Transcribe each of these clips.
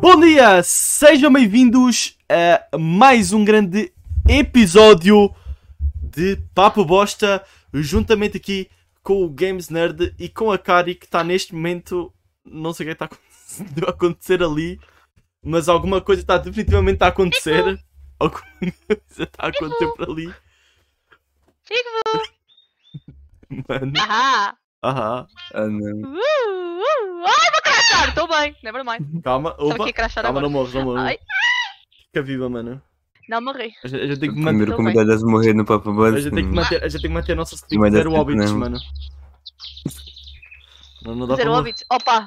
Bom dia, sejam bem-vindos a mais um grande episódio de Papo Bosta, juntamente aqui com o Games Nerd e com a Kari, que está neste momento, não sei o que está a acontecer ali, mas alguma coisa está definitivamente a acontecer. Alguma coisa está a acontecer por ali. Fico! Mano, Ahá! aham, Ah, não. Uh, uh. Ai, vou crachar! Tô bem, nevermind. calma, Tava opa, aqui crachar calma, agora. não morres, não morres. Tá Ai, Fica viva, mano. não morri. Eu já, eu já tenho que manter. Primeiro Tô convidado a morrer no Papo A Base. gente tem que manter, a gente tem que manter a nossa streak Mas é zero sempre, óbitos, né? mano. Não, não dá Zero pra... óbito. Opa!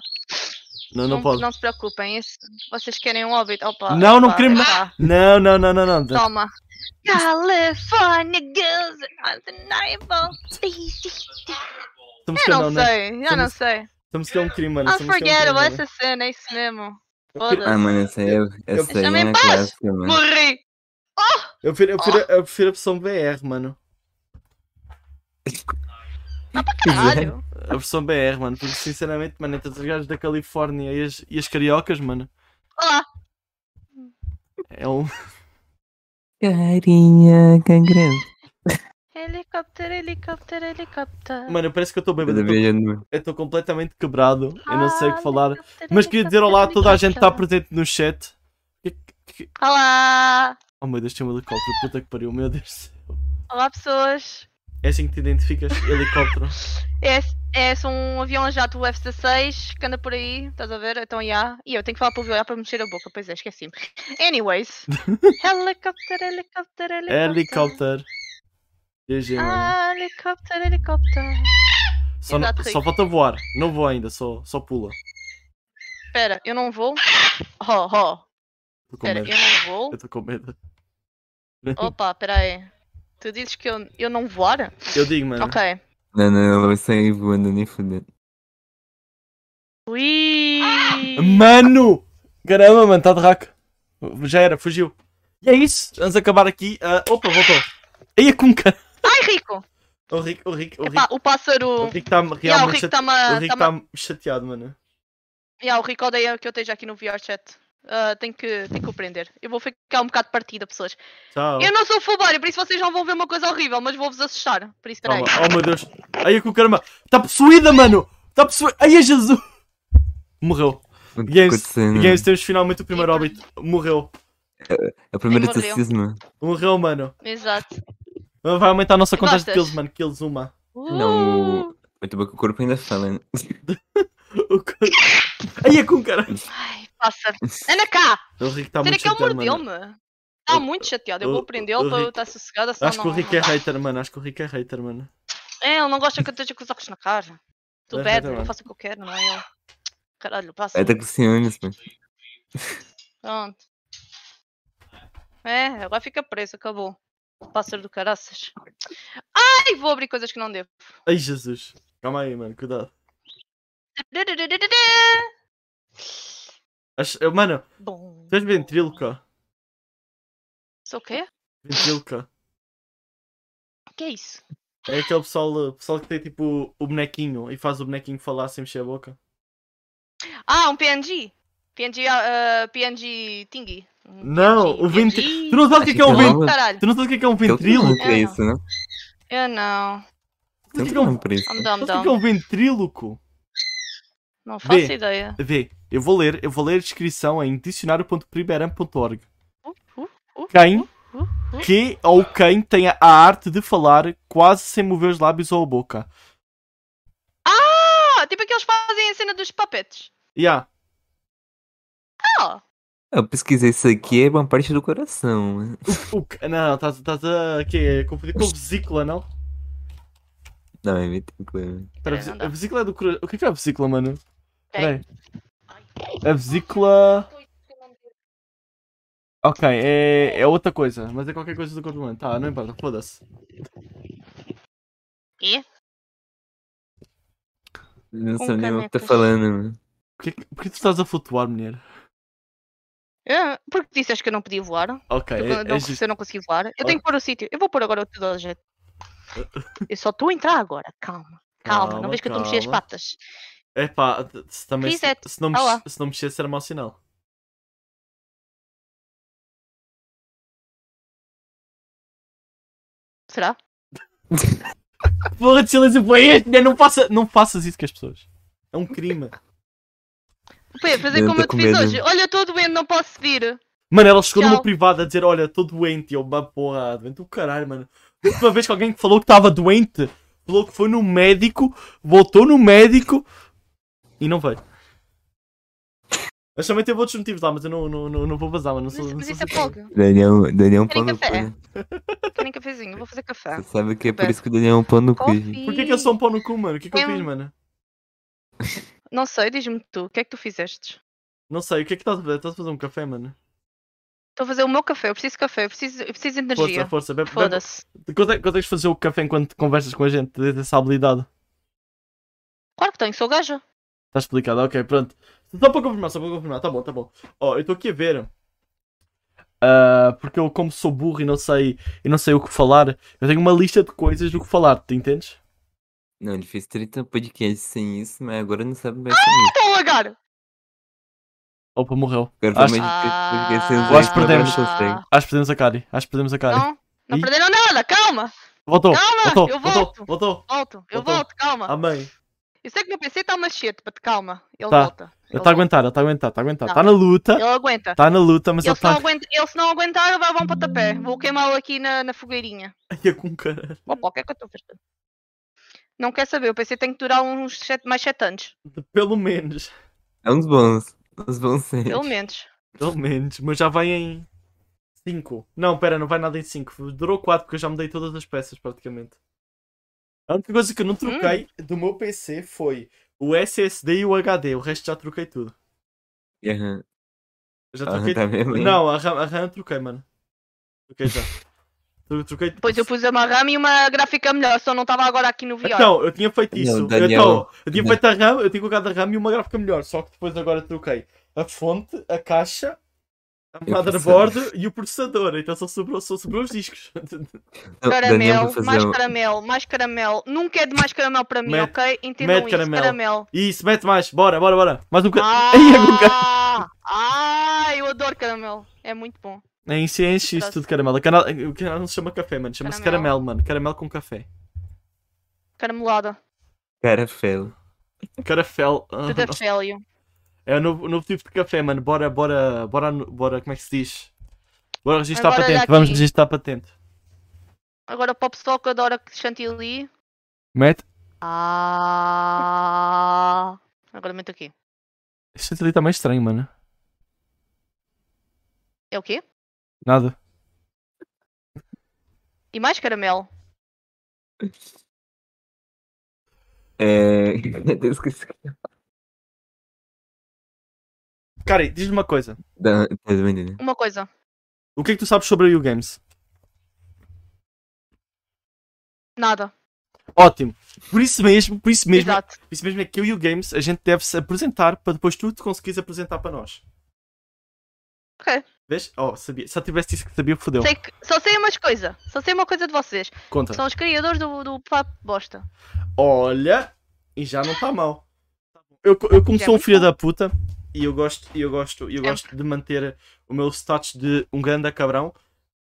Não, Não, não pode. não se preocupem. Isso, vocês querem um óbito? Opa! Não, não opa, queremos- opa. Não, não, não, não, não. Toma! California girls are undeniable. Estamos Eu que não não, né? sei, eu não Somos- sei. Estamos que é um crime, mano. Estamos que é um Unforgettable, crime, mano. essa cena, é isso mesmo. Ah, Foda-se. mano, essa é, essa aí Deixa-me é em uma paz. clássica, mano. Morri! Eu prefiro, eu, Oh. prefiro, eu prefiro a versão BR, mano. Caralho! A versão BR, mano. Porque, sinceramente, mano, entre os gajos da Califórnia e as, e as cariocas, mano, Olá! é um... Carinha cangrena. Helicóptero, helicóptero, helicóptero. Mano, parece que eu estou bêbado. Cada eu tô- vez eu Eu estou completamente quebrado. Eu não Ah, sei o que falar. Helicóptero, Mas queria dizer helicóptero, olá a toda a gente que tá está helicóptero. presente no chat. Olá! Oh meu Deus, tem um helicóptero. Puta que pariu, meu Deus. Olá, pessoas! É assim que te identificas, helicóptero. Esse, esse é um avião jato F-16 que anda por aí, estás a ver? Então, já. E eu tenho que falar para o olhar para mexer a boca, pois é, esqueci-me. Anyways, helicóptero, helicóptero, helicóptero. Helicóptero. GG, mano. Ah, helicóptero, helicóptero. Só, não- exato, só falta voar. Não voa ainda, só, só pula. Espera, eu não vou. Oh, oh. Tô com Espera, medo. eu não vou. é Eu tô com medo. Opa, espera aí. Tu dizes que eu, eu não voar? Eu digo, mano. Ok. Não, não, eu vou sair voando nem fudendo. Ui! Ah! Mano! Caramba, mano, tá de raco. Já era, fugiu. E é isso. Vamos acabar aqui. Ah, opa, voltou. Aí é com cara. Ai, Rico! O Rico, o Rico, o Epá, Rico. o O pássaro. Rico tá Yeah, o realmente Rico chateado. está-me O a. Rico tá-me a- tá chateado, mano. Yeah, o Rico odeia que eu esteja aqui no VR chat. Ah, tenho, que, tenho que o prender. Eu vou ficar um bocado partida, pessoas. Então- Tchau. Eu não sou fubário, por isso vocês não vão ver uma coisa horrível, mas vou-vos assustar. Por isso, peraí. Calma. Oh meu Deus. Aí é com caramba. Tá possuída, mano. Tá possuída. Aí é Jesus. Morreu. O que Games, acontecendo? Games, temos finalmente o primeiro óbito. Morreu. É o primeiro Quem morreu? exorcismo. Morreu, mano. Exato. Vai aumentar a nossa contagem de Gostas? kills, mano. Kills uma. Não, Uh, Muito bom que o corpo ainda fala, né? O co- Aí é com cara. Ai, pássaro. Anda cá! O Rick tá Será muito que ele chateado, mano. mordeu-me? Está muito chateado. Eu o- vou prender o ele para eu Rico- estar sossegada. senão Acho que o não- Rick é hater, mano. Acho que o Rick é hater, mano. É, ele não gosta que eu esteja com os óculos na cara. Tu É, bad, também. eu faço o que eu quero, não é ele. Caralho, passa. É tá com ciúmes, mano. Pronto. É, agora fica preso, acabou. Pássaro do caraças. Ai, vou abrir coisas que não devo. Ai Jesus. Calma aí, mano. Cuidado. Acho... eu- Mano, Bom. tu és ventríloca. Sou o quê? Ventríloca. O que é isso? É aquele pessoal, uh, pessoal que tem tipo o bonequinho e faz o bonequinho falar sem mexer a boca. Ah, um PNG? PNG, ah, PNG Tingy. Um Não, PNG, o ventri- PNG. Tu não sabes o que é que é um Não. ventrilo? ventríloco? Caralho, Tu não sabes o que é que é um Eu ventríloco? que é isso, Um não? eu não. Tu não Tanto sabes não por um isso. I'm o dumb é um que é que é dumb. um ventríloco? Não faço Vê. ideia. Vê, eu vou ler, eu vou ler a descrição em dicionário.priberam.org. Uh, uh, uh, Quem? uh, uh, uh. Que ou quem tem a arte de falar quase sem mover os lábios ou a boca. Ah, tipo aqueles que fazem a cena dos papetes. Yeah. Ah, Eu pesquisei isso aqui, é uma parte do coração. mano. O, o, que- não, estás estás a quê? confundir com vesícula, não? Não, é muito tranquilo. Espera, a Peraí, vesi- não dá. a vesícula é do coração. O que é, que é a vesícula, mano? ok. Peraí. A vesícula. Ok, é, é outra coisa, mas é qualquer coisa do corpo humano. Tá, não importa, foda-se. E? Eu Não Com sei nem o que tá canecas. falando, mano. Porquê, que- porquê tu estás a flutuar, mulher? Ah, porque disseste que eu não podia voar? Ok, Eu é, não- não- é se justo. eu não consegui voar, eu tenho que pôr o sítio. Eu vou pôr agora tudo ao jeito. Eu só estou a entrar agora. Calma, calma. não vês que eu estou a mexer as calma. patas. É pá, se, também, se, Reset. se, não mex- Olá. se não mexesse era mau sinal. Será? Porra de silêncio foi este, né? não, faça, não faças isso com as pessoas. É um crime. Pedro, fazer Eu como tô eu te com fiz medo. hoje. Olha, eu estou doente, não posso vir. Mano, ela chegou numa Tchau. privada a dizer: Olha, estou doente. E eu, "Bah, porra, doente do caralho, mano. A última vez que alguém que falou que estava doente, falou que foi no médico, voltou no médico e não veio. Mas também teve outros motivos lá, mas eu não, não, não, não vou vazar, mano. Não Mas, sou, não mas sou assim. isso é sincero. folga. Daniel, Daniel é um pau Querem no cu. café? né? Querem cafezinho? Vou fazer café. Você sabe que é por Bem. isso que o Daniel é um pau no cu. gente. Coffee. Por que, que eu sou um pau no cu, mano? O que, que eu Eu- fiz, mano? Não sei, diz-me tu. O que é que tu fizeste? Não sei, o que é que estás a fazer? Estás a fazer um café, mano? Estou a fazer o meu café. Eu preciso de café. Eu preciso, eu preciso de Força, energia. força. Bebe, bebe. Foda-se. Consegue- Consegues fazer o café enquanto conversas com a gente? Tens essa habilidade? Claro que tenho, sou gaja. Tá explicado, ok, pronto. Só para confirmar, só para confirmar, tá bom, tá bom. Ó, eu estou aqui a ver. ah, porque eu, como sou burro e não sei e não sei o que falar, eu tenho uma lista de coisas do que falar, tu entendes? Não, ele fez 30 podcasts sem isso, mas agora não sabe mais sem isso. Estou a lagar! Opa, morreu. Agora faz Acho- mais de 30 podcasts sem Eu usar acho isso, que agora perdemos. não consegue. Acho que perdemos a Kari, acho que perdemos a Kari. Não, não Ih. perderam nada, calma! Voltou, Calma, voltou, eu voltou, volto. voltou. Ah, Volto, eu Voltou. volto, calma. Amém. Eu sei que meu PC está uma shit, but calma. Ele Tá. volta. Ele Ele está a volta. aguentar, ele está a aguentar, está a aguentar. Não. Está na luta, Ele aguenta. está na luta, mas tá Ele, ele se não está. aguenta, ele se não aguentar, ele vai levar um pontapé. Vou queimá-lo aqui na, na fogueirinha. Ai, é com cara. Opa, o que é que eu estou fazendo? Não quer saber, o PC tem que durar uns sete- mais 7 anos. Pelo menos, É uns bons. Uns bons sete. Pelo menos. pelo menos, mas já vai em 5. Não, pera, não vai nada em 5. Durou 4 porque eu já mudei todas as peças praticamente. A única coisa que eu não troquei do meu PC foi o SSD e o HD. O resto já troquei tudo. Aham. Eu já Ah, troquei tá mesmo, hein? Não, a RAM, a RAM eu troquei, mano. Troquei já. Tro- troquei. Depois eu pus uma RAM e uma gráfica melhor, só não estava agora aqui no VR. Então, eu tinha feito isso. Não, Daniel. Então, eu tinha feito a RAM, eu tinha colocado a RAM e uma gráfica melhor. Só que depois agora troquei a fonte, a caixa, a o motherboard e o processador. Então só sobrou, só sobrou os discos. Não, Então, Daniel Caramelo, vai fazer mais um- caramelo, mais caramelo. Nunca é de mais caramelo para mim, Mete- ok? Entendam mete isso. caramelo. Caramelo. Isso, mete mais. Bora, bora, bora. Mais um bocadinho. Ah, Ai, é com cara- ah, eu adoro caramelo. É muito bom. Nem se enche isso tudo de caramelo. O canal, o canal não se chama café, mano. Chama-se caramelo, Caramelo. mano. Caramelo com café. Caramelada. Cara felo. Carafel. Ah, To the failure. é o novo, novo tipo de café, mano. Bora, bora, bora, anu- bora. Como é que se diz? Bora registrar Bora patente. daqui. Vamos registrar patente. Agora para o pessoal que adora chantilly. Mete. Ah. Agora meto aqui. Este ali tá meio estranho, mano. É o quê? Nada. E mais caramelo. É. Eu esqueci. Cara, diz-me uma coisa. Não, tá entendendo. Uma coisa. O que é que tu sabes sobre a U-Games? Nada. Ótimo. Por isso mesmo, por isso mesmo, Exato. por isso mesmo é que eu e o Games a gente deve se apresentar para depois tu te conseguires apresentar para nós. Ok. Vês? Oh, sabia. Se eu Tá. tivesse disse que sabia, fodeu. Sei que- Só sei umas coisas. Só sei uma coisa de vocês. Conta. São os criadores do, do Papo Bosta. Olha, e já não está mal. Eu, eu como Já é sou um muito filho bom. da puta e eu gosto, e eu gosto, e eu gosto de manter o meu status de um grande cabrão,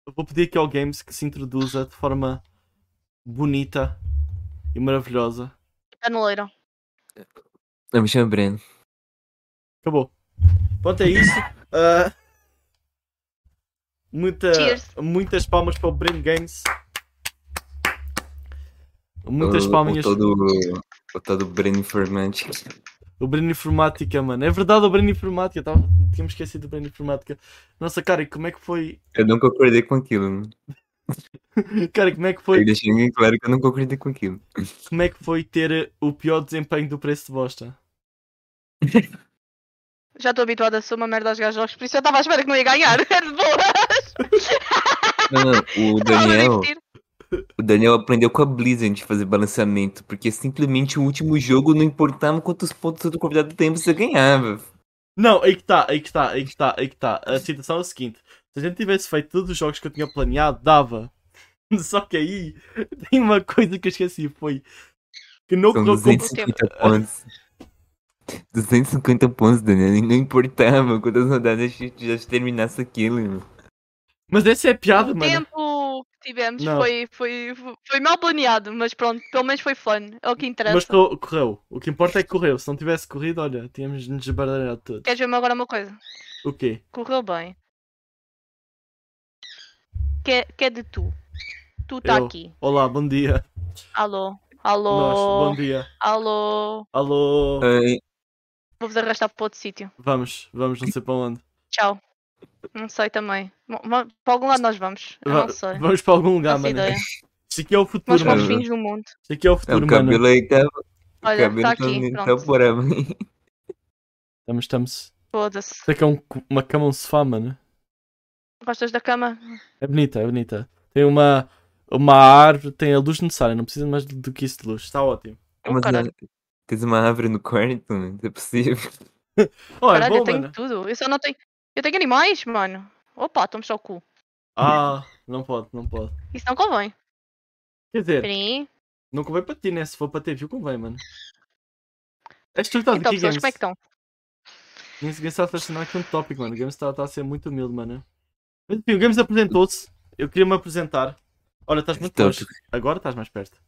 eu vou pedir aqui ao Games que se introduza de forma bonita e maravilhosa. Caneleiro. Eu me chamo Breno. Acabou. Pronto, é isso. Ah, muita, Cheers. muitas palmas para o Breno Games. Muitas O- palminhas. O todo, o todo Breno Informática. O Breno Informática, mano. É verdade, o Breno Informática. Tava... Tínhamos esquecido do Breno Informática. Nossa, cara, e como é que foi? Eu não concordei com aquilo. Né? Cara, como é que Eu foi? deixei bem claro que eu não concordei com aquilo. Como é que foi ter eh, o pior desempenho do preço de bosta? Já estou habituada a ser uma merda aos gajos, por isso eu estava à espera que não ia ganhar. É de boa. Não, não, o Estava a Daniel, divertir. o Daniel aprendeu com a Blizzard de fazer balanceamento, porque simplesmente o último jogo não importava quantos pontos todo convidado tempo você ganhava. Não, aí que tá, aí que tá, aí que tá, aí que tá. A situação é o seguinte: se a gente tivesse feito todos os jogos que eu tinha planeado, dava. Só que aí tem uma coisa que eu esqueci: foi que não, São não, 250 pontos. 250 pontos, Daniel. e Não importava quantas rodadas a gente já terminasse aquilo. irmão. Mas essa é piada, o mano. tempo que tivemos Não. foi, foi, foi mal planeado, mas pronto, pelo menos foi fun. É o que interessa. Mas co- correu. O que importa é que correu. Se não tivesse corrido, olha, tínhamos nos esbaralhado todos. Queres ver-me agora uma coisa? O quê? Correu bem. Que, é- que é de tu? Tu está Eu. aqui. Olá, bom dia. Alô? Nós, Alô? bom dia. Alô? Alô. Ai, Vou-vos arrastar para outro sítio. Vamos, vamos, não sei para onde. Tchau. Não sei também. Mo- mo- Para algum lado nós vamos. Eu Va- não sei. Não Vamos para algum lugar, faço mano. ideia. Isto aqui é o Nós futuro, para os mano. Turma. fins do mundo. Isto aqui é o é, futuro, o mano. cabelo aí tá. o Olha, cabelo está tá, aqui. tá Pronto. por aí. Estamos, estamos. Foda-se. Isto aqui é um, uma cama, um sofá, mano. Gostas da cama? É bonita, é bonita. Tem uma, uma árvore, tem a luz necessária, não precisa mais do que isso de luz. Está ótimo. Oh, Mas, caralho. ah, Tens uma árvore no quarto, mano. Não é possível. Oh, é Caralho, bom, eu tenho mano. tudo. Eu só não tenho. Eu tenho animais, mano. Opa, toma só o cu. Ah, não pode, não pode. Isso não convém. Quer dizer, Peraí. não convém para ti, né? Se for para ter view, convém, mano. És tu que estás Então, aqui, Games. pessoas, como é que estão? Nem sequer está a fascinar aqui um tópico, mano. O Games está está a ser muito humilde, mano. Mas enfim, o Games apresentou-se. Eu queria me apresentar. Olha, estás muito Então, longe. Agora estás mais perto.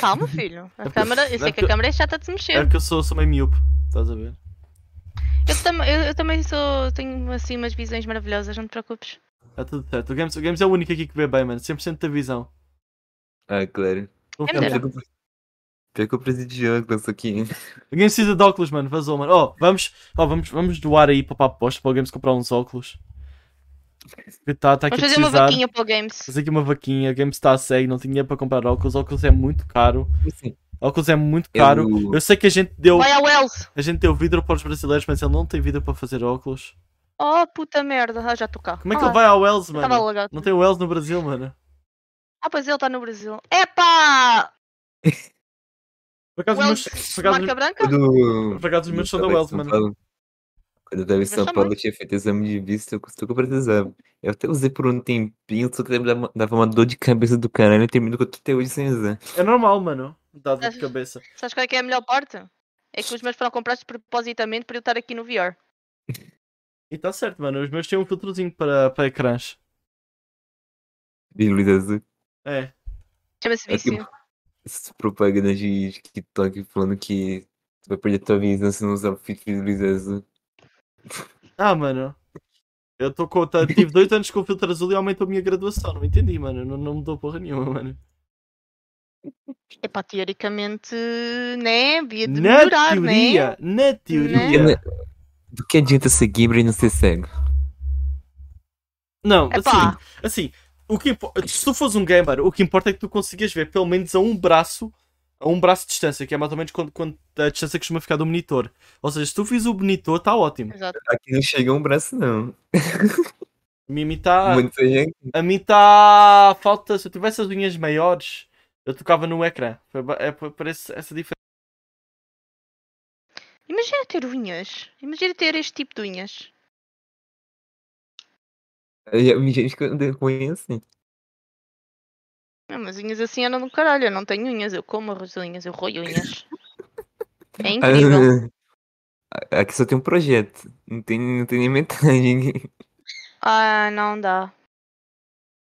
Calma, filho. A câmera. Eu sei que a câmera é chata de se É mexer. porque eu sou, sou meio miúdo. Estás a ver? Eu, tam eu, eu também sou. Tenho assim umas visões maravilhosas, não te preocupes. Está tudo certo. O Games, o Games é o único aqui que vê bem, mano. 100% da visão. Ah, claro. É Confiança. verdade. Pior que eu- pior que eu presidio com isso aqui. Ninguém precisa de óculos, mano. Vazou, mano. Oh, vamos, oh, vamos, vamos doar aí para a aposta para alguém se comprar uns óculos. Está tá aqui Vamos a fazer uma precisar. vaquinha para o Games. Fazer aqui uma vaquinha. O Games está a cego, não tinha dinheiro para comprar óculos. Óculos é muito caro. Assim, Óculos é muito caro. eu- Eu sei que a gente deu, Vai a Wells! a gente deu vidro para os brasileiros, mas ele não tem vidro para fazer óculos. Oh, puta merda. Ah, já estou cá. Como é que ah, ele vai ao Wells, Estava mano? alagado. Não tem Wells no Brasil, mano. Ah, pois ele está no Brasil. Epá! Por acaso, os meus, Wells, por acaso, marca branca? Quando, por acaso os meus são da Wells, mano. Quando eu tava em Eu São também. Paulo, eu tinha feito exame de vista, eu custou que eu precisava. Eu até usei por um tempinho, só que dava dava uma dor de cabeça do caralho, eu termino que eu tô até hoje sem usar. É normal, mano. Dá dor de cabeça. Sabes qual é que é a melhor parte? É que os meus foram comprados propositamente para eu estar aqui no VR. E está certo, mano. Os meus têm um filtrozinho para, para ecrãs. De luz azul. É. Chama-se É que- vício. Essas propagandas de de TikTok falando que tu vai perder tua visão se não usar o filtro de luz azul. Ah, mano. Eu tô com. tá- tive dois anos com o filtro azul e aumentou a minha graduação. Não entendi, mano. Não, não mudou porra nenhuma, mano. Epá, teoricamente, né? Havia de Na melhorar, né? teoria, na teoria. Né? Do que adianta ser gamer e não ser cego? Não, Epá. assim, assim o que impo- se tu fores um gamer, o que importa é que tu consigas ver pelo menos a um braço, a um braço de distância, que é mais ou menos quando, quando a distância costuma ficar do monitor. Ou seja, se tu fiz o monitor, tá ótimo. Exato. Aqui não chega um braço, não. A mim tá. Muito gente. A mim tá. Falta. Se eu tivesse as unhas maiores, eu tocava no ecrã. Foi ba- É, parece essa diferença. Imagina ter unhas. Imagina ter este tipo de unhas. Eu- Gente que eu conheço. Não, mas unhas assim andam do caralho. Eu não tenho unhas, eu como as unhas, eu roio unhas. É Ah, incrível. Aqui só tem um projeto. Não tem, não tem nem metade. Ah, não dá.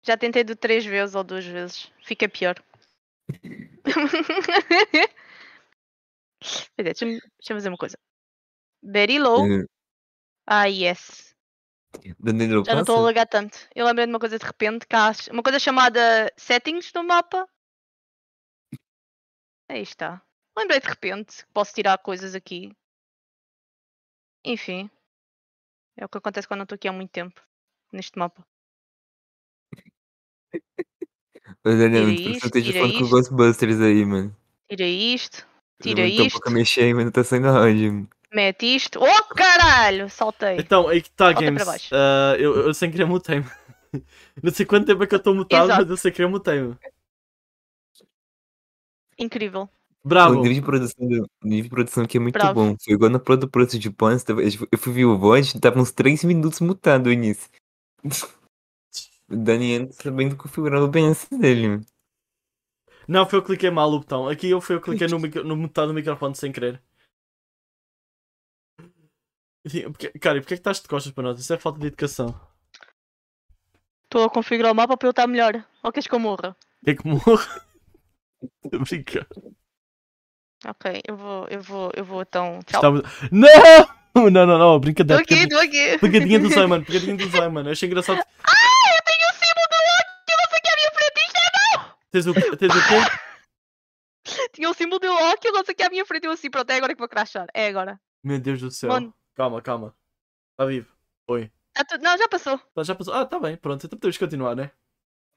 Já tentei de três vezes ou duas vezes. Fica pior. Pois é, deixa-me deixa fazer uma coisa. Very Hum. low. Ah, yes. Danilo, Já não estou a passa? alugar tanto. Eu lembrei de uma coisa de repente, que há uma coisa chamada settings no mapa. Aí está. Lembrei de repente que posso tirar coisas aqui. Enfim. É o que acontece quando eu estou aqui há muito tempo. Neste mapa. Ô, Danilo, Tira tu- isto, tu esteja tira falando com o isto. Ghostbusters aí, mano. Tira isto. Tira Então, isto. pouco mexer aí, mano. Tá saindo áudio. mano. Mete isto. Oh caralho! Saltei. Então, aí que tá, Volta Games. pra baixo. Ah, eu, eu sem querer mutei-me. Não sei quanto tempo é que eu estou mutado, Exato. mas eu sem querer mutei-me. Incrível. Bravo. O nível de produção, do- o nível de produção aqui é muito Bravo. bom. Foi igual na Pro do Produto de Pans. tava- Eu fui- eu fui ver o Void, tava uns 3 minutos mutado o início. O Daniel tá sabendo configurar o OBS dele, mano. Não, foi eu que cliquei mal o botão. Aqui eu fui eu que cliquei no, micro, no mutado do microfone sem querer. Enfim, porque- Cara, e porquê é que estás de costas para nós? Isso é falta de educação. Estou a configurar o mapa para eu estar melhor. Ou queres que eu morra? É que morre. Tô a brincar. Ok, eu vou, eu vou, eu vou então. Tchau. Estamos... Não! Não, não, não, Estou brincadeira. é aqui, brincadeira. estou aqui. Pegadinha do Zay, mano, pegadinha do Zay, mano. Eu achei engraçado. Ah, Eu tenho o símbolo do Loki, você quer vir para ti? Tens o, tens o quê? Tinha o símbolo do Loki, você quer vir para ti? Eu assim, pronto, é agora que vou crashar. É agora. Meu Deus do céu. Mano. Calma, calma. Está vivo. Oi. Tá tudo- Não, já passou. Tá, Já passou. Ah, tá bem, pronto. Então podemos continuar, né?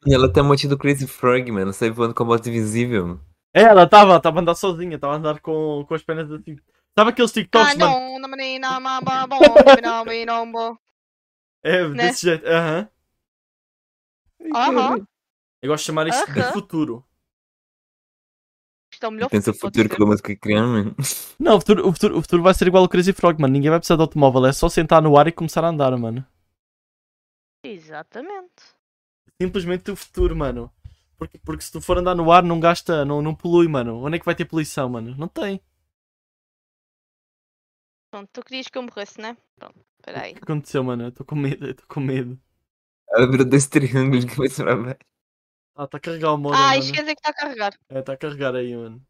E ela tá motivo do Crazy Frog, mano. Sai voando com a moto invisível. É, Ela estava, estava a andar sozinha, estava a andar com, com as pernas assim. Estava aqueles TikToks, Ah, mano. não, não, menina, ma- ba- bom, homem, não, bem, não, bom. É, Né? desse jeito. Aham. Aham. Eu gosto de chamar isto de Aham. futuro. Isto é o melhor Pensa o que pode futuro ser. que eu que criar, mano. Não, o futuro, o, futuro, o futuro vai ser igual ao Crazy Frog, mano. Ninguém vai precisar de automóvel, é só sentar no ar e começar a andar, mano. Exatamente. Simplesmente o futuro, mano. Porque, porque se tu for andar no ar, não gasta, não, não polui, mano. Onde é que vai ter poluição, mano? Não tem. Pronto, tu querias que eu morresse, né? Pronto, O peraí. que aconteceu, mano? Eu tô com medo, eu tô com medo. Ela virou dois triângulos que vai sobrar baixo. Ah, tá a carregar o modo, Ah, mano. isto quer dizer que está a carregar. É, tá a carregar aí, mano.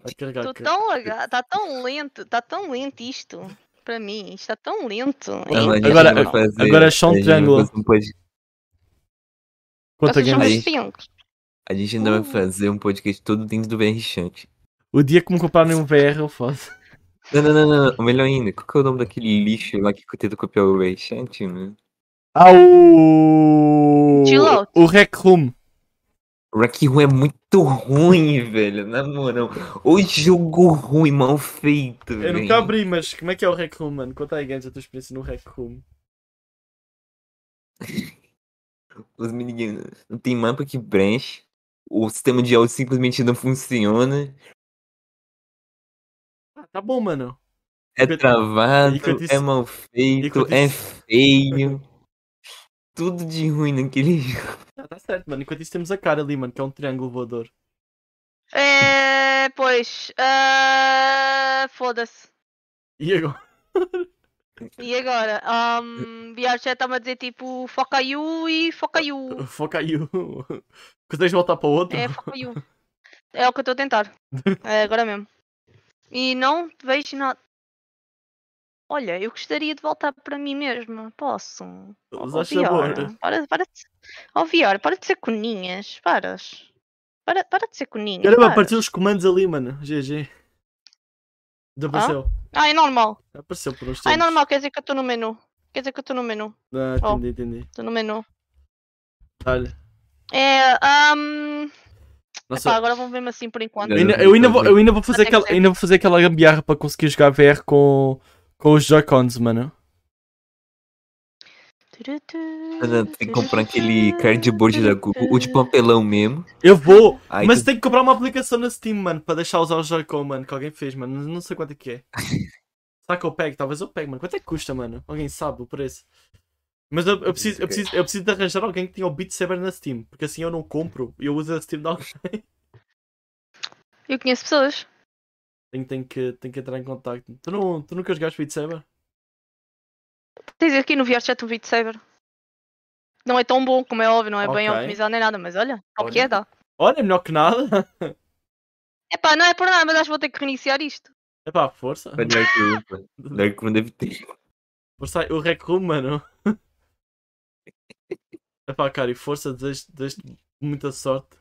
Tá a carregar. Estou que- Tipo, tão laga- Está tão lento, está tão lento isto. Para mim, isto está tão lento. É Ela já Agora- vai incrível. fazer- agora é só um a gente vai triângulo. fazer um pod- Conta, Vocês são Games. Aí. cientos. A gente ainda Uh. vai fazer um podcast todo dentro do VR Chat. O dia que me comprarem um VR, eu faço. Não, não, não, não, não. Melhor ainda, qual que é o nome daquele lixo lá que tenta copiar o VR Chat, mano? Ah, o... Chill out. O Rec Room. O Rock Room é muito ruim, velho. Na moral. O jogo ruim, mal feito, Eu velho. nunca abri, mas como é que é o Rec Room, mano? Conta aí, Games, a tua experiência no Rec Room. Os minigames. Não tem mapa que preenche. O sistema de áudio simplesmente não funciona. Ah, tá bom, mano. É Enquanto- travado, enquanto isso- é mal feito, enquanto é isso- feio. Tudo de ruim naquele jogo. Ah, tá certo, mano. Enquanto isso temos a cara ali, mano, que é um triângulo voador. É, pois. ah, Foda-se. E agora? E agora? Um, Biarchet está-me a dizer tipo foca you e foca you. Foca aí o... Consegues voltar para o outro? É foca you. É o que eu estou a tentar. É agora mesmo. E não vejo nada. Olha, eu gostaria de voltar para mim mesma. Posso? Mas Ó, acho sabor. Viora, para, para de, ó, Viora, para de ser coninhas. Paras. Para, para de ser coninhas. Caramba, paras. apareceu os comandos ali, mano. GG. Desapareceu. Ah, é normal. Apareceu por uns tempos. Ah, é normal. Quer dizer que eu estou no menu. Quer dizer que eu estou no menu. Ah, Oh. entendi, entendi. Estou no menu. Olha. É. ahm, Nossa, epá, agora vão ver-me assim por enquanto. Eu ainda, eu ainda vou, eu ainda vou fazer Até que aquela, sim. ainda vou fazer aquela gambiarra para conseguir jogar VR com, com os Joy-Cons, mano. Mano, né? Tem que comprar aquele cardboard da Google, o de papelão mesmo. Eu vou, Aí mas tu- tem que comprar uma aplicação na Steam, mano, para deixar usar o Joy-Con, mano, que alguém fez, mano. Não sei quanto é que é. Será que eu pego? Talvez eu pegue, mano. Quanto é que custa, mano? Alguém sabe o preço. Mas eu, eu preciso, eu, preciso, eu preciso de arranjar alguém que tenha o Beat Saber na Steam, porque assim eu não compro e eu uso a Steam de alguém. Eu conheço pessoas. Tenho, tenho, que, tenho que entrar em contacto. Tu, não, tu nunca jogaste Beat Saber? Tens aqui no VRChat um vídeo saber. Não é tão bom como é óbvio, não é bem Ok. otimizado nem nada, mas olha, qual que Olha. é dá. Olha, melhor que nada. Epá, não é por nada, mas acho que vou ter que reiniciar isto. Epá, É força. Pra Dark Room, mano. Dark Room deve ter. Força, o Rec Room, mano. Epá, cara, e força, desejo- desejo-te muita sorte.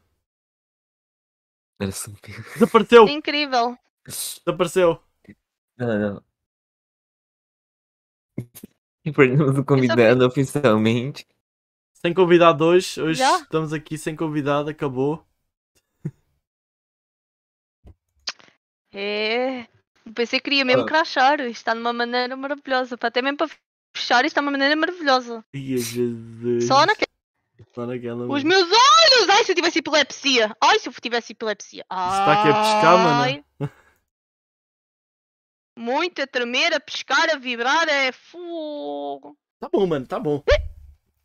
Era um super. Desapareceu! É Incrível. Desapareceu! Não, não. E perdemos o convidado oficialmente. Sem convidado hoje, hoje Já? estamos aqui sem convidado, acabou. É. O PC queria mesmo Ah. crachar. Isto está de uma maneira maravilhosa. pá, Até mesmo para fechar, isto está de uma maneira maravilhosa. Ia Jesus. Só naquela. Só naquela. Os mano. meus olhos! Ai, se eu tivesse epilepsia! Ai, se eu tivesse epilepsia! Está tá aqui a piscar, mano. Ai. Muito a tremer, a piscar, a vibrar, é fogo. Tá bom, mano, tá bom.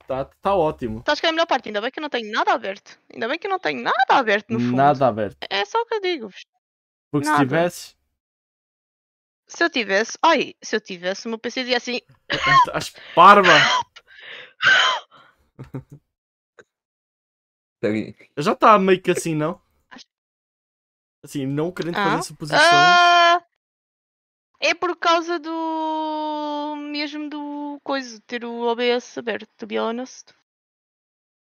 Tá, tá ótimo. Estás com a melhor parte? Ainda bem que eu não tenho nada aberto. Ainda bem que eu não tenho nada aberto no fundo. Nada aberto. É só o que eu digo. Porque se Nada. tivesses. Se eu tivesse. Ai, se eu tivesse, o meu PC dizia assim. Estás parva! tá Já está meio que assim, não? Assim, não querendo Ah. fazer suposições. Ah, é por causa do. Mesmo do. Coisa, ter o OBS aberto, to be honest.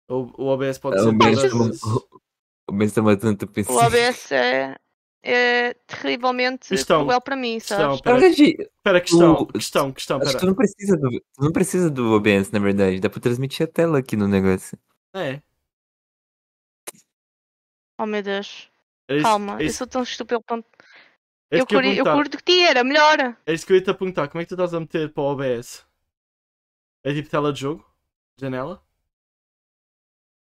O, o OBS pode É, ser. o pior às mesmo. vezes. O Ben está matando teu PC. O OBS é. é terrivelmente Questão. cruel para mim, Questão, sabes? espera Regi, espera, questão, O- questão, questão, acho que espera. tu não precisa do, tu não precisa do OBS, na verdade. Dá pra transmitir a tela aqui no negócio. É, Oh meu Deus. é isso, Calma, é eu isso, sou tão estúpido. ao ponto- é isso eu, que eu, curi- eu ia perguntar. curto que ti era, melhor. É isso que eu ia te perguntar. Como é que tu estás a meter para o OBS? É tipo tela de jogo? Janela?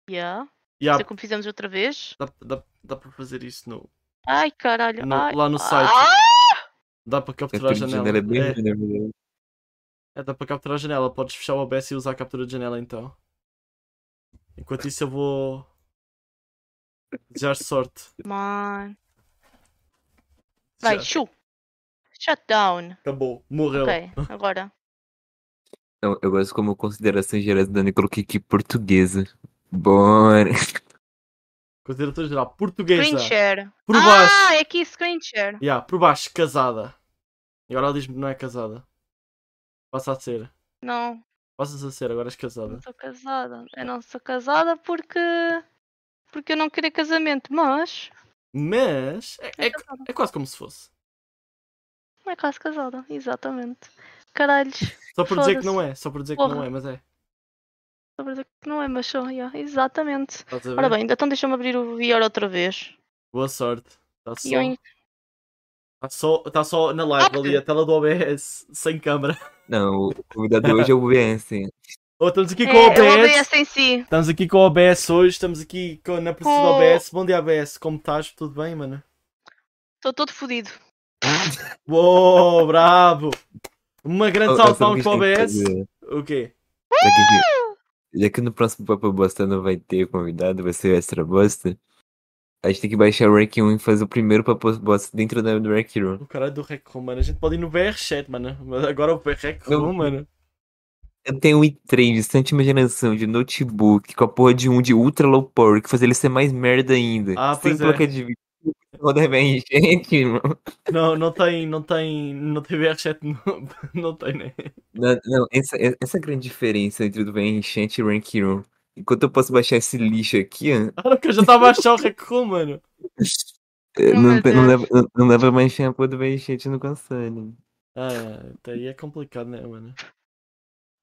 Yeah. Yeah, Sei como fizemos outra vez. dá, dá, dá para fazer isso no, Ai caralho. no- ai. lá no site. Ah! Dá para A capturar a captura de janela. janela é bem É, grande, na verdade. é, dá para capturar a janela. Podes fechar o OBS e usar a captura de janela então. Enquanto isso eu vou. Desejar sorte. Mano. Vai, Já. chu. Shut down. Acabou. Morreu. Ok, agora. Não, eu gosto como considerações gerais do Dani, coloquei aqui portuguesa. Bora. Consideração geral. Screen Portuguesa. share. Por baixo. ah, é aqui screen share. Ya, por baixo, casada. E agora ela diz-me que não é casada. Passa a ser. Não, Passas a ser, agora és casada. não sou casada. Eu não sou casada porque. Porque eu não queria casamento, mas. Mas. É, é, é quase como se fosse. Não é quase casada, exatamente. Caralhos, Só por dizer que Foda-se. não é, só por dizer que não Porra. é, mas é. só para dizer que não é macho, yeah, exatamente. Estás a Ora ver? bem, então deixa-me abrir o VR outra vez. Boa sorte. Está E eu só, en- tá só, tá só na live ali, a tela do OBS, sem câmera. Não, o convidado de hoje é o OBS. hein? Oh, estamos aqui É, com o é o OBS. OBS em si. Estamos aqui com o OBS hoje, estamos aqui com- na presença do Oh. OBS. Bom dia, OBS. Como estás? Tudo bem, mano? Estou todo fodido. Uou, brabo! Uma grande Eu- eu salva de só palmas fiz para o tempo pra OBS. dizer, O quê? né? Já que, já que no próximo Papo Bosta não vai ter convidado, vai ser o Extra Bosta. A gente tem que baixar o Rank 1 e fazer o primeiro Papo Bosta dentro da- do Rank um. Room. O caralho do Rec Room, mano. A gente pode ir no BR7, mano. Mas agora o Rec Não. Room, mano. Eu tenho um i3 de sétima geração de notebook com a porra de um de ultra low power que faz ele ser mais merda ainda. Ah, sem pois é. placa de vídeo. Roda bem, gente, irmão. Não, não tem, não tem, não tem BR7, não, não tem, né? Não, não, essa, e- essa é a grande diferença entre o bem enchente e o Rank Room. Enquanto eu posso baixar esse lixo aqui, ó, Ah, que eu já estava a achar o Rec Room, mano. eh, Oh, não, meu tem- não dá, Deus. não, não dá pra baixar a porra do bem enchente no console. Ah, até aí é complicado, né, mano?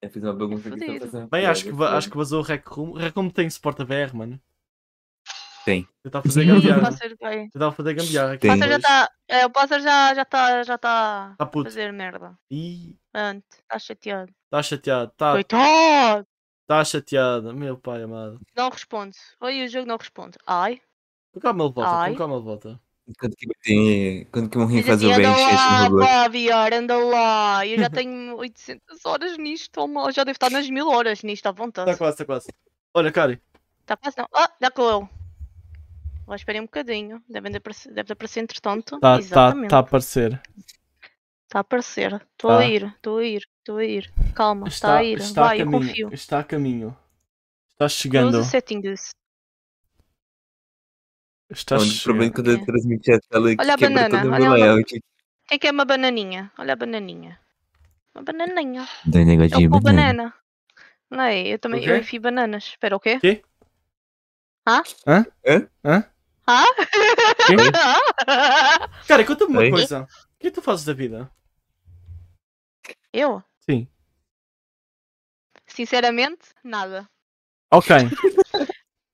Eu É, fiz uma bagunça aqui só pra Fudido. fazer uma Bem, acho que, piada, va- foda. acho que vazou o Rec Room. O Rec Room tem suporte a BR, mano. Tem. Tentar fazer E o gambiarra. pássaro vai. Tentar fazer gambiarra aqui. O Tem. pássaro já Mas- está. É, o pássaro já já está já tá Tá a puto. fazer merda. Ih, Pronto, está chateado. tá chateado. Tá, Coitado! tá chateado. Meu pai amado. Não responde. Oi, o jogo não responde. Ai. Com calma ele volta, Ai. com calma ele volta. Quando que, tem, quando que vão Mas refazer o assim, bem anda enchente no lá, Roblox? pá, VR, anda lá. Eu já tenho 800 horas nisto. oh, mal, Já devo estar nas 1000 horas nisto à vontade. Tá quase, tá quase. Olha, Cari. Está quase não. Ah, dá com eu. Agora esperem um bocadinho. Devem de aparecer, deve de aparecer entretanto. Tá, tá, Exatamente. tá a aparecer. Tá a aparecer. Estou Tá. a ir, estou a ir, estou a ir. Calma, está, Está, a ir. está tá Vai, a eu caminho. confio. Está a caminho. Está chegando. Cruza settings. Está Onde o problema é chegando. quando eu É. transmitir a tela Olha a que quebra banana, todo o olha meu a layout. O que é que é uma bananinha? Olha a bananinha. Uma bananinha. Dá um negócio Eu pôr banana. Não é? Eu O também quê? eu enfio bananas. Espera, o quê? Quê? Hã? Hã? Hã? Hã? Hã? Quê? Hã? Cara, conta-me uma Oi? coisa. O que tu fazes da vida? Eu? Sim. Sinceramente, nada. Ok.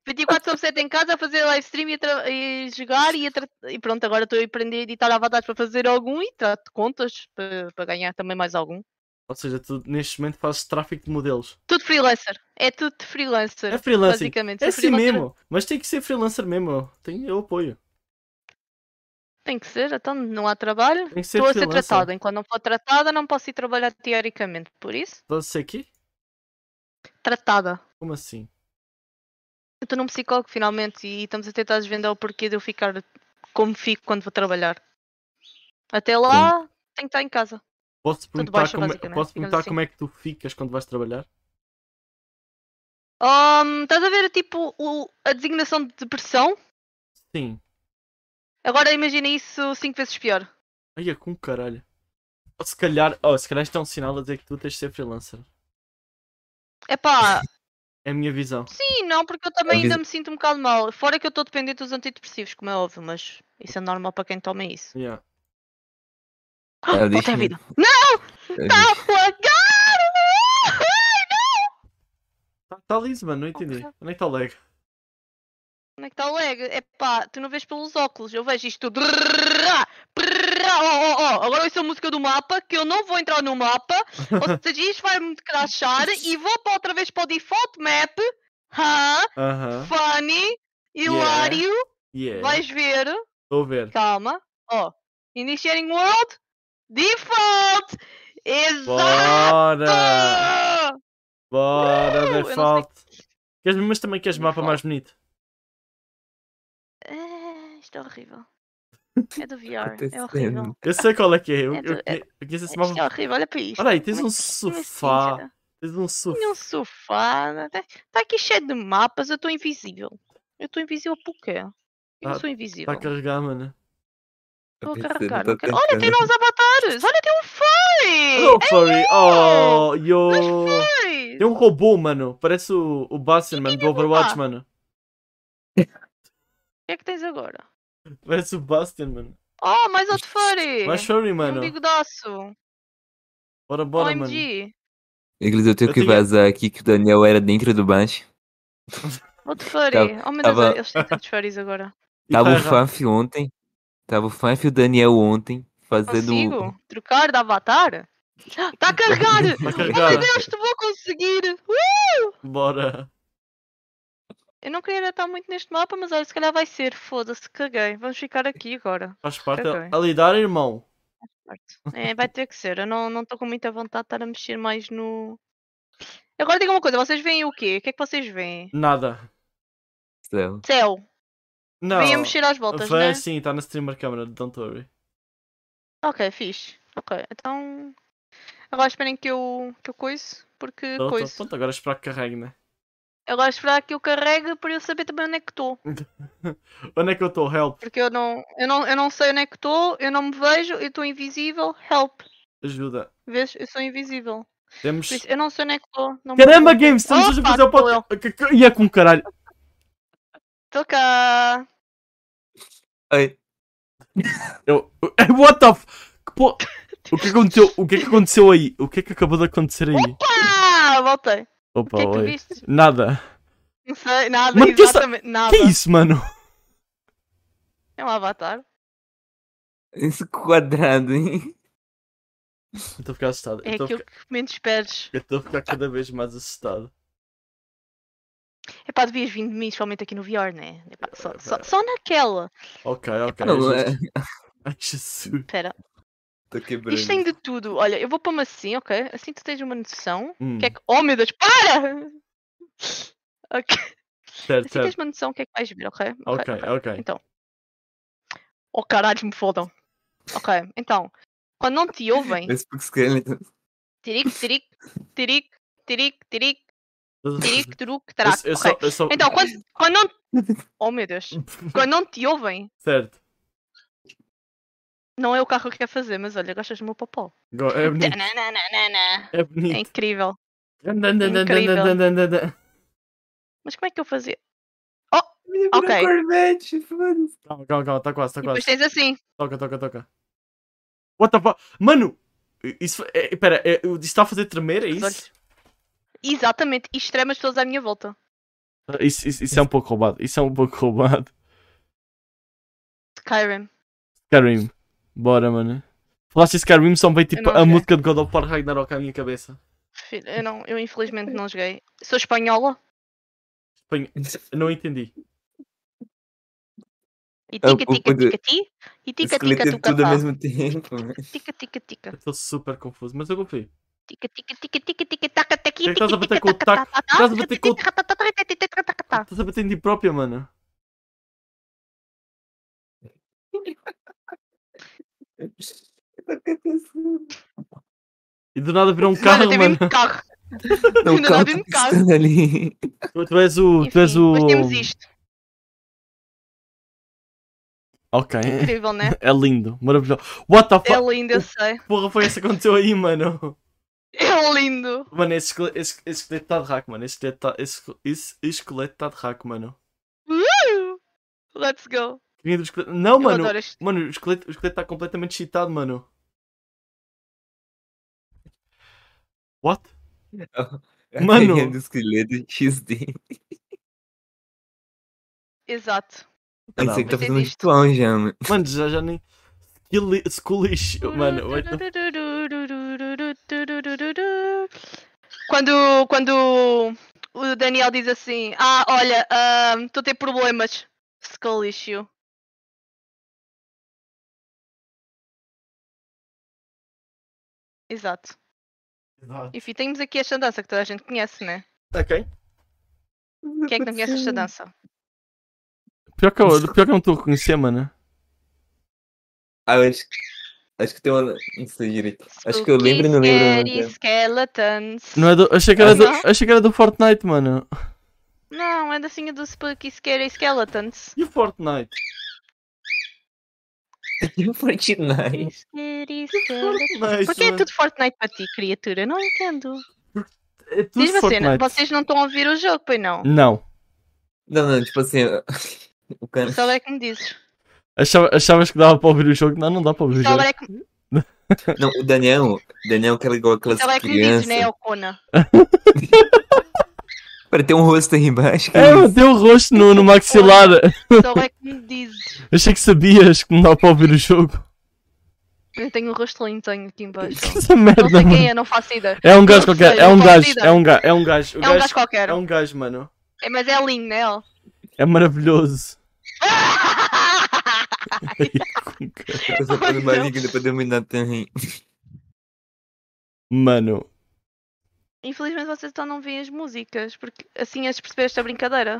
24 sobre 7 em casa a fazer live stream e, a tra- e jogar e, a tra- e pronto, agora estou a aprender a editar avatares para fazer algum e trato de contas para, para ganhar também mais algum. Ou seja, tu neste momento fazes tráfico de modelos. Tudo freelancer. É tudo de freelancer. É freelancing. Basicamente. É Sou assim freelancer- mesmo. Mas tem que ser freelancer mesmo. Tem, eu apoio. Tem que ser, então não há trabalho. Tem que ser Estou a ser freelancer. tratada. Enquanto não for tratada, não posso ir trabalhar teoricamente. Por isso, Estás a ser aqui? tratada. Como assim? Eu estou num psicólogo finalmente e estamos a tentar desvendar o porquê de eu ficar como fico quando vou trabalhar. Até lá, Tenho que estar em casa. Posso Tudo perguntar, baixo, como, é- basicamente, posso digamos perguntar assim. como é que tu ficas quando vais trabalhar? Ahm, estás a ver, tipo, o- a designação de depressão? Sim. Agora imagina isso cinco vezes pior. Ai, é com caralho. Ou Se calhar, oh, se calhar isto é um sinal a dizer que tu tens de ser freelancer. Epá, É a minha visão. sim, não, porque eu também Avisa- ainda me sinto um bocado mal. Fora que eu estou dependente dos antidepressivos, como é óbvio, mas isso é normal para quem toma isso. Yeah. Ah, Ah, Outra deixa-me- vida. Não! Tá a flagar! Tá, tá liso, mano, não entendi. Ok. Onde é que tá o lag? Onde é que está o lag? Epá, tu não vês pelos óculos, eu vejo isto tudo. Prrrá, prrrá, ó, ó, ó. Agora isso é a música do mapa, que eu não vou entrar no mapa, ou seja, isto vai-me crashar e vou para outra vez para o default map. Hã? Aham. Funny, hilário, Yeah. vais ver, Estou a ver. calma, ó, Initiating World, Default, Bora! exato! Ah, Bora, Uh, eu não sei- default! Queres, mas também queres mapa mais bonito? É, isto é horrível, é do VR, é horrível. tá Acontecendo. Eu sei qual é que é. Eu, É eu, do- é- eu conheço esse Isto é mapa. horrível, olha para isto. Olha aí, tens Como um é que- como é que se sofá. encara? Tens um sofá. Tinha um sofá. né? Tá, tá aqui cheio de mapas, eu tô invisível. Eu tô invisível por quê? Eu Tá- sou Tá invisível. a carregar, mano. Tô a Pensando, carregar. tô não quero- Olha, tem tentando. novos avatares! Olha, tem um furry! tá Oh, furry! Oh, yo! Furry! Tem um robô, mano. Parece o, o Bastion, mano, do é o Overwatch, robô? mano. O que é que tens agora? Parece o Bastion, mano. Oh, mais outro furry! Mas furry, Tem um mano. bigodaço! Bora, bora, mano. OMG! Inclusive, eu tenho Eu que tenho- vazar aqui que o Daniel era dentro do baixo. Outro furry! Tava- Oh meu Deus, tava- eles têm tantos furries agora. E Tava tá o errado. Faf ontem. Tava o Faf e o Daniel ontem fazendo. um Consigo? Trocar de avatar? Tá a carregar! Tá a Oh meu carregar. Deus, tu vou conseguir! Uh! Bora. Eu não queria estar muito neste mapa, mas olha, se calhar vai ser. Foda-se, caguei. Vamos ficar aqui agora. Faz parte. Ok. A lidar, irmão. Certo. É, vai ter que ser. Eu não estou com muita vontade de estar a mexer mais no. Agora diga uma coisa, vocês veem o quê? O que é que vocês veem? Nada. Céu. Céu. Não. Vêm a mexer às voltas, Vai né? sim, tá na streamer câmera, don't worry. Ok, fixe. Ok, então. Agora esperem que eu, que eu coiso, porque Tô- tô- coiso. Pronto, agora esperar que carregue, né? Agora esperar que eu carregue para eu saber também onde é que estou. Onde é que eu estou? Help, Porque eu não, eu, não, eu não sei onde é que estou, eu não me vejo, eu estou invisível. Help. ajuda. Vês? Eu sou invisível. Temos. Por isso, eu não sei onde é Ah, que estou. não me Caramba, lembro. Games, estamos hoje a Opa, fazer o sou podcast. Que- que- Ia com caralho. Tô cá. Ai, Eu... What the f. Que po- O que aconteceu? O que é que aconteceu aí? O que é que acabou de acontecer aí? Ah, voltei. Opa, o que é que oi. viste? Nada. Não sei, nada, Mano, que isso- exatamente, nada. Que isso, mano? É um avatar. esse quadrado, hein? Estou a ficar assustado. É Estou a aquilo ficar- que menos esperes. eu estou a ficar cada vez mais assustado. É pá, devias vir de mim, principalmente aqui no VR, né? Epá, só, só, só naquela. Ok, Tá, ok. Não, é é. justo. Ai, Jesus. Pera, Tô quebrando. isto tem de tudo. Olha, eu vou para assim, ok? Assim tu tens uma noção. Hum, O que é que. Oh meu Deus, para! Ok. certo, Assim tens certo. uma noção o que é que vais ver, ok? Ok, ok. Então. Oh caralho, me fodam. Ok, então. Quando não te ouvem. Esse Pug Skeleton. Tiric, tiric, tiric, tiric, tiric, tiric, truc, Eu, trac. eu Ok. só, eu só... Então, quando, quando não. Oh meu Deus! Quando não te ouvem, Certo. não é o carro que quer fazer, mas olha, gostas do meu popó. Go- É bonito. Tananana. É É bonito. incrível. Incrível. Mas como é que eu fazia? Ele Ok. virou Corvette, foda-se. Calma, calma, calma, tá quase, tá E depois quase. tens assim. Toca, toca, toca. What the fuck? Mano! Isso. É, é, pera, é, isso está a fazer tremer? É Os isso? olhos. Exatamente, e extremas todas à minha volta. Isso, isso? isso é um pouco roubado. Isso é um pouco roubado. Skyrim. Skyrim. Bora, mano. Falaste em Skyrim, só me veio tipo Eu não a sei. música de God of War Ragnarok à minha cabeça. Filho, Eu, não, eu infelizmente não joguei. Sou espanhola Espanha- Eu Não entendi. e Ah, tica o- tica o de- tica ti e O tica Skeleton tica é tu tudo capa. ao mesmo tempo, mano. Tica tica tica. Estou super confuso, mas eu confio. Tica tica tica tica tica taca taqui. Por que estás a bater com o taco? Estás a bater com o- Tá. Estás a bater em ti própria, mano. tá acontecendo? E do nada virou um Mano, carro, tem mano. mesmo carro. Não, o Ainda carro dá tá um carro. piscando ali. Tu, tu és o. tu Enfim, és o. Mas temos isto. Ok. Incrível, né? É lindo, maravilhoso. What the É fuck? lindo, eu sei. Porra, foi isso que aconteceu aí, mano. É lindo. Mano, esse, esquele- esse, esse esqueleto está de hack, mano. Esse esqueleto está esse, esse esqueleto tá de hack, mano. Uh! Let's go. Queria do esqueleto- Oh, Não, Eu mano. adoro isto. Mano, o esqueleto está completamente cheatado, mano. What? Mano. A carinha do esqueleto XD. Exato. Mano, isso Caralho. aqui tá Mas fazendo um existe. ritual já, mano. Mano, já, já nem. Skill- School issue, mano. what the- Quando, quando o Daniel diz assim: Ah, olha, estou a ter problemas. Skull issue. Exato. Enfim, temos aqui esta dança que toda a gente conhece, né? Tá Ok. tá Quem é que não conhece esta dança? Pior que eu, pior que eu não estou a conhecer, mano. Ah, eu acho que. Acho que tem uma. Não sei direito. Acho que eu lembro e não lembro. ao mesmo Spooky, tempo. Scary Skeletons. Não é do, achei, que era do, Não? achei que era do Fortnite, mano. Não, é dancinha do Spooky Scary Skeletons. E o Fortnite? Aqui no É Fortnite. Scary Skeletons. Fortnite, Porque é mano. tudo Fortnite para ti, criatura? Eu Não entendo. É tudo Diz-me a cena, Fortnite. vocês não estão a ouvir o jogo, pois não? Não. Não, não, tipo assim. O cara. Só é que me dizes. Achava- achavas que dava para ouvir o jogo? Não, não dá para ouvir o Só jogo. é que, Não, o Daniel. O Daniel que era igual aquelas só é que me dizes, crianças. né, Ocona? Para ter um rosto aí embaixo. que É, meteu o rosto no, no maxilar. Só é que me dizes. Achei que sabias que não dá para ouvir o jogo. Eu tenho um rosto lindo tenho aqui embaixo. Essa Não merda, sei mano. quem é, não faço ideia. É um gajo Não qualquer, sei, é um não gajo, faço é um gajo, é um gajo. O É um gajo qualquer. é um gajo, mano. É, mas é lindo, né? ó? É maravilhoso. Eu tô Ai, sacando não. maligno pra dominar também. Mano, Infelizmente vocês então não veem as músicas, porque assim as perceber esta brincadeira.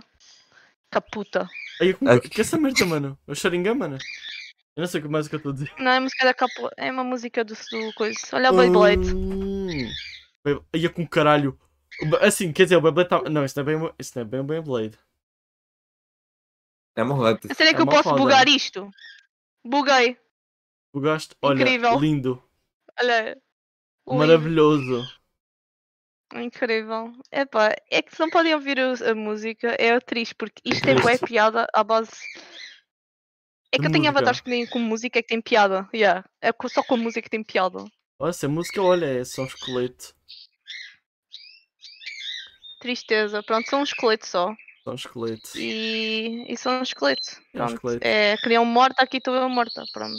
Caputa. aí, como- Ok. que essa merda, mano? É o Sharingan, mano? Eu não sei o que mais que eu estou a dizer. Não é música da caputa, é uma música do, do coisa. Olha É Uh, o Beyblade. Hum. Bey- Aí é com caralho. O Be- Assim, quer dizer, o Beyblade tá... Não, isso não é bem, isso não é bem o Beyblade. É uma rota. A cena é é que eu uma posso foda. bugar isto. Buguei. O gasto, olha, Incrível. lindo, Olha. lindo. maravilhoso. Incrível. Epá, é que se não podem ouvir o- a música, é triste, porque isto é bué Triste. piada à base. É De que eu tenho música. avatares que nem com música é que tem piada. Yeah. É co- só com música que tem piada. Olha, essa música, olha, é só um esqueleto. Tristeza. Pronto, são um esqueleto só. Só um esqueleto. E, e são um esqueleto. É um Pronto. esqueleto. É, criam morta, aqui estou eu morta. Pronto.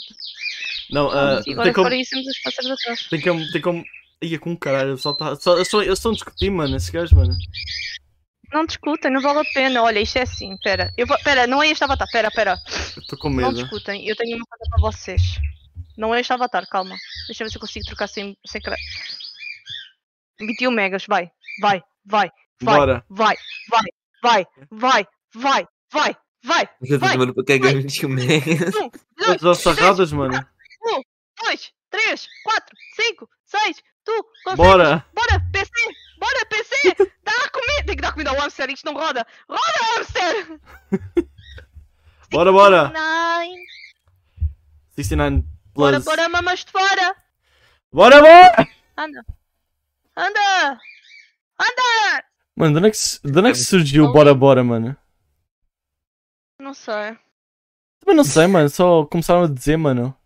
Não, ah, Pronto, e agora tem como. fora isso temos os pássaros atrás. Tem como. Tem como... Ia com caralho, o pessoal tá. Só, eu só, eu só discuti, mano, esse gajo, mano. Não discutem, não vale a pena. Olha, isto é assim, pera. Eu vou, pera, não é este avatar, pera, pera. Eu tô com Não medo. discutem, eu tenho uma coisa para vocês. Não é este avatar, calma. Deixa eu ver se eu consigo trocar sem, sem cra... 21 megas, vai, vai, vai, vai, Bora. vai, vai, vai, vai, vai, vai, vai, Eu tô Vai, tomando tá pra cagar no tio Megas. Todas as sarradas, mano. 2, 3, 4, 5, 6, tu, consegues. Bora! Bora, PC, bora, PC, dá comida. Tem que dar comida ao hamster, isto não roda. Roda, hamster! Bora, bora! Nine. 69 Bora, plus. bora, mamas de fora. Bora, bora! Anda. Anda! Anda! Mano, de onde é que, su- de onde é que surgiu o Bora Bora, mano? Não sei. Também não sei, mano. Só começaram a dizer, mano.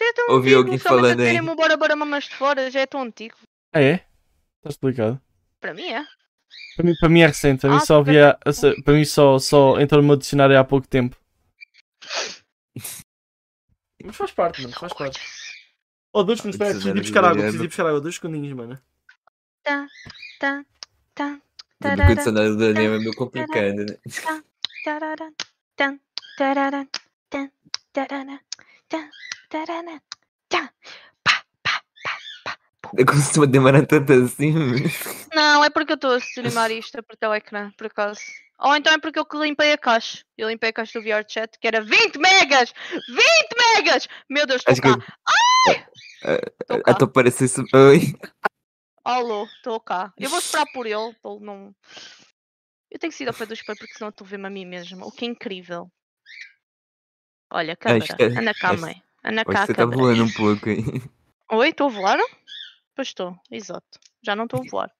Já é tão Ouvi antigo, alguém somente falando a terem aí. o Bora Bora Mamas de Fora já é tão antigo. Ah, é? Está explicado. Para mim é. Para mim, para mim é recente. Para mim Ah, só havia. essa- Para mim só, só entrou no meu dicionário há pouco tempo. Mas faz parte, mano. Faz parte. Oh, dois segundos, espera, preciso ir buscar água. Preciso ir buscar água. Dois segundinhos, mano. Tá, tá, tá, O tarara, dicionário do Daniel é meio complicado, né? tarara, tan, tarara, tan, tarara, tan, tarara, tan. Pá, pá, pá, pá. Eu costumo demorar tanto assim. mano. Não, é porque eu estou a streamar isto para o ecrã, é por acaso. Ou então é porque eu que limpei a caixa. Eu limpei a caixa do VRChat, que era 20 megas! 20 megas! Meu Deus, Acho estou que- cá. Tô cá. A tua parecer. su- Oi. Tá Alô, estou cá. Eu vou esperar por ele, para ele não... Eu tenho que sair ao pé do espelho, porque senão estou vendo a mim mesma. O que é incrível. Olha, câmera. isto é- Anda cá, isto- mãe. Anda Acho cá, que você tá câmera. voando um pouco aí. Oi, estou a voar? Pois estou, exato. Já não estou a voar.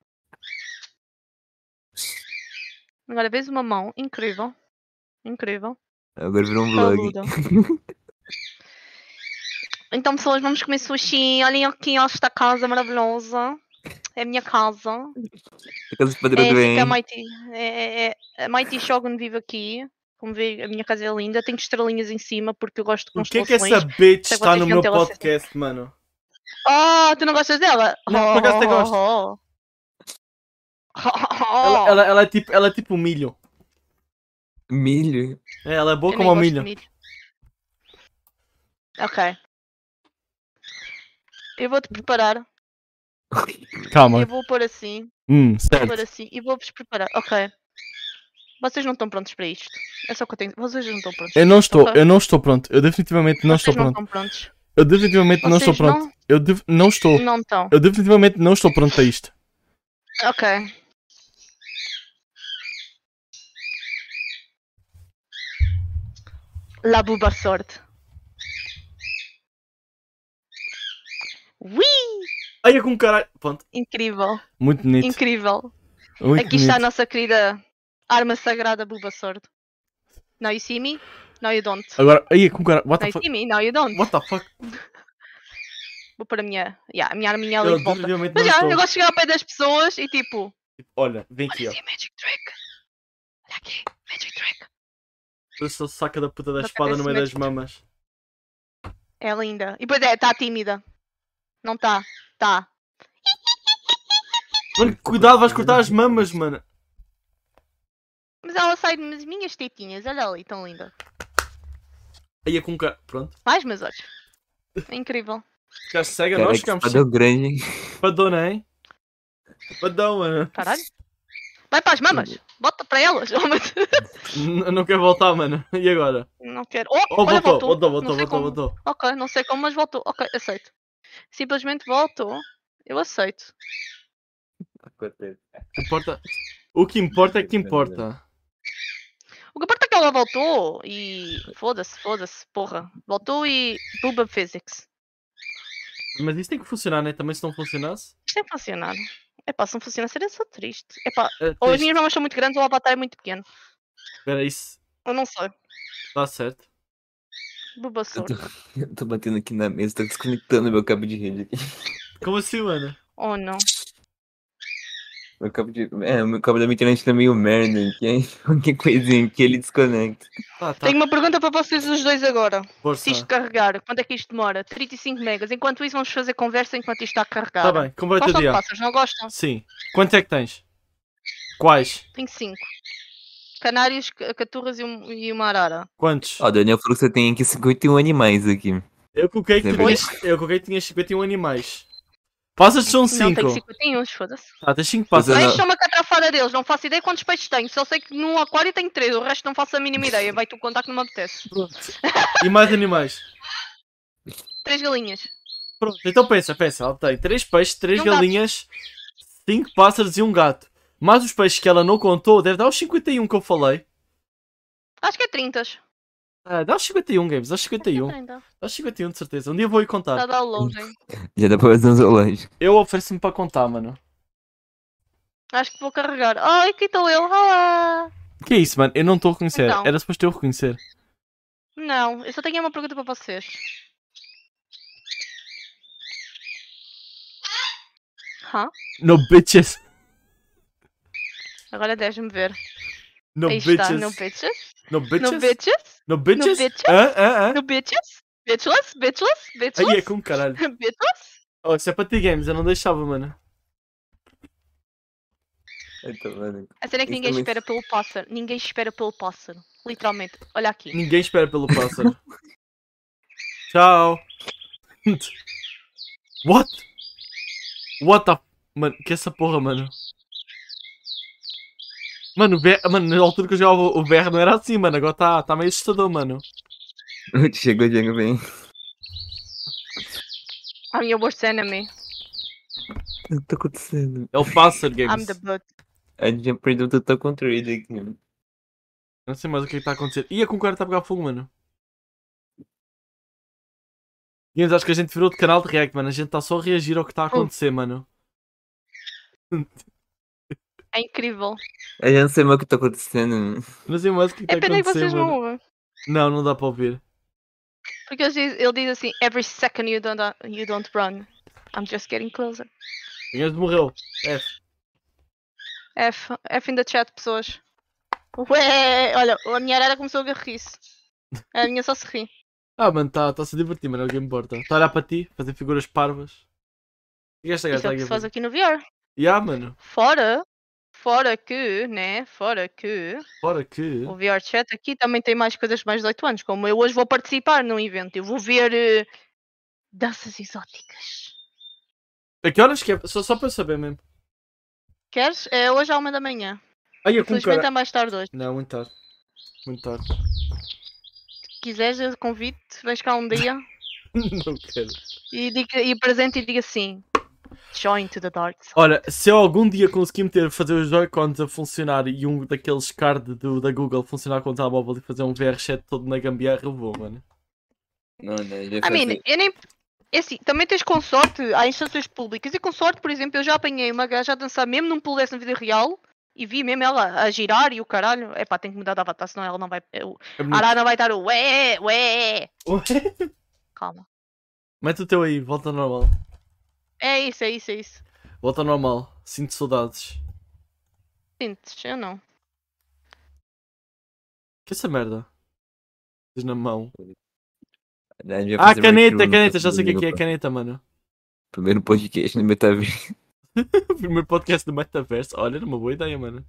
Agora vês uma mão incrível. Incrível. Agora virou um vlog. Saluda. Então, pessoas, vamos comer sushi. Olhem aqui esta casa maravilhosa. É a minha casa. Aqueles padrões É, do fica a Eng. Mighty, é, é- é- a Mighty Shogun vive aqui. Como vê, a minha casa é linda. Tenho estrelinhas em cima porque eu gosto de Por que é que constelações. essa bitch um Sei que está vocês no não meu têm acesso. podcast, mano? Oh, tu não gostas dela? Não, por acaso até gosto. Oh, oh, oh. Ela, ela- ela é tipo, ela é tipo um milho. Milho. É, ela é boa Eu como um nem gosto de milho. milho. Ok. Eu vou-te preparar. Calma. Eu vou pôr assim, Hum, vou pôr certo. assim e vou-vos preparar. Ok. Vocês não estão prontos para isto. É só o que eu tenho. Vocês não estão prontos. Eu não estou, Ok. eu não estou pronto. Eu definitivamente não estou Vocês não pronto. estão prontos. Eu definitivamente não estou Vocês pronto. Eu def- não estou. não estão. Eu definitivamente não estou pronto para isto. Ok. La buba sorte. Ui! Ai, é com caralho. Pronto. Incrível, Muito bonito. incrível. Muito Aqui está a bonito. nossa querida arma sagrada Bulbasaur. Now you see me? Now you don't. Agora, aí é com caralho. What the Now you fuck? see me? Now you don't. What the fuck? Vou pôr a minha... Yeah, a minha arminha ali Eu de volta. definitivamente Mas não já, eu estou. gosto de chegar ao pé das pessoas e tipo... Olha, vem aqui, Olha ó. assim, Magic Trick. Olha aqui, Magic Trick. Eu sou saca da puta da Só espada no parece meio das mesmo. mamas. É linda. E pois é, está tímida. Não tá. está. Está. Mano, cuidado, vais cortar as mamas, mano. Mas ela sai das minhas tetinhas. Olha ali, tão linda. Aí é com caralho. Pronto. Mais meus olhos. É incrível. Ficaste cega, Cara, nós que ficamos espadão grande, hein? Padona, hein? Padona. Caralho. Vai para as mamas. Bota para elas. Oh, mas... N- Não quer voltar, mano. E agora? Não quero. Oh, Oh, olha, voltou, voltou, Não voltou, sei voltou, como. voltou. Ok, não sei como, mas voltou. Ok, aceito. Simplesmente voltou. Eu aceito. Importa- O que importa é que importa. O que importa é que ela voltou e. Foda-se, foda-se, porra. Voltou e. Booba Physics. Mas isso tem que funcionar, né? Também se não funcionasse. Isto tem funcionado. Epá, se não funciona, seria só triste. Epá, é ou as triste. minhas mamas são muito grandes ou o avatar é muito pequeno. Espera, isso Eu não sei. está certo. Booba Eu sorte. Então, tô, eu tô batendo aqui na mesa, tá desconectando meu cabo de rede aqui. Como assim, mano? Oh não. Meu cabo de. É, o meu cabo da minha internet tá meio merda aqui, hein? Qualquer coisinha que ele desconecta. Ah, tá. Tenho uma pergunta para vocês os dois agora. Força. Tá Se isto carregar, quanto é que isto demora? 35 megas. Enquanto isso, vamos fazer conversa enquanto isto está a carregar. Tá bem, como vai o teu Gostam de dia? pássaros, não gostam? Sim. Quanto é que tens? Quais? Tenho cinco. Canários, ca- caturras e, um- e uma arara. Quantos? Ó, o Daniel falou que você tem aqui 51 animais aqui. Eu coloquei que tu Lembra? tinhas, eu coloquei que tinhas 51 animais. Passas são Não, 5. tenho 51, foda-se. Tá, tens 5 passas. Mas eu Peixes são uma catrafada deles, não faço ideia quantos peixes tenho. Só sei que num aquário tenho três, o resto não faço a mínima ideia. Vai tu contar que não me apetece. Pronto. E mais animais. Três galinhas. Pronto, então pensa, pensa, ela tem 3 peixes, 3 E um gato. galinhas, 5 pássaros e um gato. Mais os peixes que ela não contou, deve dar os 51 que eu falei. Acho que é 30. Acho Ah, dá os 51 games, um. dá os que é 51. 30. Dá os 51 de certeza. Um dia eu vou ir Está contar. download, hein? Já dá pra fazer um zoológico. Eu ofereço-me para contar, mano. Acho que vou carregar. Ai, aqui estou eu. Olá! Que é isso, mano? Eu não estou a reconhecer. Então. Era suposto eu reconhecer. Não, eu só tenho uma pergunta para vocês. Hã? No bitches. Agora deixa-me ver. No Aí bitches. está, no bitches. no No bitches. bitches. No bitches. No bitches. Hã? Hã? Hã? No bitches. Bitchless, bitchless, Aí é bitchless. com caralho. Bitchless. Oh, isso é para ti games, eu não deixava, mano. Então, mano. A cena é que Isso ninguém também- espera pelo pássaro. Ninguém espera pelo pássaro. Literalmente. Olha aqui. Ninguém espera pelo pássaro. Tchau. What? What the... Mano, que essa porra, mano? Mano, o VR, mano, na altura que eu jogava o VR não era assim, mano. Agora tá, tá meio assustador, mano. Chegou, Diego, bem. I'm your worst enemy. O que tá acontecendo? É o Pássaro I'm Games. the blood. A gente já perdeu total controle aqui, mano. Não sei mais o que está a acontecer. Ih, a Concorda está a pegar fogo, mano. Games, acho que a gente virou de canal de react, mano. A gente está só a reagir ao que está a acontecer, mano. É incrível. Eu já não sei mais o que tá acontecendo, mano. Não sei mais o que está É a pena que acontecer, vocês não mano. ouvem. Não, não dá para ouvir. Porque ele diz, ele diz assim: Every second you don't, uh, you don't run. I'm just getting closer. O Games morreu. F. É F, F in the chat, pessoas. Ué, olha, a minha arara começou a rir-se. A minha só se ri. Ah, mano, está tá a se divertir, mano. Alguém importa. Está a olhar para ti, fazer figuras parvas. E esta gaja Isso está é o aqui. que se a faz fazer. aqui no VR. Ya, mano. Fora, fora que, né? Fora que Fora que. o VR Chat aqui também tem mais coisas de mais de 18 anos. Como eu hoje vou participar num evento, eu vou ver eh, danças exóticas. A que horas que é? Só, só para eu saber mesmo. Queres? É hoje à uma da manhã. Ai, a Infelizmente Concorda. é mais tarde hoje. Não, muito tarde. Muito tarde. Se quiseres, eu convido, vens cá um dia Não quero. e, diga, e presente e diga assim: Join to the dark side. Olha, se eu algum dia conseguir meter, fazer os Joy-Cons a funcionar e um daqueles card do, da Google funcionar com o telemóvel e fazer um VR7 todo na gambiarra, eu vou, mano. Não, não, eu já I mean, fazia. eu nem. é Assim, também tens com sorte, há instâncias públicas e com sorte, por exemplo, eu já apanhei uma gaja a dançar mesmo num pulo desse na vida real e vi mesmo ela a girar e o caralho. É pá, tem que mudar de avatar, senão ela não vai. eu- É A bonito. Arana vai estar o ué, ué. Calma. Mete o teu aí, volta ao normal. É isso, é isso, é isso. Volta ao normal. Sinto saudades. Sintes, eu não. Que é essa merda? Diz na mão. A gente vai Ah, fazer um, caneta, retorno caneta, pra já sei o que é que é Diego, pá. caneta, mano. Primeiro podcast no Metaverse. O primeiro podcast do Metaverse. Olha, era uma boa ideia, mano.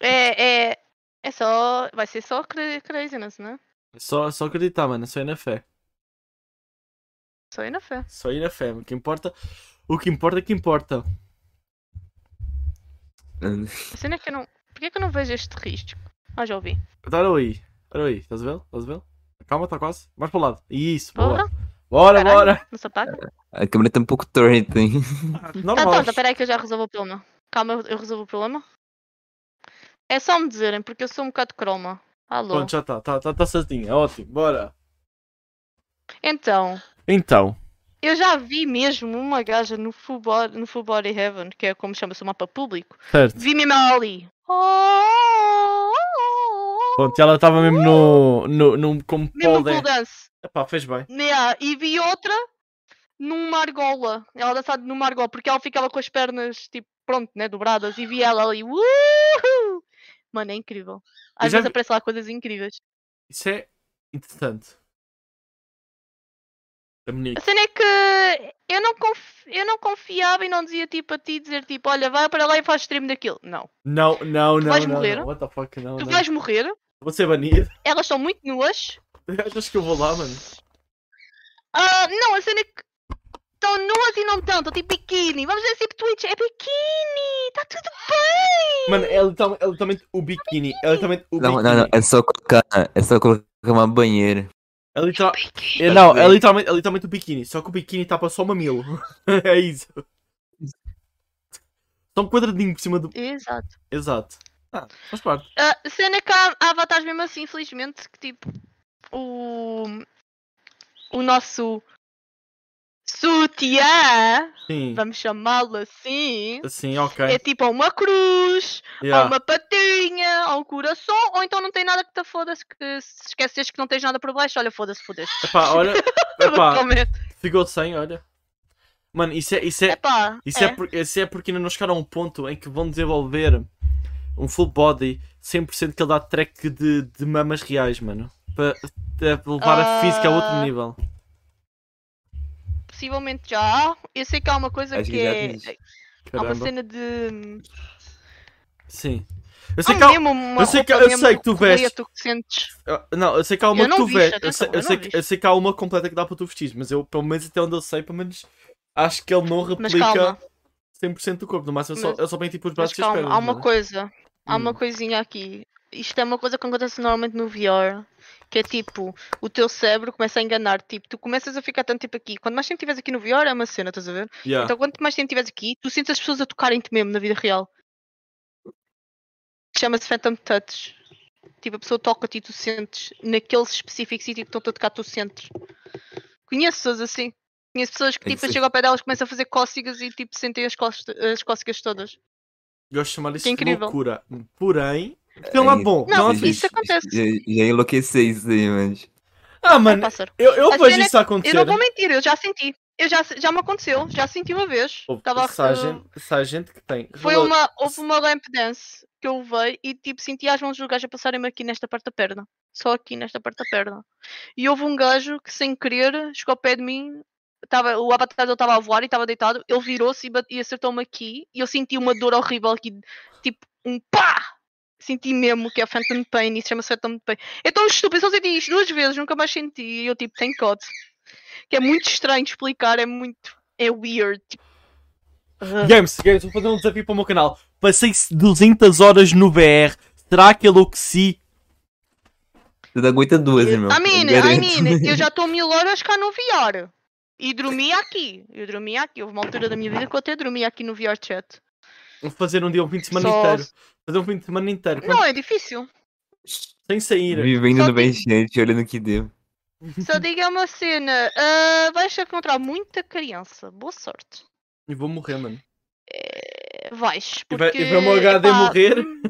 É, é. É só. Vai ser só cra- craziness, né? É Só, só acreditar, mano. É Só ir na fé. Só ir na fé. Só ir na fé. O que importa, o que importa é que importa. A cena é que eu não. Porquê que eu não vejo este risco? Ah, já ouvi. Então, Olha aí. Olha aí. Estás a ver? Estás a ver? Calma, está quase. Mais para o lado. Isso, boa. Porra, Bora, Caralho. bora! não se apaga. A câmera tá um pouco torta, hein? Tá, Normal. tá, tá, peraí que eu já resolvo o problema. Calma, eu- eu resolvo o problema. É só me dizerem, porque eu sou um bocado croma. Alô. Pronto, já está, tá, tá, tá certinho, é ótimo, bora! Então, Então, eu já vi mesmo uma gaja no Full Body, no full body Heaven, que é como chama-se o mapa público. certo. Vi mesmo ela ali. Oh, Pronto, ela estava mesmo no. no, num como mesmo pole dance. pole dance. Epá, fez bem. Yeah, E vi outra numa argola. Ela dançava numa argola, porque ela ficava com as pernas, tipo, pronto, né, dobradas. E vi ela ali. Uhul! Mano, é incrível. Eu Às já vezes vi- aparecem lá coisas incríveis. Isso é interessante. É A bonito. cena é que eu não, conf- eu não confiava e não dizia tipo a ti, dizer tipo, olha, vai para lá e faz stream daquilo. Não. Não, não, não. vais não, morrer? Não. What the fuck, não, tu não. vais morrer, Vou ser banido. elas são muito nuas. Acho que eu vou lá, mano. Ah, não, a cena é que estão nuas e não estão, estão tipo biquíni. Vamos ver tipo Twitch, é biquíni, está tudo bem. Mano, é literal- é literalmente o biquíni. É literalmente o Não, biquíni. não, não. É só colocar, é só colocar uma banheira. É literal- Biquíni. é- não, é literalmente, é literalmente o biquíni. Só que o biquíni tapa só o mamilo. é isso. Só um quadradinho por cima do. Exato. Exato. Ah, faz parte. Ah, A cena é que há, há avatares mesmo assim, infelizmente, que tipo, o. O nosso. Sutiã, Sim. vamos chamá-lo assim. Sim, ok. É tipo a uma cruz, a Yeah. uma patinha, a um coração, ou então não tem nada que te foda-se que se esqueces que não tens nada para baixo, olha, foda-se, foda-se. Epá, olha. Epá, Basicamente. ficou sem, olha. Mano, isso é, isso é, Epá, isso é. por- isso é porque ainda não chegaram a um ponto em que vão desenvolver um full body 100% que ele dá track de, de mamas reais, mano. Para é, levar a Ah. física a outro nível. possivelmente já há. Eu sei que há uma coisa Acho que, que já é. tens. Há uma Caramba. cena de. Sim. Eu Há sei que há... Ah, um- mesmo uma eu sei que- roupa eu mesmo sei que tu correta vestes. que sentes. Ah, Não, eu sei que há uma Eu que não tu vi, vês. Eu, atenção, sei, eu eu, não sei vi. que- eu sei que há uma completa que dá para tu vestir, mas eu, pelo menos até onde eu sei, pelo menos acho que ele não Mas replica. calma. 100% do corpo, no máximo eu só, Mas- eu só bem tipo os Mas braços e as calma, pernas. há uma mano. coisa. Há uma Hum. coisinha aqui. Isto é uma coisa que acontece normalmente no VR. Que é tipo, o teu cérebro começa a enganar. Tipo, tu começas a ficar tanto tempo aqui. Quanto mais tempo estiveres aqui no VR, é uma cena, estás a ver? Yeah. Então, quanto mais tempo estiveres aqui, tu sentes as pessoas a tocarem-te mesmo na vida real. Chama-se Phantom Touch. Tipo, a pessoa toca-te e tu sentes. Naquele específico sítio que estão a tocar, tu sentes. Conheço pessoas assim. Conheço pessoas que, É tipo, isso aí. chegam ao pé delas, começam a fazer cócegas e, tipo, sentem as, costa- as cócegas todas. Gosto de chamar isso Que de incrível. loucura. Porém, pelo lado bom, não, Não, isso- é fiz. acontece. Já, já enlouqueci isso aí, mas. Ah, É mano, pássaro. eu, eu A vejo cena é isso acontecer. Eu não vou mentir, eu já senti. Eu já, já me aconteceu, já senti uma vez. Houve- Tava, se há eh, gente- se há gente que tem. foi relógio- uma, houve uma lamp dance que eu levei e tipo senti as mãos do gajo a passarem-me aqui nesta parte da perna. Só aqui nesta parte da perna. E houve um gajo que sem querer chegou ao pé de mim. Tava, o avatar dele estava a voar e estava deitado. Ele virou-se e, bate- e acertou-me aqui. E eu senti uma dor horrível aqui. Tipo, um pá! Senti mesmo que é Phantom Pain. Isso chama-se Phantom Pain. É tão estúpido. Só senti isto duas vezes. Nunca mais senti. E eu tipo, tem code. Que é muito estranho de explicar. É muito... É weird. Tipo, ah. Games, Games, vou fazer um desafio para o meu canal. Passei 200 horas no VR. Será que enlouqueci? Tu aguenta duas, irmão. I mean, eu I garanto. mean, eu já estou mil horas cá no VR. E dormia aqui. Eu dormia aqui. Houve uma altura da minha vida que eu até dormia aqui no VR chat. Vou fazer um dia, um fim de semana Só- inteiro. Fazer um fim de semana inteiro. quando- Não, é difícil. Sem sair. Vivendo Só no que- bem gente, olhando o que deu. Só diga uma cena. ah, vais encontrar muita criança. Boa sorte. E vou morrer, mano. Eh, Vais. E vai- Porque, e vai uma HD epá, morrer? hum,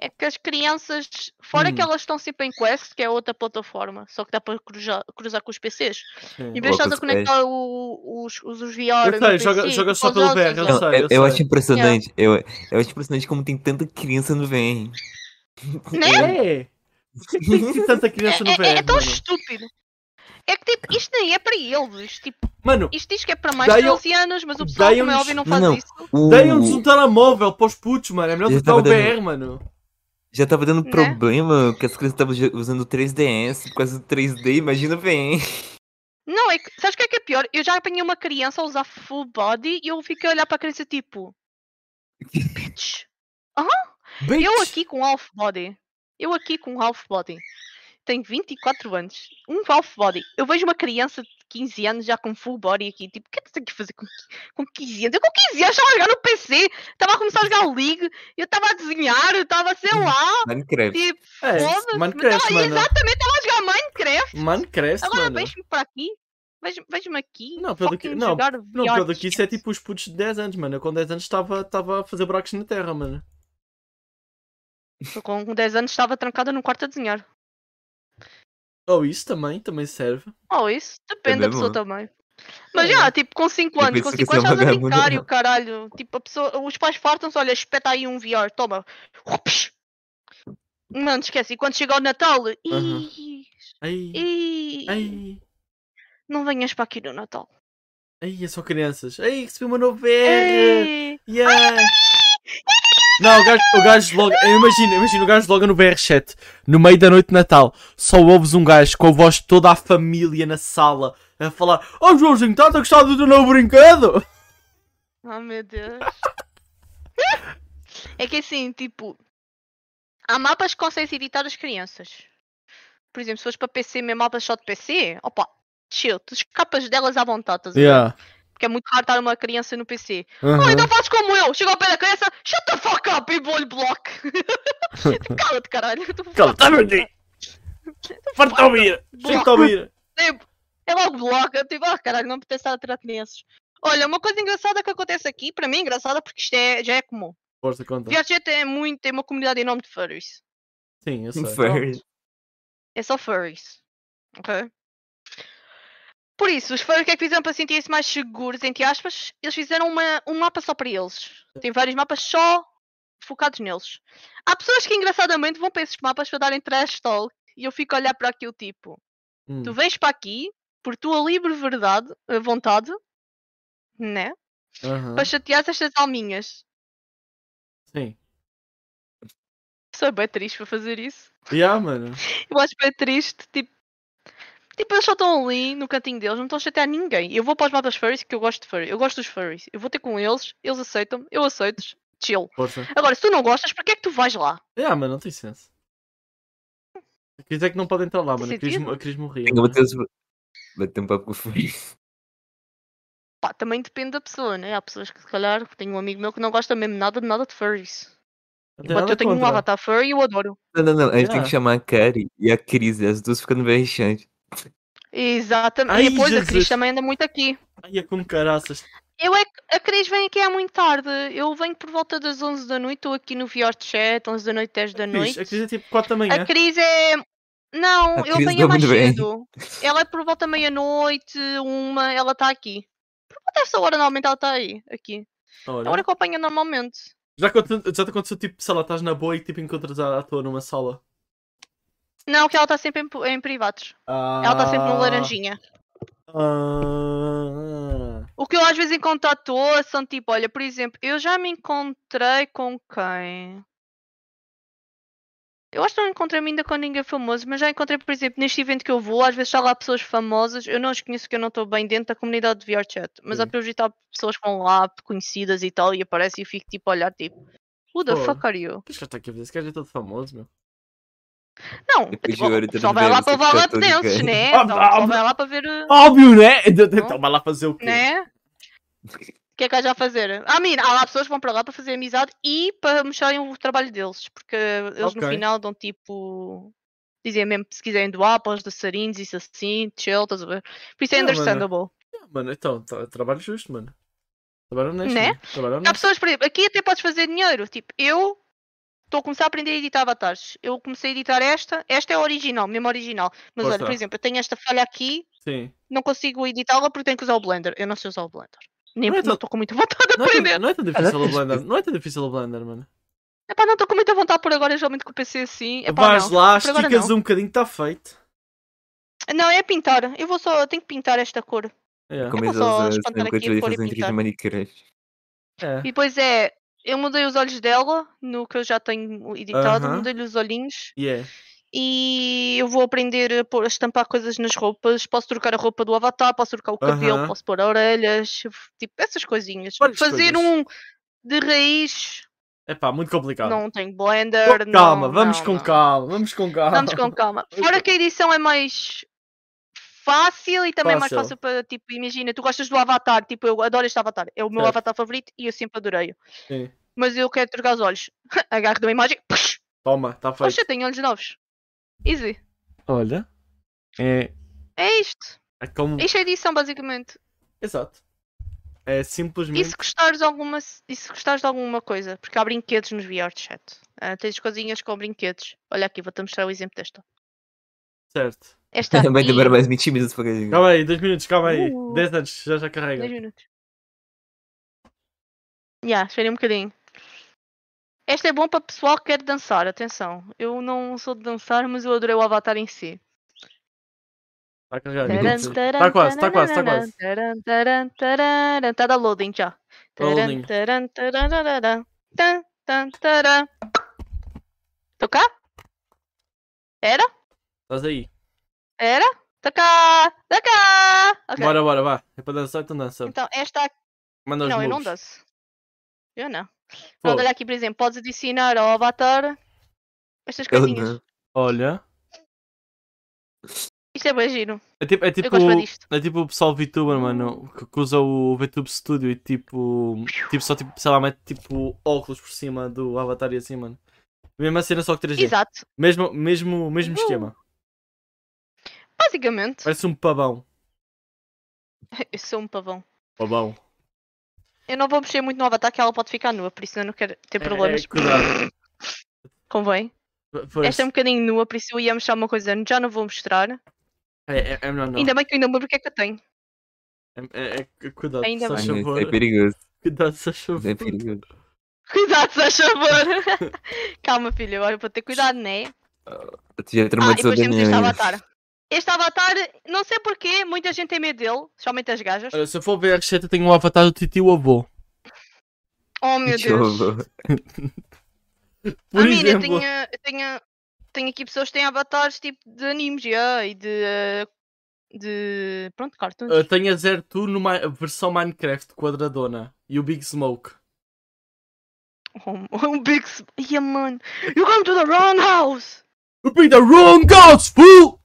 É que as crianças, fora que Hum. elas estão sempre em Quest, que é outra plataforma, só que dá para cruzar, cruzar com os PCs. Em É. vez de estás a Outros conectar o- os, os, os Eu VR. no sei, joga- PC, joga só podes pelo usar os VR, dois eu lados. Não, sei, eu, eu eu sei. acho impressionante. Eu, eu acho impressionante como tem tanta criança no VR. Né? É. Por que tem que ter tanta criança no É- é, é VR? tão mano? estúpido. É que tipo, isto nem é para eles. Tipo, Mano, isto diz que é para mais Dai de um- 12 anos, mas o pessoal, dai como é uns- óbvio, não faz Não. isso. O- deem-nos um telemóvel para os putos, mano. É melhor Uh. Eu do que dar tava o dando- VR, mano. Já tava dando Né? problema que as crianças estavam ju- usando 3DS por causa do 3D, imagina bem. Não, é que, sabes o que é que é pior? Eu já apanhei uma criança a usar full body e eu fiquei a olhar para a criança tipo. Bitch. Bem, Eu aqui com half body. Eu aqui com half body. Tenho 24 anos. Um half body. Eu vejo uma criança de 15 anos já com full body aqui. Tipo, o que é que tem que fazer com, qui- com 15 anos? Eu com 15 anos estava a jogar no PC. Estava a começar a jogar League. Eu estava a desenhar. Eu estava, sei lá. Minecraft. Tipo, Hum. é, foda-se. Minecraft, Tava- mano. Exatamente. Estava a jogar Minecraft. Minecraft, Agora mano. vejo-me para aqui. vejo- Vejo-me aqui. Não, pelo que- fucking não, jogar Não, VR pior do que isso é chat. tipo os putos de 10 anos, mano. Eu com 10 anos estava estava a fazer buracos na terra, mano. Eu Com 10 anos estava trancada no quarto a desenhar. Ou isso também, também serve. Oh, isso depende da mesmo? pessoa também. Mas É. já, tipo, com 5 Eu anos, com penso que 5 isso é anos estás a vagabundo. brincar e o caralho. Tipo, a pessoa, os pais fartam-se, olha, espeta aí um VR, toma. Ups. Mano, esquece. E quando chega o Natal, Aham. ih, Ai, ih, ai, não venhas para aqui no Natal. ai, é só crianças. Ai, recebi uma nova É. VR. Ei, Yeah. Não, o gajo, o gajo logo. Imagina, imagina, o gajo logo no VR7, no meio da noite de Natal, só ouves um gajo com a voz de toda a família na sala a falar: Oh Joãozinho, estás a gostar do teu novo brinquedo? Oh meu Deus. é que assim, tipo, há mapas que conseguem editar as crianças. Por exemplo, se fores para PC, mesmo mapas só de PC, opa, chill, tu escapas delas à vontade, estás a ver? Yeah. Porque é muito raro estar uma criança no PC. Aham. Oh, então fazes como eu! Chega ao pé da criança, shut the fuck up e vou-lhe block! Cala-te, caralho! Tu Cala, tá aqui! Farto de ouvir! Chega de ouvir! Tipo, é logo bloco, eu tipo, ah, caralho, não me apetece estar a tratar crianças. Olha, uma coisa engraçada que acontece aqui, para mim engraçada porque isto é, já é comum. Força, conta. Viajet é muito, tem uma comunidade enorme de furries. Sim, eu sei. First. É só furries. Ok? Por isso, os furries o que é que fizeram para sentir-se mais seguros, entre aspas? Eles fizeram uma, um mapa só para eles. Tem vários mapas só focados neles. Há pessoas que, engraçadamente, vão para esses mapas para darem trash talk e eu fico a olhar para aquilo tipo. Hum. Tu vens para aqui por tua livre verdade, eh, vontade, né? Aham. Para chatear estas alminhas. Sim. Sou bem triste para fazer isso. Yeah, mano. Eu acho bem triste, tipo. Tipo, eles só estão ali no cantinho deles, não estão a chatear ninguém. Eu vou para os mapas furries, que eu gosto de furry. Eu gosto dos furries. Eu vou ter com eles, eles aceitam, eu aceito. Chill. Força. Agora, se tu não gostas, para que é que tu vais lá? Ah, mas não tem senso. Quer dizer que não pode entrar lá, Tem mano. A Cris, sentido? a Cris morria. Tem que bater os. Bater um papo com o Felipe. Pá, também depende da pessoa, né? Há pessoas que, se calhar, tenho um amigo meu que não gosta mesmo nada de nada de furries. Não tem Enquanto nada eu tenho um contra. avatar furry e eu adoro. Não, não, não. A gente tem Yeah. que chamar a Kari e a Cris. As duas ficando bem rechantes. Exatamente. Ai, e depois a Jesus. Cris também anda muito aqui. Ai, é como caraças. Eu é que- a Cris vem aqui há muito tarde. Eu venho por volta das 11 da noite, estou aqui no VR Chat, 11 da noite, 10 da Cris, a noite. Cris é tipo 4 da manhã. A Cris é. Não, A eu Cris venho mais dorme bem. cedo. Ela é por volta da meia-noite, uma, ela está aqui. Por volta dessa hora normalmente ela está aí, aqui. É Olha. a hora que eu apanho normalmente. Já, aconte- já te aconteceu, tipo, sei lá, estás na boa e tipo encontras à à toa numa sala. Não, que ela está sempre em, pu- em privados. Ah, Ela está sempre no laranjinha. Ah, O que eu às vezes encontro à toa são tipo, olha, por exemplo, eu já me encontrei com quem? Eu acho que não encontrei-me ainda com ninguém famoso, mas já encontrei, por exemplo, neste evento que eu vou, às vezes está lá pessoas famosas, eu não as conheço que eu não estou bem dentro da comunidade de VRChat, mas a Sim. priori está pessoas que vão lá, conhecidas e tal, e aparece e eu fico tipo a olhar tipo, who the Pô. fuck are you? que está aqui a fazer? Esse gajo é todo famoso, meu. Não, Depois tipo, de o olho, pessoal todos vai lá bem, para você levar fica lá todo dances, gay. né? Ah, Então, o pessoal ah, vai lá para ver, uh, Óbvio, né? Então vai lá fazer o quê? né? O que é que há já a fazer? Ah, mira, há lá pessoas que vão para lá para fazer amizade e para mostrarem o trabalho deles, porque eles Ok. no final dão tipo. Dizem mesmo se quiserem doar para os dançarinos, isso assim, chill, estás a ver? Por isso é Yeah, mano. understandable. Ah, Mano, então, tra- trabalho justo, mano. Trabalho honesto. Né? mano. Trabalho Há honesto. pessoas, por exemplo, aqui até podes fazer dinheiro. Tipo, eu estou a começar a aprender a editar avatares. Eu comecei a editar esta, esta é a original, mesmo original. Mas Lá olha, por está. exemplo, eu tenho esta falha aqui, Sim. não consigo editá-la porque tenho que usar o Blender. Eu não sei usar o Blender. Nem Não é não tão- estou com muita vontade de Não é, tão, aprender. não é tão difícil o Caraca, Blender. Não é tão difícil o Blender, mano. Epá, não estou com muita vontade por agora, geralmente com o PC assim. Epá, Vais não. lá, Por agora esticas não. um bocadinho, está feito. Não, é pintar. Eu vou só. Eu tenho que pintar esta cor. É. Como vou eles só usam espantar essa aqui a coisa de cor e fazer um pintar. de Minecraft. É. E depois é. Eu mudei os olhos dela no que eu já tenho editado, Aham. mudei-lhe os olhinhos Yeah. e eu vou aprender a, pôr- a estampar coisas nas roupas. Posso trocar a roupa do avatar, posso trocar o cabelo, Aham. posso pôr orelhas, tipo essas coisinhas. Várias Fazer coisas. um de raiz, É pá, muito complicado. não tenho Com blender. calma, não- vamos não, com não. calma, vamos com calma. Vamos com calma. Fora que a edição é mais fácil e também mais Fácil. fácil para, tipo, imagina, tu gostas do avatar, tipo, eu adoro este avatar, é o meu Certo. avatar favorito e eu sempre adorei. Sim. Mas eu quero trocar os olhos. Agarro de uma imagem, psh, Toma, está feito. poxa, tenho olhos novos. Easy. Olha. É, É isto. é como. Isto é edição, basicamente. Exato. É E simplesmente. se gostares de alguma, e se gostares de alguma coisa? Porque há brinquedos nos VR chat. Ah, tens coisinhas com brinquedos. Olha aqui, vou-te mostrar o exemplo desta. Certo. Esta aqui, Vai demorar dois mais 20 minutos para carregar. um Calma aí, 10 minutos, calma aí. Uh. 10 anos, já já carrega. minutos. Já, esperei um bocadinho. Esta é bom para pessoal que quer dançar, atenção. Eu não sou de dançar, mas eu adorei o avatar em si. Está a carregar. Taran, minutos. Tá quase, tá quase, tá quase. Está da loading já. Tá loading. Estou cá? Estás aí. Era? Estou cá! Estou cá! Ok. Bora, bora, vá. É para dançar, então dança. Então, esta aqui. Manda os Não, eu não moves. danço. Eu não. Fogo. Pronto, olha aqui, por exemplo, podes adicionar ao avatar estas Eu coisinhas. não. Olha. Isto é bem giro. É tipo, é tipo, gosto bem disto. é tipo o pessoal VTuber, mano, que, que usa o VTube Studio e tipo, tipo só tipo, sei lá, mete tipo óculos por cima do avatar e assim, mano. Mesma cena só que 3D. Exato. Mesmo, mesmo, mesmo Uh. esquema. Basicamente, Parece um pavão. eu sou um pavão. Pavão. Eu não vou mexer muito no avatar que ela pode ficar nua, por isso eu não quero ter problemas. É, cuidado. Convém. Esta é um Parece- bocadinho nua, por isso eu ia mexer alguma coisa, já não vou mostrar. É, é, é melhor não. Ainda bem que eu ainda me lembro o que é que eu tenho. É, é, é- cuidado, Ainda se bem. faz Ai, mas favor. né? É perigoso. Cuidado, se faz favor. É perigoso. Cuidado, se faz favor. Calma, filho, agora vou ter cuidado, né? Tu já Ah, e traumatizou depois o temos este Daniel. avatar. Este avatar, não sei porquê, muita gente tem medo dele, somente as gajas. Olha, se eu for ver a receita, tenho um avatar do Titi e o avô. Oh meu Tchau, Deus. avô. Por ah, mira, eu exemplo. tenho, eu tenho, tenho aqui pessoas que têm avatares tipo de animes yeah, e de eh, de pronto, cartoons. Eu tenho a Zero Two numa versão Minecraft quadradona e o Big Smoke. Um, um big... s- Yeah, mano. You come to the wrong house! You be the wrong gods, fool!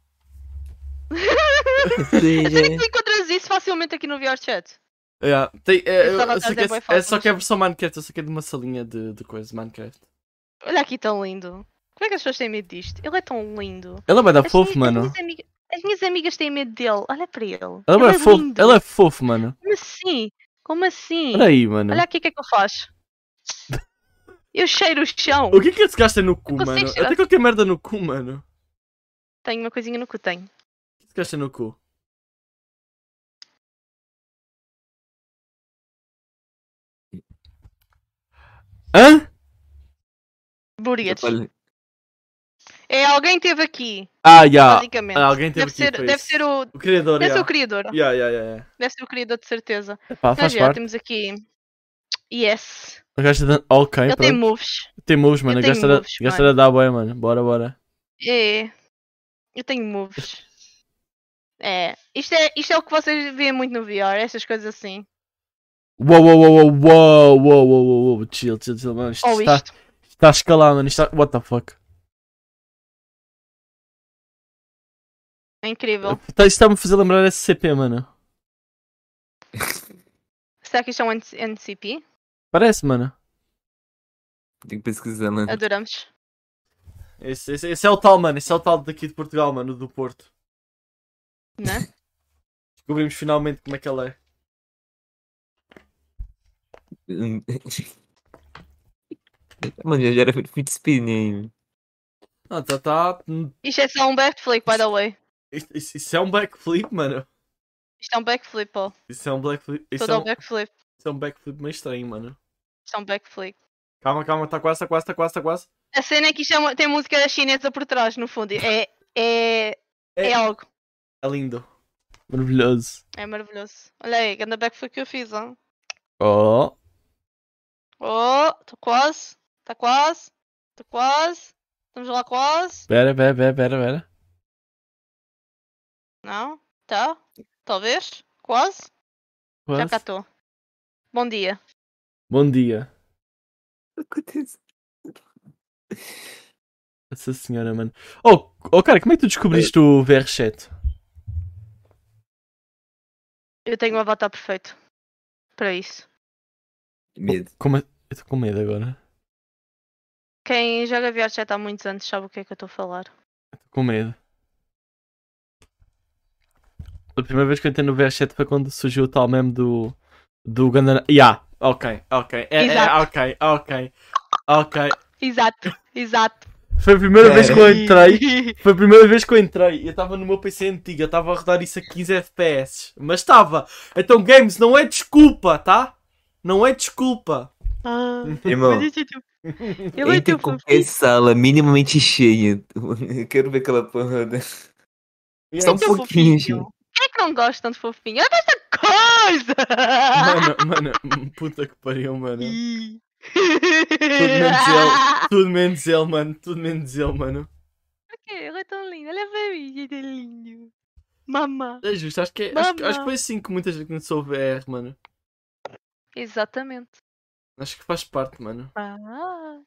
Sim, Uhum. tu encontras isso facilmente aqui no VR Chat. Yeah, tem, é, Eu tava eu- só, atrás que da boy é, found é só que é a versão Minecraft, eu só que é de uma salinha de, de coisa, Minecraft. Olha aqui tão lindo. Como é que as pessoas têm medo disto? Ele é tão lindo. Ela vai dar As Tá fofo, minhas- as mano. minhas amiga- As minhas amigas têm medo dele. Olha para ele. Ela ele vai fofo, lindo. ela é fofo, mano. Como assim? Como assim? Olha aí, mano. Olha aqui o que é que eu faço. Eu cheiro o chão. O que é que esse gajo tem no cu, Eu consigo mano? tirar- Até qualquer merda no cu, mano. O Tenho uma coisinha no que tenho. que esse gajo tem no cu? Hã? Burguetes. Olha, É, alguém teve aqui, Ah, já. basicamente. Ah, alguém teve deve, que ser, ir para deve isso. ser o. O criador, Deve ser o já. criador. Já, já, já, já. Deve ser o criador, de certeza. Pá, Mas Ah, faz já, parte. temos aqui. Yes. O gajo tá dando... Ok, Ele tem pronto. moves. Tem moves, mano. O tenho gajo tá- moves, o gajo tá a dar boia, mano. Bora, bora. É. Eu tenho moves. É. Isto, é. isto é o que vocês veem muito no VR, essas coisas assim. Uou, uou, uou, uou, uou, uou, uou, uou, uou, chill, chill, chill, mano. Isto Ou está, isto. está a escalar, mano. Isto está... What the fuck? É incrível. Tá, isto está-me a fazer lembrar SCP, mano. Será que isto é um N- NCP? Parece, mano. Tem que pesquisar, mano. Uhum. Adoramos. Esse, esse- esse é o tal, mano. Esse é o tal daqui de Portugal, mano, do Porto. Né? Descobrimos finalmente como é que ela é. Mano, já já era feito muito spinning. Ah, tá, tá. Isto é só um backflip, by the way. Isto, isto- isto é um backflip, mano. Isto é um backflip, ó. Isso é um backflip. Isso, Todo é é um, um backflip. isso é um backflip meio estranho, mano. Isto é um backflip. Calma, calma, tá quase, tá quase, tá quase, tá quase. A cena é que isto é uma- tem música da chinesa por trás, no fundo. É, é, é. algo. É lindo. Maravilhoso. É maravilhoso. Olha aí, grande backflip que eu fiz, ó. Oh. Oh, tô quase. Tá quase. Tô quase. Estamos lá quase. Pera, pera, pera, pera, pera. Não? Tá? Talvez? Quase? Já cá Quase. estou. Bom dia. Bom dia. Acontece. Essa senhora, mano. Oh, oh, cara, como é que tu descobriste o VR7? Eu tenho um avatar perfeito. Para isso. Medo. Como é- Eu estou com medo agora. Quem joga VR já está há muitos anos sabe o que é que eu estou a falar. Tô com medo. A primeira vez que eu entrei no VR7 foi quando surgiu o tal meme do. do Gandana. Yeah, ok, ok. É, é, Exato. ok, ok. Ok. Exato, exato. Foi a primeira vez que eu entrei. Ih, Foi a primeira vez que eu entrei. Eu estava no meu PC antigo, eu estava a rodar isso a 15 FPS. Mas estava. Então, games, não é desculpa, tá? Não é desculpa. ah, Irmão, mas isso é teu- Eu é entra em teu qualquer fofinho. sala minimamente cheia. Eu quero ver aquela porra. da- Yeah. Só um Teu pouquinho, fofinho. gente. Quem é que não gosta de fofinho? Olha esta coisa! Mano, mano, puta que pariu, mano. Ih. menos ele. Tudo menos ele, mano. Tudo menos ele, mano. Ok, Ele é tão lindo, olha para mim, ele é lindo. Mamá. É justo, acho que, é- acho, que- Mama. acho que foi assim que muita gente começou o VR, mano. Exatamente. Acho que faz parte, mano. Ah.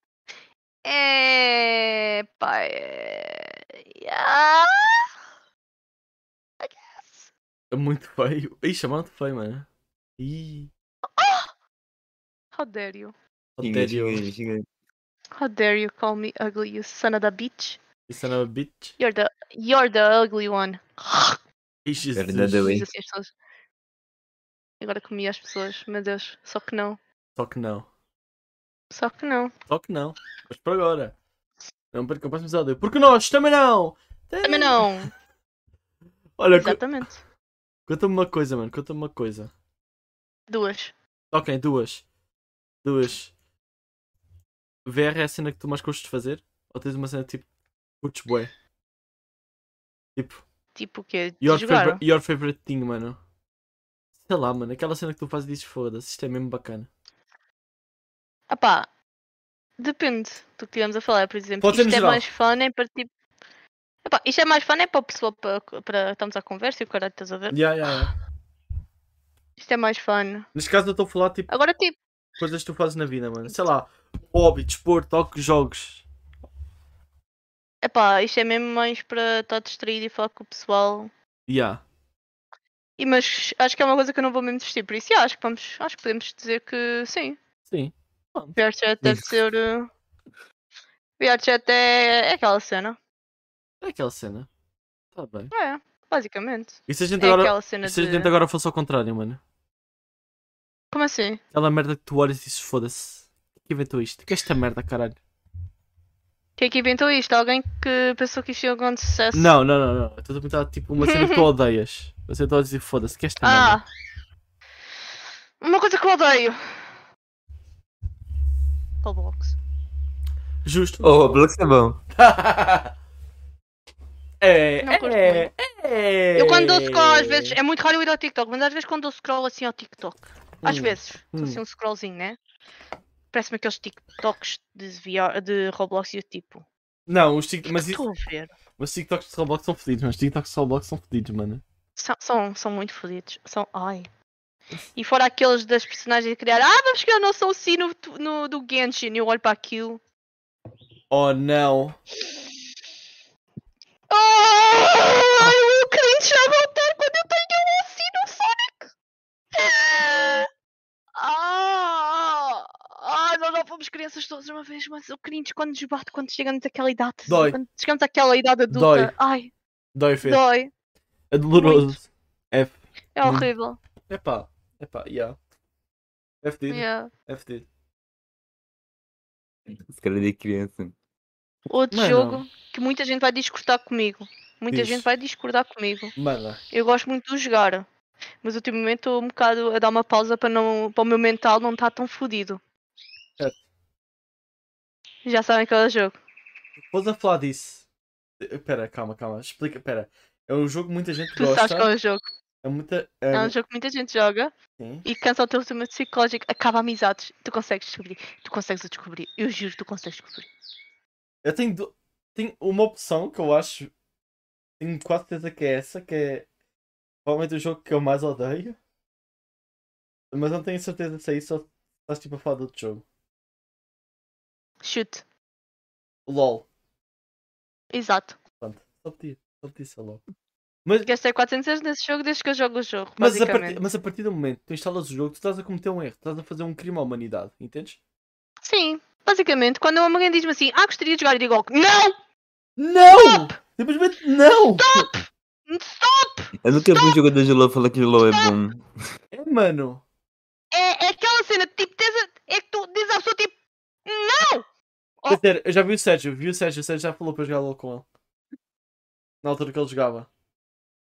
É. Pá. É... Ah. É muito feio. Ih, chamaram-te feio, mano. Ih, How dare you? Xinga, xinga, Otério. xinga. How dare you call me ugly, you son of a bitch? Isso não é bitch. You're the you're the ugly one. Ih, Jesus. Verdadeiro. Oi. Diz assim as pessoas. Agora comi as pessoas, meu Deus. Só que não. Só que não. Só que não. Só que não. Mas por agora. Não percam o próximo episódio. Porque nós também não! Também não. Olha, cu- Exatamente. conta-me uma coisa, mano. Conta-me uma coisa. Duas. Ok, duas. Duas. VR é a cena que tu mais gostas de fazer? Ou tens uma cena tipo. Putz, bué? Tipo. Tipo o quê? De Your, jogar? favor- your favorite thing, mano. Sei lá, mano. Aquela cena que tu fazes e dizes foda-se. Isto é mesmo bacana. Ah pá, depende do que estivemos a falar, por exemplo. Pode ser Isto no é geral. mais fun em partir. Epá, isto é mais fã, é para a pessoa para, para estamos à conversa e o caralho, estás a ver? Yeah, yeah, yeah. Isto é mais fun. Neste caso eu estou a falar tipo Agora tipo, coisas que tu fazes na vida, mano. Sei lá, hobby, desporto, ou que jogos. epá, isto é mesmo mais para estar distraído e falar com o pessoal. Yeah. E, mas acho que é uma coisa que eu não vou mesmo desistir, por isso yeah, acho, que vamos, acho que podemos dizer que sim. Sim. VRChat deve Isso. ser. uh, VRChat é, é aquela cena. É aquela cena. Tá bem. É, basicamente. E se a gente É agora. aquela cena E se a de. gente agora fosse ao contrário, mano? Como assim? Aquela merda que tu olhas e dizes foda-se. Que inventou isto? Que esta merda, caralho? Quem é que inventou isto? Alguém que pensou que isto ia algum sucesso? Não, não, não, não. Eu Estou a perguntar tipo uma cena que tu odeias. Você tu olhas e foda-se. Que é esta merda. Ah! Uma coisa que eu odeio. Roblox. Justo. Oh, Roblox é bom. é, Não curto é, é. Eu quando dou scroll às vezes, é muito raro eu ir ao TikTok, mas às vezes quando dou scroll assim ao TikTok, às Hum, vezes, dou assim hum. um scrollzinho, né? Parece-me aqueles TikToks de, VR, de Roblox e eu tipo, o Não, os, tic... que é mas, que isso... estou a ver? mas os TikToks de Roblox são fodidos, mas os TikToks de Roblox são fodidos, mano. São, são, são muito fodidos, são, ai. E fora aqueles das personagens a criar, ah, vamos criar o nosso si no, no, do Genshin, e eu olho para aquilo. Oh não. Oh, ai, "Ah, o cringe a voltar quando eu tenho um si no Sonic! Ah, ah, nós não fomos crianças todas uma vez, mas o cringe quando nos bate, quando chegamos àquela idade. assim, Dói. Quando chegamos àquela idade adulta. Dói. Ai, Dói, Fê. dói. É doloroso. F. É Hum. horrível. Epá. Epá, yeah. É fedido. Yeah. É fedido. Os caras de criança. Outro Mano. jogo que muita gente vai discordar comigo. Muita Diz. gente vai discordar comigo. Mano. Eu gosto muito de jogar. Mas ultimamente estou um bocado a dar uma pausa para, não, para o meu mental não estar tão fodido. Certo. Já sabem qual é o jogo. Depois a falar disso. Eh, Pera, calma, calma. Explica, pera. É um jogo que muita gente Tu gosta. sabes qual é o jogo. É muita. É É, um jogo que muita gente joga sim. e cansa o teu sistema psicológico, acaba amizades. Tu consegues descobrir. Tu consegues o descobrir. Eu juro, tu consegues descobrir. Eu tenho, du- tenho uma opção que eu acho. Tenho quase certeza que é essa, que é provavelmente o jogo que eu mais odeio. Mas não tenho certeza se é isso ou se estás tipo a falar de outro jogo. Chute. LOL. Exato. Pronto, só podia, só podia ser LOL. Gastei 400 euros nesse jogo desde que eu jogo o jogo. Mas a, basicamente. partir, mas a partir do momento que tu instalas o jogo, tu estás a cometer um erro, estás a fazer um crime à humanidade, entendes? Sim. Basicamente, quando alguém diz-me assim, ah, gostaria de jogar, eu digo, logo, não! Não! Simplesmente não! Eu nunca vi um jogador de LOL falar que LOL é bom. É, mano! É, é aquela cena, tipo, tens a- é que tu dizes à pessoa, tipo, Oh. Quer dizer, eu já vi o Sérgio, vi o Sérgio, o Sérgio já falou para jogar LOL com ele. Na altura que ele jogava.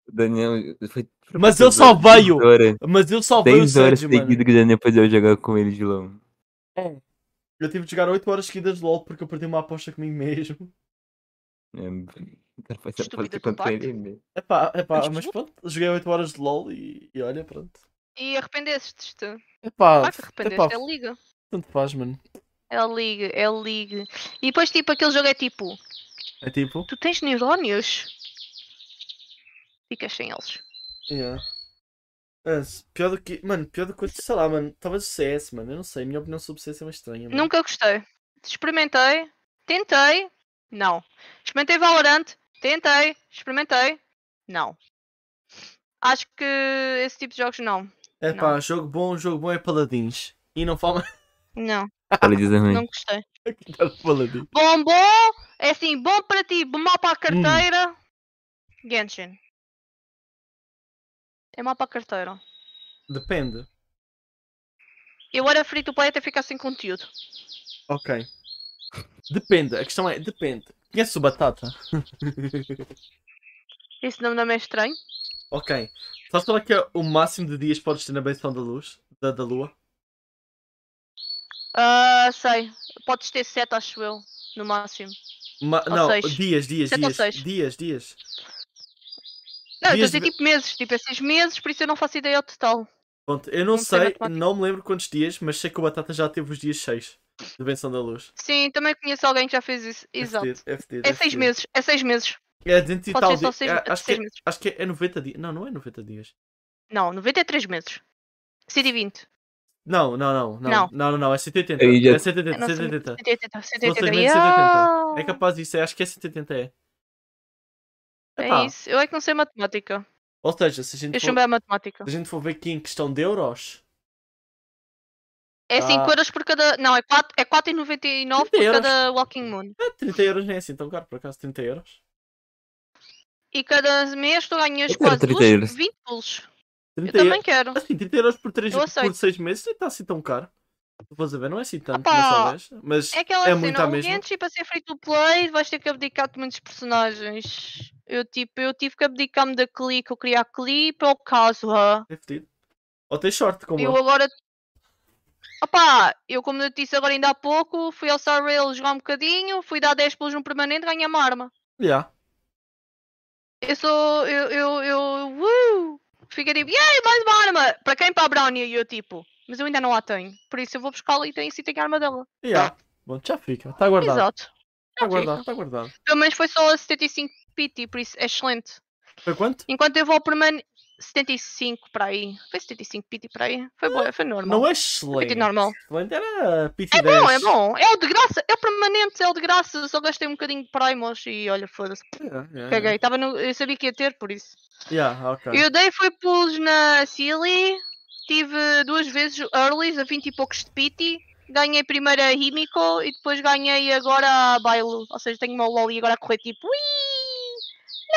O Daniel foi. Mas ele só veio! Horas, Mas eu salvei o 10 horas Sérgio, mano. seguidas que o Daniel pôs eu jogar com ele de LOL. Eu tive de jogar 8 horas seguidas de LOL porque eu perdi uma aposta comigo mesmo. É, o cara faz a Estúpida tua porta contra parte. ele. né? Epá, epá, Mas mas tu- pronto, joguei 8 horas de LOL e, e olha, pronto. e arrependeste-te. Epá, Ah, que epá, arrependeste, é liga. tanto faz, mano. É liga, é liga. E depois, tipo, aquele jogo é tipo, É tipo, tu tens neurónios? Ficas sem eles. yeah. Ah, se- pior do que, mano, pior do que, sei lá, mano, talvez o CS, mano, eu não sei, a minha opinião sobre o CS é mais estranha, mano. Nunca gostei. Experimentei, tentei, não. Experimentei Valorant, tentei, experimentei, não. Acho que esse tipo de jogos não. Epá, jogo bom, jogo bom é Paladins. E não fala Não, Fala diz ruim. não gostei. mais Paladins. Bom, bom, é assim, bom para ti, bom mal para a carteira. Genshin. É mal para a carteira. Depende. Eu era free to play até ficar sem conteúdo. Ok. Depende, a questão é, depende. Conhece o Batata? Esse nome não é estranho? Ok. Sabes qual é que é o máximo de dias que podes ter na benção da luz? Da, da lua? Ah, sei. Podes ter 7, acho eu, no máximo. Ma- Ou não, seis. dias, dias, Sete ou dias. seis. Dias, dias. Não, eu estou a Dias dizer de- tipo meses, tipo é 6 meses, por isso eu não faço ideia ao total. Pronto, eu não, Não sei sei, matemática. não me lembro quantos dias, mas sei que o Batata já teve os dias 6 de benção da luz. Sim, também conheço alguém que já fez isso. É Exato. fedido, É, fedido, É é 6 fedido. meses, é 6 meses. É 200 e Pode tal ser só dias. seis- É, Acho que, seis é- meses. acho que é 90 dias. Não, não é 90 dias. Não, 93 meses. 120. Não, não, não. Não, não, Não. não, não, é 180. Aí já- É Eu 180, não sei- 180. 180. Não sei 180. bem se é 180. É Ah, capaz disso, é, acho que é 180 é. É, Epá, isso. Eu é que não sei matemática. Ou seja, se a, gente Eu for, chumbei a matemática. se a gente for ver aqui em questão de euros. É Ah. 5 euros por cada. Não, é 4,99 é 4,99 por 30 euros. cada Walking Moon. é, 30 euros não é assim tão caro, por acaso, 30 euros. E cada mês tu ganhas Eu quero quase 30 duas- euros. 20 pulos. 30 Eu também quero. Assim, 30 euros por, 3, Eu por aceito. 6 meses não está assim tão caro. Vamos a ver, não é assim tanto, Opa, dessa vez. Mas É aquela é cena, muito à mesma. antes e para ser free to play vais ter que abdicar de muitos personagens. Eu tipo, eu tive que abdicar-me da Klee, que eu queria a Klee para o Kazuha. é fedido. Ou tens sorte, como Eu eu. agora. Opá, eu como eu disse agora ainda há pouco, fui ao Star Rail jogar um bocadinho, fui dar 10 pulos no permanente, ganhei uma arma. Yeah. Eu sou. Eu. eu, eu uh, fiquei tipo, yay, mais uma arma! Para quem? Para a Brownie. E eu tipo, mas eu ainda não a tenho. Por isso eu vou buscá-la e tenho, se tenho a arma dela. Yeah. Bom, já fica. Está guardado. Ah. Exato. Está Já guardado, está guardado. Pelo menos foi só a 75 pity, por isso é excelente. Foi quanto? Enquanto eu vou ao permanente. 75 para aí. Foi 75 pity para aí. Foi, boa, foi normal. Não é excelente. Pity Tá normal. Excelente era PT10. É bom, é bom. É o de graça. É o permanente, é o de graça. Só gastei um bocadinho de primos e olha, foda-se. Yeah, yeah, Caguei. Tava no... Eu sabia que ia ter, por isso. yeah. Yeah, ok. Eu dei foi pulos na Silly, tive duas vezes earlys a 20 e poucos de pity, ganhei primeiro a Himiko e depois ganhei agora a Bailu, ou seja, tenho uma loli agora a correr tipo ui!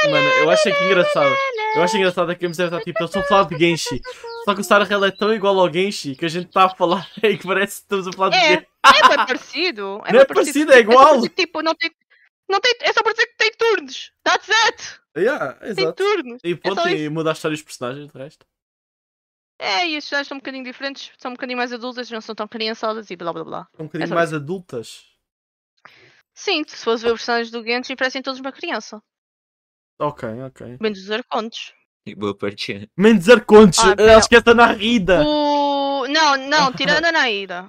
Mano, eu acho que engraçado. Eu acho engraçado que a Miséria está tipo, eles estão a falar de Genshi. Só que o Star Rail é tão igual ao Genshi que a gente está a falar e que parece que estamos a falar de É, Genshi. É bem parecido, é Não é bem parecido, é só igual. para dizer que, tipo, não tem, não tem, é só para dizer que tem turnos, that's it, Yeah, tem exato. turnos. E pronto, só e muda a história dos personagens, de resto. É, e as pessoas são um bocadinho diferentes, são um bocadinho mais adultas, não são tão criançadas e blá blá blá. São um bocadinho É só mais adultas. Sim, se fores ver os personagens do Genshin, parecem todos uma criança, Ok, ok. menos os arcontes. E boa parte. é. Menos arcontes, Ah, ela esquece na rida. O... Não, não, tirando a Naíra.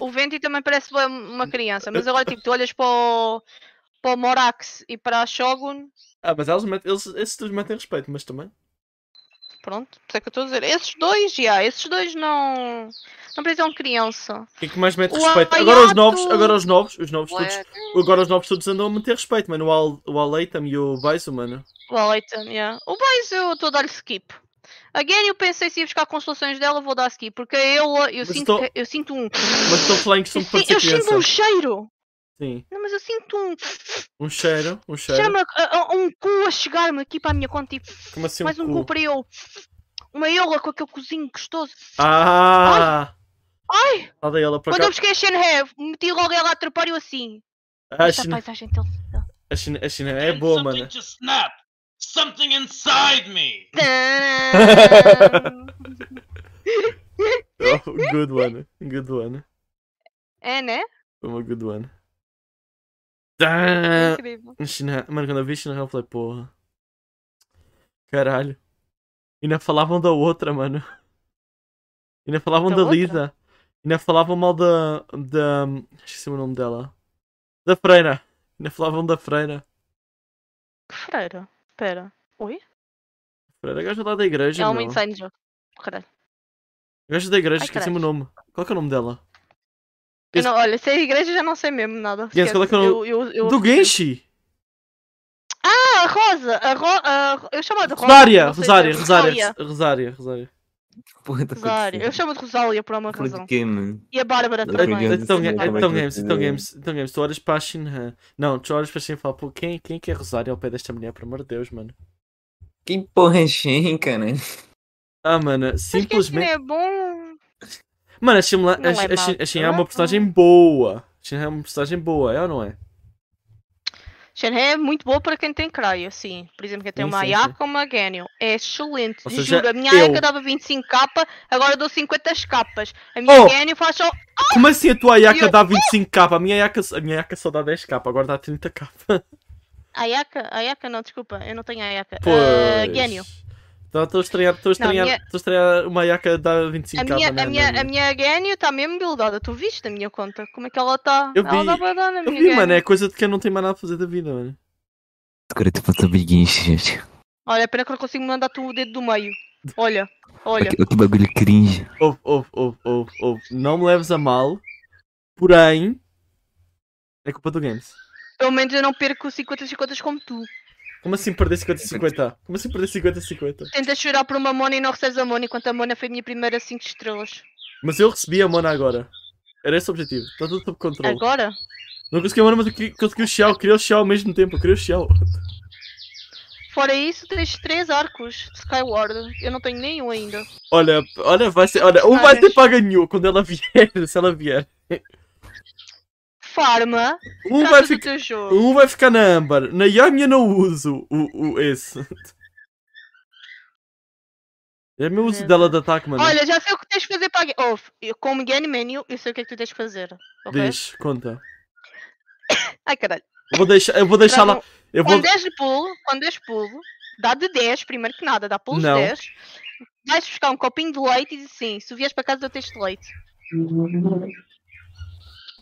O Venti também parece bué uma criança, mas agora tipo, tu olhas para o, para o Morax e para a Shogun, Ah, mas eles, metem- eles, esses dois metem respeito, mas também. pronto, por isso é que eu estou a dizer. Esses dois, já, esses dois não. Não precisam criança. Quem que mais mete O respeito? Agora os novos, Hayato. agora os novos, os novos todos. Ué, Agora os novos todos andam a meter respeito, mano. O Al, o Al Eitam e o Baiso, mano. O Leighton, yeah. O Blaze eu estou a dar-lhe skip. Again, eu pensei se ia buscar consolações dela, vou dar skip, porque eu, eu, Mas então sinto, estou- eu sinto um. Mas estou a falar em Eu, questão de sin- eu parecer sinto um criança. cheiro! Sim. Não, mas eu sinto um. Um cheiro, um cheiro. Chama a- a- um cu a chegar-me aqui para a minha conta e Como assim Mais um um cu cu? para eu. Uma eula com aquele cozinho gostoso. Ah! Ai! Lá dei ela para Quando cá. eu busquei a Shenhe, meti logo ela a trepar e eu assim. A Esta China, paisagem tão linda. a China, a China é boa, something mano. just snapped. Something inside me. Oh, good one. Good one. é, né? Foi uma good one. Tã! Incrível. China, Ah, mano, quando eu vi China, eu falei, porra. Caralho. Ainda falavam da outra, mano. Ainda falavam Da da, outra? Lisa. Ainda falavam mal da. da. Esqueci o nome dela. Da Freira. Ainda falavam da Freira. Que freira. Pera. Oi? Freira é a gaja lá da igreja. É meu. uma insane joke. Caralho. A gaja da igreja, Ai, esqueci-me o caralho. nome. Qual que é o nome dela? Eu Esse- não, olha, se é igreja já não sei mesmo nada. Yes, Esquece. qual é que é o- eu, eu, eu... Do Genshi! Ah, a Rosa! A Ro... a Ro- Eu chamo de Rosa. Rosária! não sei Rosária, se- é Rosária, Rosária, Rosária. Porra, tá Rosária. Eu acontecendo. chamo de Rosália por alguma Por de razão. quê, mano? E a Bárbara Eu também. queria- Então, Sim, ga- também então, vai games, ter- então, games, então, games, tu olhas para a Shinhan. Não, tu olhas para a Shinhan e fala, pô, quem, quem que é Rosário ao pé desta mulher, pelo amor de Deus, mano? Que porra é Shen, cara? Ah, mano, Mas que assim simplesmente. é bom. Mano, a Shinhan Não é ah. a, Shin- a Shinhan é uma mau. personagem boa. A Shinhan é uma personagem boa, é ou não é? Shenhe é muito boa para quem tem craia, sim. Por exemplo, quem tem Sim, uma sim, Ayaka sim. ou uma Genio. É excelente. Ou seja, Juro, a minha eu- Ayaka dava 25k, agora dou 50k. A minha Oh! Genio faz só. Como assim a tua Ayaka eu- dá 25k? A minha Ayaka, a minha Ayaka só dá 10k, agora dá Ah, 30k. Ayaka? Ayaka não, desculpa, eu não tenho Ayaka. Pois. Ah, Genio. Então, estou a estranhar, estou a Não, a estranhar, minha- estou a estranhar uma Ayaka dá A 25k. minha, não, é a, não, minha, não. a minha Genio está mesmo buildada. Tu viste a minha conta? Como é que ela está? Eu Ela vi. dá para dar na Eu minha vi, mano, Genio. é coisa de quem não tem mais nada a fazer da vida, mano. Agora tu falta biguinche, gente. Olha, pena que eu não consigo mandar tu o dedo do meio. Olha, Olha olha. que, olha que bagulho cringe. Ouve, ouve, ouve, ouve, ouve. Não me leves a mal. Porém, é culpa do Games. Pelo menos eu não perco 50-50 como tu. Como assim perder 50-50? Como assim perder 50-50? Tentas chorar por uma Mona e não recebes a Mona, enquanto a Mona foi a minha primeira 5 estrelas. Mas eu recebi a Mona agora. Era esse o objetivo. Está tudo sob controle. Agora? Não consegui a Mona, mas eu que- consegui o Xiao. Eu Queria o Xiao ao mesmo tempo. Eu queria o Xiao. Fora isso, tens 3 arcos de Skyward. Eu não tenho nenhum ainda. Olha, olha, vai ser. Olha, um vai ter paga new quando ela vier. Se ela vier. Farma, Um vai trata do ficar. teu jogo. Um vai ficar na âmbar. Na Yami eu não uso o, o esse. É meu uso dela de ataque, mano. Olha, já sei o que tens de fazer para. ga- Ouve, eu, como game menu, eu sei o que é que tu tens de fazer. Ok? Diz, conta. Ai caralho. Eu vou deixar, eu vou deixar lá. Quando- Eu vou. Quando é és de pulo, quando és de pulo, dá de 10, primeiro que nada, dá pulo de Não. 10. Vais buscar um copinho de leite e diz assim: se vieres para casa, eu tens de leite.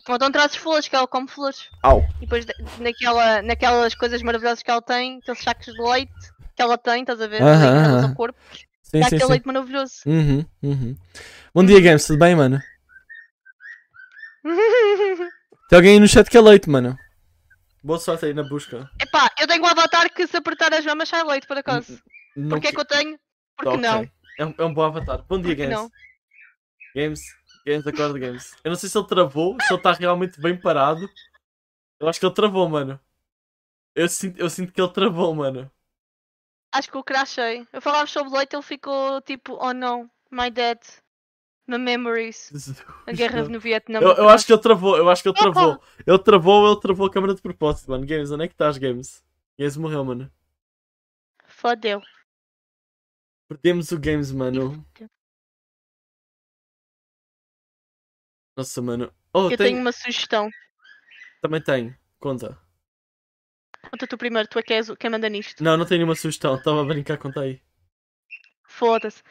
Ou então trazes flores, que ela come flores. Au. E depois da- naquela, naquelas coisas maravilhosas que ela tem, aqueles sacos de leite que ela tem, estás a ver? Aham, Leite aham. no seu corpo, Sim, dá sim, aquele sim. leite maravilhoso. Uhum, uhum. Bom dia, Games. Tudo bem, mano? Tem alguém aí no chat que é leite, mano. Boa sorte aí na busca. Epá, eu tenho um avatar que se apertar as mamas sai leite, por acaso. Não Porquê é que eu tenho? Tá, Porque ok. não. É um, é um bom avatar. Bom dia, Porque Games. não. Games, Games, acorda, Games. Eu não sei se ele travou, se ele está realmente bem parado. Eu acho que ele travou, mano. Eu sinto, eu sinto que ele travou, mano. Acho que eu crashei. Eu falava sobre leite, ele ficou tipo, oh não, my dad, my memories. A guerra no Vietnã. Eu, eu acho que ele travou, eu acho que ele Epa! travou. Ele travou, ele travou a câmera de propósito, mano. Games, onde é que estás, Games? Games morreu, mano. Fodeu. Perdemos o Games, mano. Nossa, mano. Oh, Eu tem- tenho uma sugestão. Também tenho. Conta. Conta tu primeiro, tu é que és o- quem manda nisto. Não, não tenho nenhuma sugestão. Estava a brincar, conta aí. Foda-se.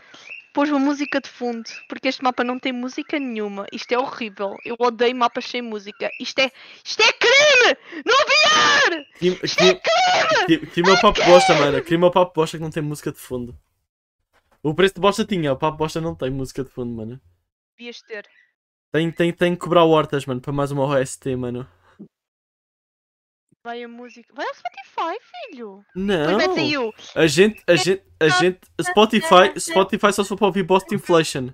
Pôs uma música de fundo, porque este mapa não tem música nenhuma. Isto é horrível. Eu odeio mapas sem música. Isto é. Isto é crime! Não viar! Que, é que, que, que meu papo bosta, mano. Que meu papo bosta é que não tem música de fundo. O preço de bosta tinha, o papo bosta não tem música de fundo, mano. Devias ter. Tem, tem, tem que cobrar hortas, mano, para mais uma OST, mano. Vai a música. Vai ao Spotify, filho! Não. Depois metes aí o. A gente, a gente, a gente. Spotify, Spotify só se for para ouvir Bosta Inflation.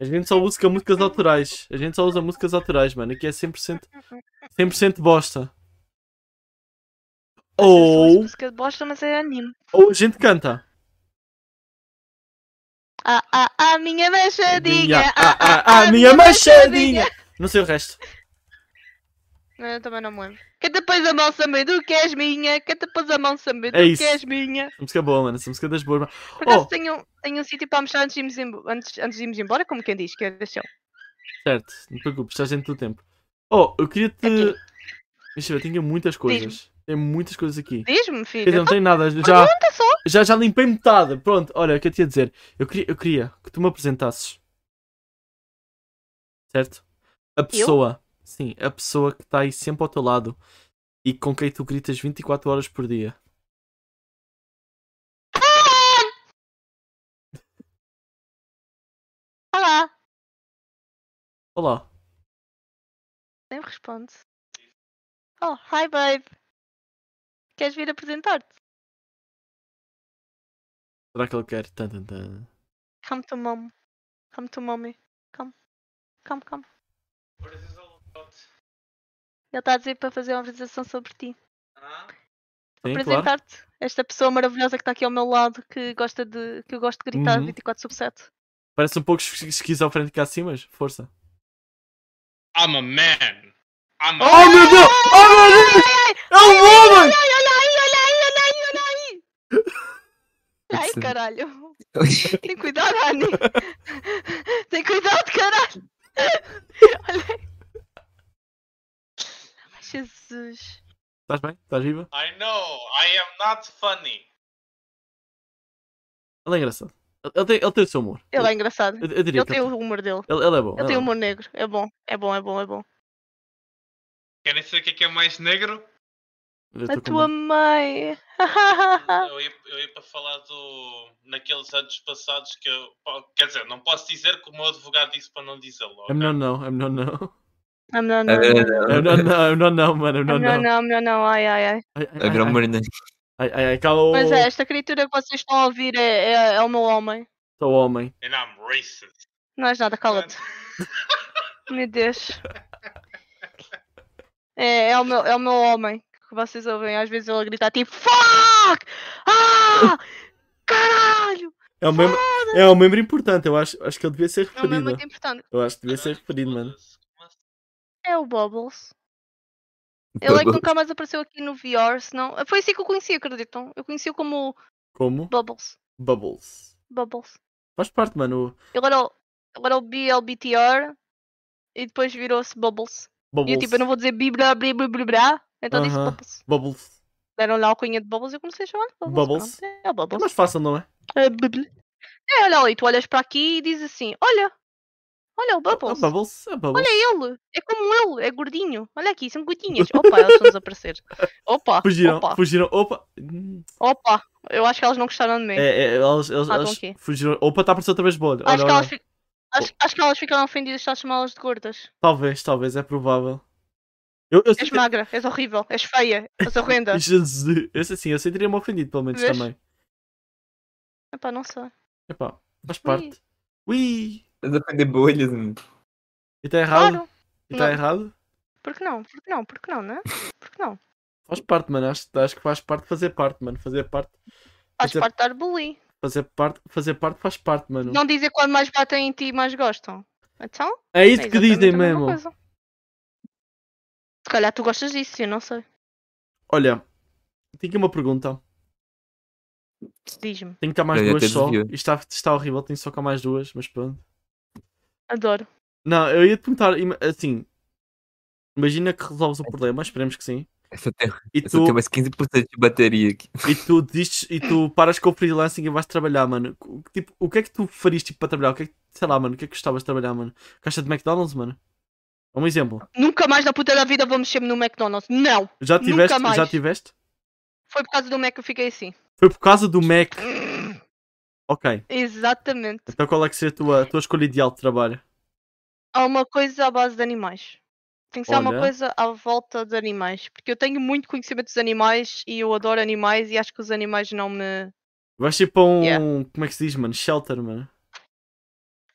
A gente só usa músicas autorais. A gente só usa músicas autorais, mano. Aqui é 100%, 100% bosta. Ou... Ou, Música de bosta, mas é anime. ou a gente canta. Ah, ah, ah, minha machadinha! Minha- ah, ah, ah, minha machadinha! Não sei o resto. Eu também não me lembro. Canta depois a mão também do que és minha. Canta depois a mão também do É que isso. és minha. Essa música é boa, mano. Essa música é das boas, mano. Por acaso Oh. tenho, tenho um sítio para mostrar antes de irmos, embo- antes, antes de irmos embora, como quem diz, que é deixa eu. Certo, não te preocupes, estás dentro do tempo. Oh, eu queria te. Aqui. Deixa eu ver, tinha muitas coisas. Tem muitas coisas aqui. Diz-me, Então, Quer dizer, filho. não tem nada. Já, Pergunta só. já, já limpei metade. Pronto, olha, o que eu te ia dizer. Eu queria, eu queria que tu me apresentasses. Certo? A pessoa. Sim, a pessoa que está aí sempre ao teu lado e com quem tu gritas 24 horas por dia. Ah! Olá. Olá. Nem me responde. Oh, hi babe. Queres vir apresentar-te? Será que ele quer? Tan, tan, tan. Come to mom. Come to mommy. Come. Come, come. What is this all about? Ele está a dizer para fazer uma apresentação sobre ti. Huh? Sim, claro. apresentar-te. Esta pessoa maravilhosa que está aqui ao meu lado, que gosta de. que eu gosto de gritar Uhum. 24 sobre 7. Parece um pouco esqui- esquizofrénico assim, mas força. I'm a man. I'm a Oh meu Deus! Oh meu Deus! É um homem! Ai, olha aí, olha aí, olha aí, olha aí! Ai, Sim. caralho! Tem cuidado, Annie! Tem cuidado, caralho! Olha aí! Ai, Jesus! Estás bem? Estás viva? I know. I am not funny. Ele é engraçado. Ele- Ele tem, ele tem o seu humor. Ele é engraçado. Eu, eu diria Ele que tem o humor dele. ele, ele é bom. Ele tem é o bom. humor negro. É bom, é bom, é bom, é bom. Querem saber o que é que é mais negro? Eu A tô com tua medo. mãe. Eu ia, eu ia para falar do. naqueles anos passados que eu. pá, Quer dizer, não posso dizer que o meu advogado disse para não dizer logo. É melhor não, é melhor não. Ah, não, não, É não. verdade, É não. melhor não, é melhor não, mano. É Ah, melhor Não, não. não, não, não, ai, ai, ai. Ai, ai, Vai virar um ai, Marina. ai, ai, ai, cala o Mas é, esta criatura que vocês estão a ouvir é, é, é o meu homem. o homem. And I'm racist. Não és nada, cala-te. Meu Deus. É, é, o meu, é o meu homem que vocês ouvem. Às vezes ele a gritar tipo FUCK! Ah! Caralho! É um membro, é um membro importante, eu acho, acho que ele devia ser É um nome referido. muito importante. Eu acho que devia ser referido, mano. É o Bubbles. Ele é que nunca mais apareceu aqui no VR, senão. Foi assim que eu conheci, acreditam? Eu conheci-o como Como? Bubbles. Bubbles. Bubbles. Faz parte, mano. Ele era o, ele era o BLBTR e depois virou-se Bubbles. E Bubbles. eu tipo, eu não vou dizer bibra, bibra, bibra, então disse Aham. Bubbles. Bubbles. Deram lá a alcunha de Bubbles e eu comecei a chamar de Bubbles. Bubbles. Pronto, é o É Bubbles. mais fácil, não é? É, bubble. É, olha ali, tu olhas para aqui e dizes assim, olha, olha o Bubbles. É Bubbles. É Bubbles. Olha ele, é como ele, é gordinho. Olha aqui, são gotinhas. Opa, elas estão a desaparecer. Opa, Fugiram, opa, fugiram. Opa. Hum. opa. Eu acho que elas não gostaram de mim. É, é, elas, elas, Ah, elas estão aqui. fugiram. Opa, está a aparecer outra vez bolha. acho, Olha, que olha. elas fi- acho, acho que elas ficaram ofendidas se estás a chamá-las de gordas. Talvez, talvez, é provável. Eu, eu És senti- magra, és horrível, és feia, és horrenda. Jesus, eu sei sim, eu sentiria-me ofendido, pelo menos Vês? também. Epá, não sei. Epá, faz parte. Ui! Dá pra de bolhas, mano. E está errado? Claro, E está não. errado? por que não? Por que não? Por que não, né? Por que não? Faz parte, mano. Acho, acho que faz parte fazer parte, mano. Fazer parte. Faz Mas é- parte da bullying. Fazer parte, fazer parte faz parte, mano. Não dizer quando mais batem em ti, mais gostam. Então, é é isso que exatamente dizem a mesmo. mesma coisa. Se calhar tu gostas disso, eu não sei. Olha, tenho aqui uma pergunta. Diz-me. Tenho cá mais Olha, duas até só. desviou. Isto está, isto está horrível, tenho só cá mais duas, mas pronto. Adoro. Não, eu ia te perguntar, ima- assim. Imagina que resolves o problema, esperemos que sim. Eu só tenho, E eu só tenho tu, mais 15% de bateria aqui. e tu dizes e tu paras com o freelancing e vais trabalhar, mano. O- Tipo, o que é que tu farias tipo, para trabalhar? O que é que, sei lá, mano, o que é que gostavas de trabalhar, mano? Caixa de McDonald's, mano? É um exemplo. Nunca mais na puta da vida vou mexer-me no McDonald's. Não! Já Nunca tiveste? mais. Já tiveste? Foi por causa do Mac que eu fiquei assim. Foi por causa do Mac. Ok. Exatamente. Então qual é que seria a tua, a tua escolha ideal de trabalho? Há uma coisa à base de animais. Tem que ser uma Olha. coisa à volta de animais. Porque eu tenho muito conhecimento dos animais e eu adoro animais e acho que os animais não me. Vais ir para um. Yeah. Como é que se diz, mano? Shelter, mano.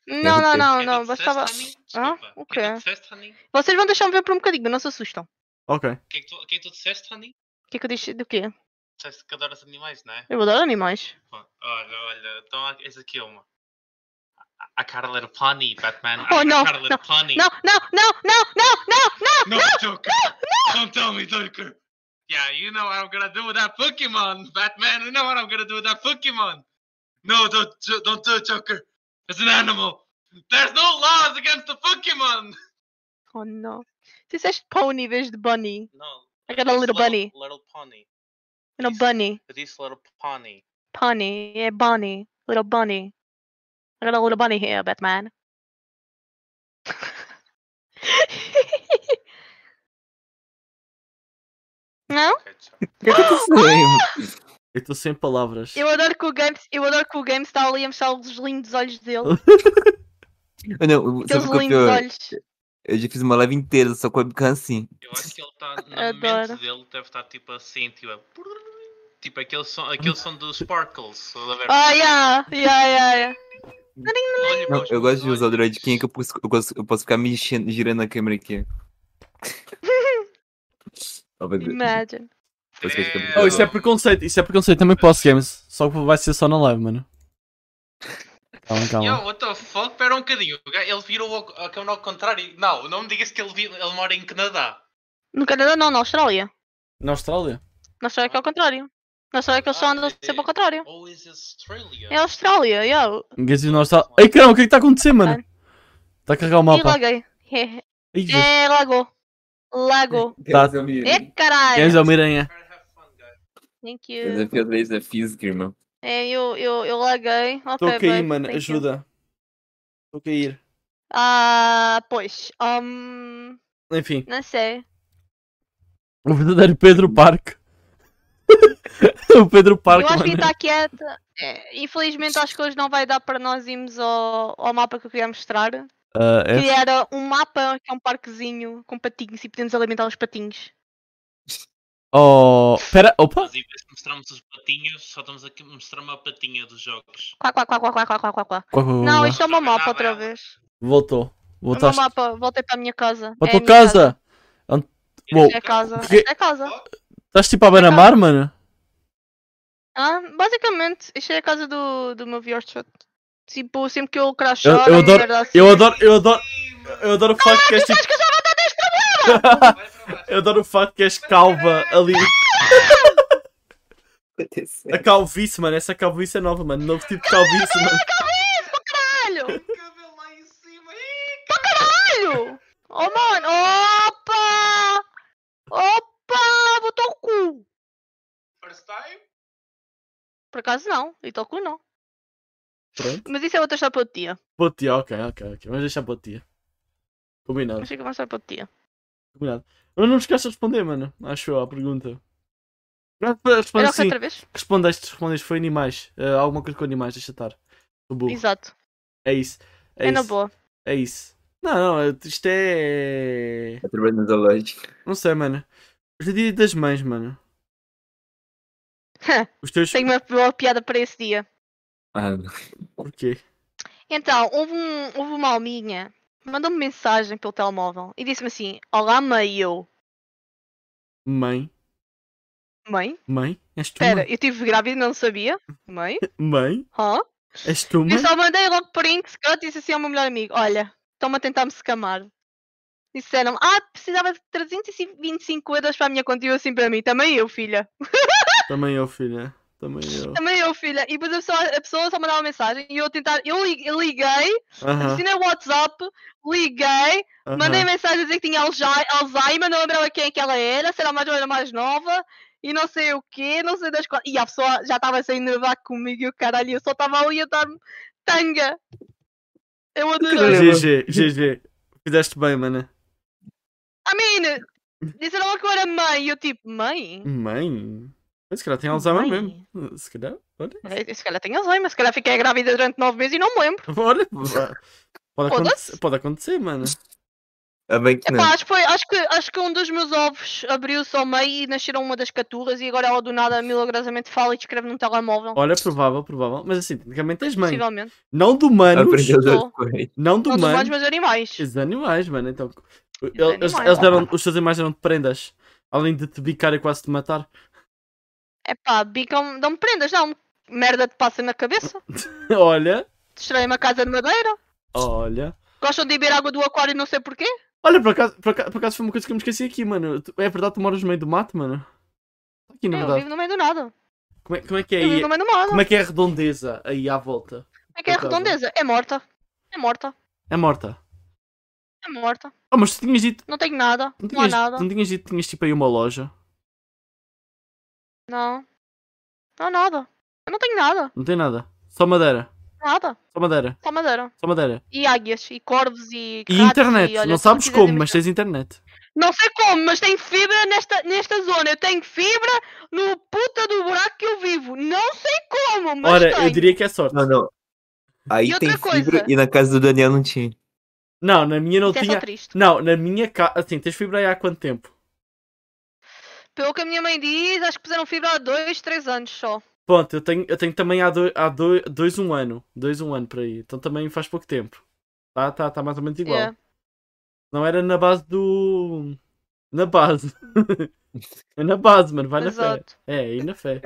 Não, não, ok. É não, que não. tu Bastava. disseste, Hã? Honey? Desculpa. O É que quê? tu disseste, Honey? Vocês vão deixar-me ver por um bocadinho, mas não se assustam. Ok. O que é que tu- o que é que tu disseste, Honey? O que é que eu disse? Do quê? Disseste que adoras animais, não é? Eu adoro animais. Pô, Olha, olha, então há- essa aqui é uma. A- A Carla era Pony, Batman. Oh, a não, Carla era Pony. Não, não, não, não, não, não! No, Joker! Don't tell me, Joker! Yeah, you know what I'm gonna do with that Pokemon, Batman. You know what I'm gonna do with that Pokemon. No, don't, Jo- don't do it, Joker. It's an animal. There's no laws against the Pokemon. Oh, não. Tu disseste pony em vez de bunny. No. I got a little bunny. Little pony. Não, bunny. This little pony. Pony. É bunny. Little bunny. I got a little bunny here, Batman. não? O que aconteceu aí, mano? Eu estou sem palavras. Eu adoro que o Games, eu adoro que o Games está ali a mexer os lindos olhos dele. Ah, Aqueles Não, sabe o que é o lindos pior? olhos. Eu já fiz uma live inteira só com a webcam assim. Eu acho que ele está na Adoro. mente dele, deve estar tipo assim, tipo. a- Tipo aquele som, aquele som dos Sparkles. estás a ver? Ah, yeah, yeah, yeah, yeah. Olha para Não, os eu gosto de meus usar o olhos. droidkin que eu posso, eu, posso, eu posso ficar mexendo, girando a câmera aqui. ó. Oh, meu Deus. Imagine. Depois que eu fico- Oh, isso é preconceito, isso é preconceito também posso games. Só que vai ser só na live, mano. Calma, Yo, calma. what the fuck? Pera um bocadinho. o ga- Ele virou ao- a câmera ao contrário. Não, não me digas que ele, vi- ele mora em Canadá. No Canadá não, na Austrália. Na Austrália? Na Austrália que é ao contrário. Na Austrália que eles só Ah, andam sempre ao contrário. Ou Oh, is it Australia? É a Austrália, yo. Ninguém diz na Austrália. Ei, caramba, o que é que está a acontecer, mano? Está a carregar o E mapa. laguei. Ih, Jesus. É, lagou. Lagou. Tá. É Games é caralho. uma miranha. Thank Eu you. desafio 3 da física, irmão. É, eu, eu, eu laguei. Estou Estou a cair, mano. Ajuda. Estou a cair. Ah, pois. hum, Enfim, não sei. o verdadeiro Pedro Parque. o Pedro Parker. eu acho que tá mano. está quieta. É, infelizmente acho que hoje não vai dar para nós irmos ao, ao mapa que eu queria mostrar. Ah, é. Que era um mapa que é um parquezinho com patinhos e podemos alimentar os patinhos. Oh, pera, opa. Nós, em vez de mostrarmos os patinhos, só estamos aqui a mostrar uma patinha dos jogos. Quá, quá, quá, quá, quá, quá, quá, quá, quá. Quá, quá, quá, Não, quá. isto é o meu mapa Não, outra não. vez. Voltou. É o meu Voltaste mapa, voltei para a minha casa. para É a tua a minha casa. Ant- Uou, Esta É a casa. Porque- Esta É a casa. estás tipo a Então- beira-mar, mano? Ah, basicamente, isto é a casa do, do meu Viewershot. Tipo, sempre que eu crash é Eu- eu adoro- Eu adoro, eu adoro, Ih, mano, eu adoro o facto que és tipo. vai pra baixo. Eu adoro o facto que és calva ali. É A calvície, mano. Essa calvície é nova, mano. Novo tipo de calvície, mano. Caralho! Cabelo lá em cima. Ih, Caralho! Oh, mano! Opa! Opa! Botou o cu! First time? Por acaso não, e o cu não. Pronto. Mas isso é outra história para outro dia. Boa tia, ok, ok, ok. Vamos deixar boa tia. Combinado, Achei que uma história para outro dia. combinado. Mas não me esqueças de responder, mano. Acho eu à pergunta. Responde Era o que sim. outra vez? Respondeste, respondeste. Foi animais. Eh, alguma coisa com animais, deixa estar. Sou burro. Exato. É isso. É, É, isso. na boa. É isso. Não, não, eu- isto é. Eu trabalho no zoológico. Não sei, mano. Hoje é dia das mães, mano. Os teus. Tenho uma boa piada para esse dia. Ah, não. Porquê? Então, houve, um, houve uma alminha que mandou-me mensagem pelo telemóvel e disse-me assim: Olá, mãe, e eu. Mãe. Mãe? Mãe? És tu? Espera, Mãe? eu estive grávida e não sabia? Mãe? mãe? Hã? És tu, Eu mãe? só mandei logo print, que eu disse assim ao meu melhor amigo: Olha, estão-me a tentar me secamar. Disseram-me: Ah, precisava de 325 euros para a minha conta e eu assim para mim: Também eu, filha. Também eu, filha. Também eu. Também eu, filha. E depois a pessoa, a pessoa só mandava mensagem e eu a tentar. Eu li- eu liguei, Aham. adicionei o WhatsApp, liguei, aham. Então, assim, Mandei mensagem a dizer que tinha Alzhei- Alzheimer, não lembrava quem é que ela era, se era mais ou era mais nova, e não sei o quê, não sei das coisas. E a pessoa já estava sem nervar comigo, e o caralho, eu só estava ali a dar-me tanga. Eu adorei. GG, GG. Fizeste bem, mano. I mean, disseram logo que eu era mãe, e eu tipo, mãe? Mãe? Mas se calhar tem Alzheimer Mãe. mesmo. Se calhar, olha. Olha, É, Se calhar tenho Alzheimer, se calhar fiquei grávida durante nove meses e não me lembro. Olha, pá. pode, Foda-se. acontecer, pode acontecer, mano. Ah, bem que não. Epá, acho, que foi- acho, que, acho que um dos meus ovos abriu-se ao meio e nasceram uma das caturras, e agora ela do nada milagrosamente fala e escreve num telemóvel. Olha, provável, provável. Mas assim, tecnicamente és mãe. Possivelmente. Não de humanos. Aprendeu Estou. duas coisas. Não de Não dos humanos, humanos. mas de animais. Os animais, mano. Então, eles, animais. eles deram, os seus animais eram de prendas. Além de te bicar e quase te matar. É pá, bicam, dão-me prendas, não. Merda de passa na cabeça. Olha, Destruem uma casa de madeira. olha. Gostam de beber água do aquário, não sei porquê. Olha, por acaso, por, acaso, por acaso foi uma coisa que eu me esqueci aqui, mano. Tu- É verdade, tu moras no meio do mato, mano? Tá Aqui, na eu verdade. vivo no meio do nada. Como é, como é que é Eu vivo aí? no meio do nada. Como Como é que é a redondeza aí à volta? é que é a por acaso? redondeza? É morta. É morta. É morta. É morta. Ah, mas tu tinhas dito. Não tenho nada. Não Não há tinhas, nada. não tinhas dito que tinhas tipo aí uma loja. Não. Não há nada. Eu não tenho nada. Não tem nada. Só madeira. Nada. Só madeira. Só madeira. Só madeira. E águias. E corvos. E, E ratos, internet. e olha, não se tu sabes quiseres como, mas imaginar. tens internet. Não sei como, mas tenho fibra nesta, nesta zona. Eu tenho fibra no puta do buraco que eu vivo. Não sei como, mas Ora, tenho. eu diria que é sorte. Não, não. Aí E outra tem coisa. fibra e na casa do Daniel não tinha. Não, na minha não Isso é só tinha. triste. Não, na minha casa. Assim, tens fibra aí há quanto tempo? Pelo que a minha mãe diz, acho que puseram fibra há dois, três anos só. Pronto, eu tenho, eu tenho também há, dois, há dois, dois, um ano. Dois, um ano para aí. Então também faz pouco tempo. Tá, tá, tá mais ou menos igual. É. Não era na base do. Na base. é na base, mano. Vai na fé. Exato. É, aí na fé.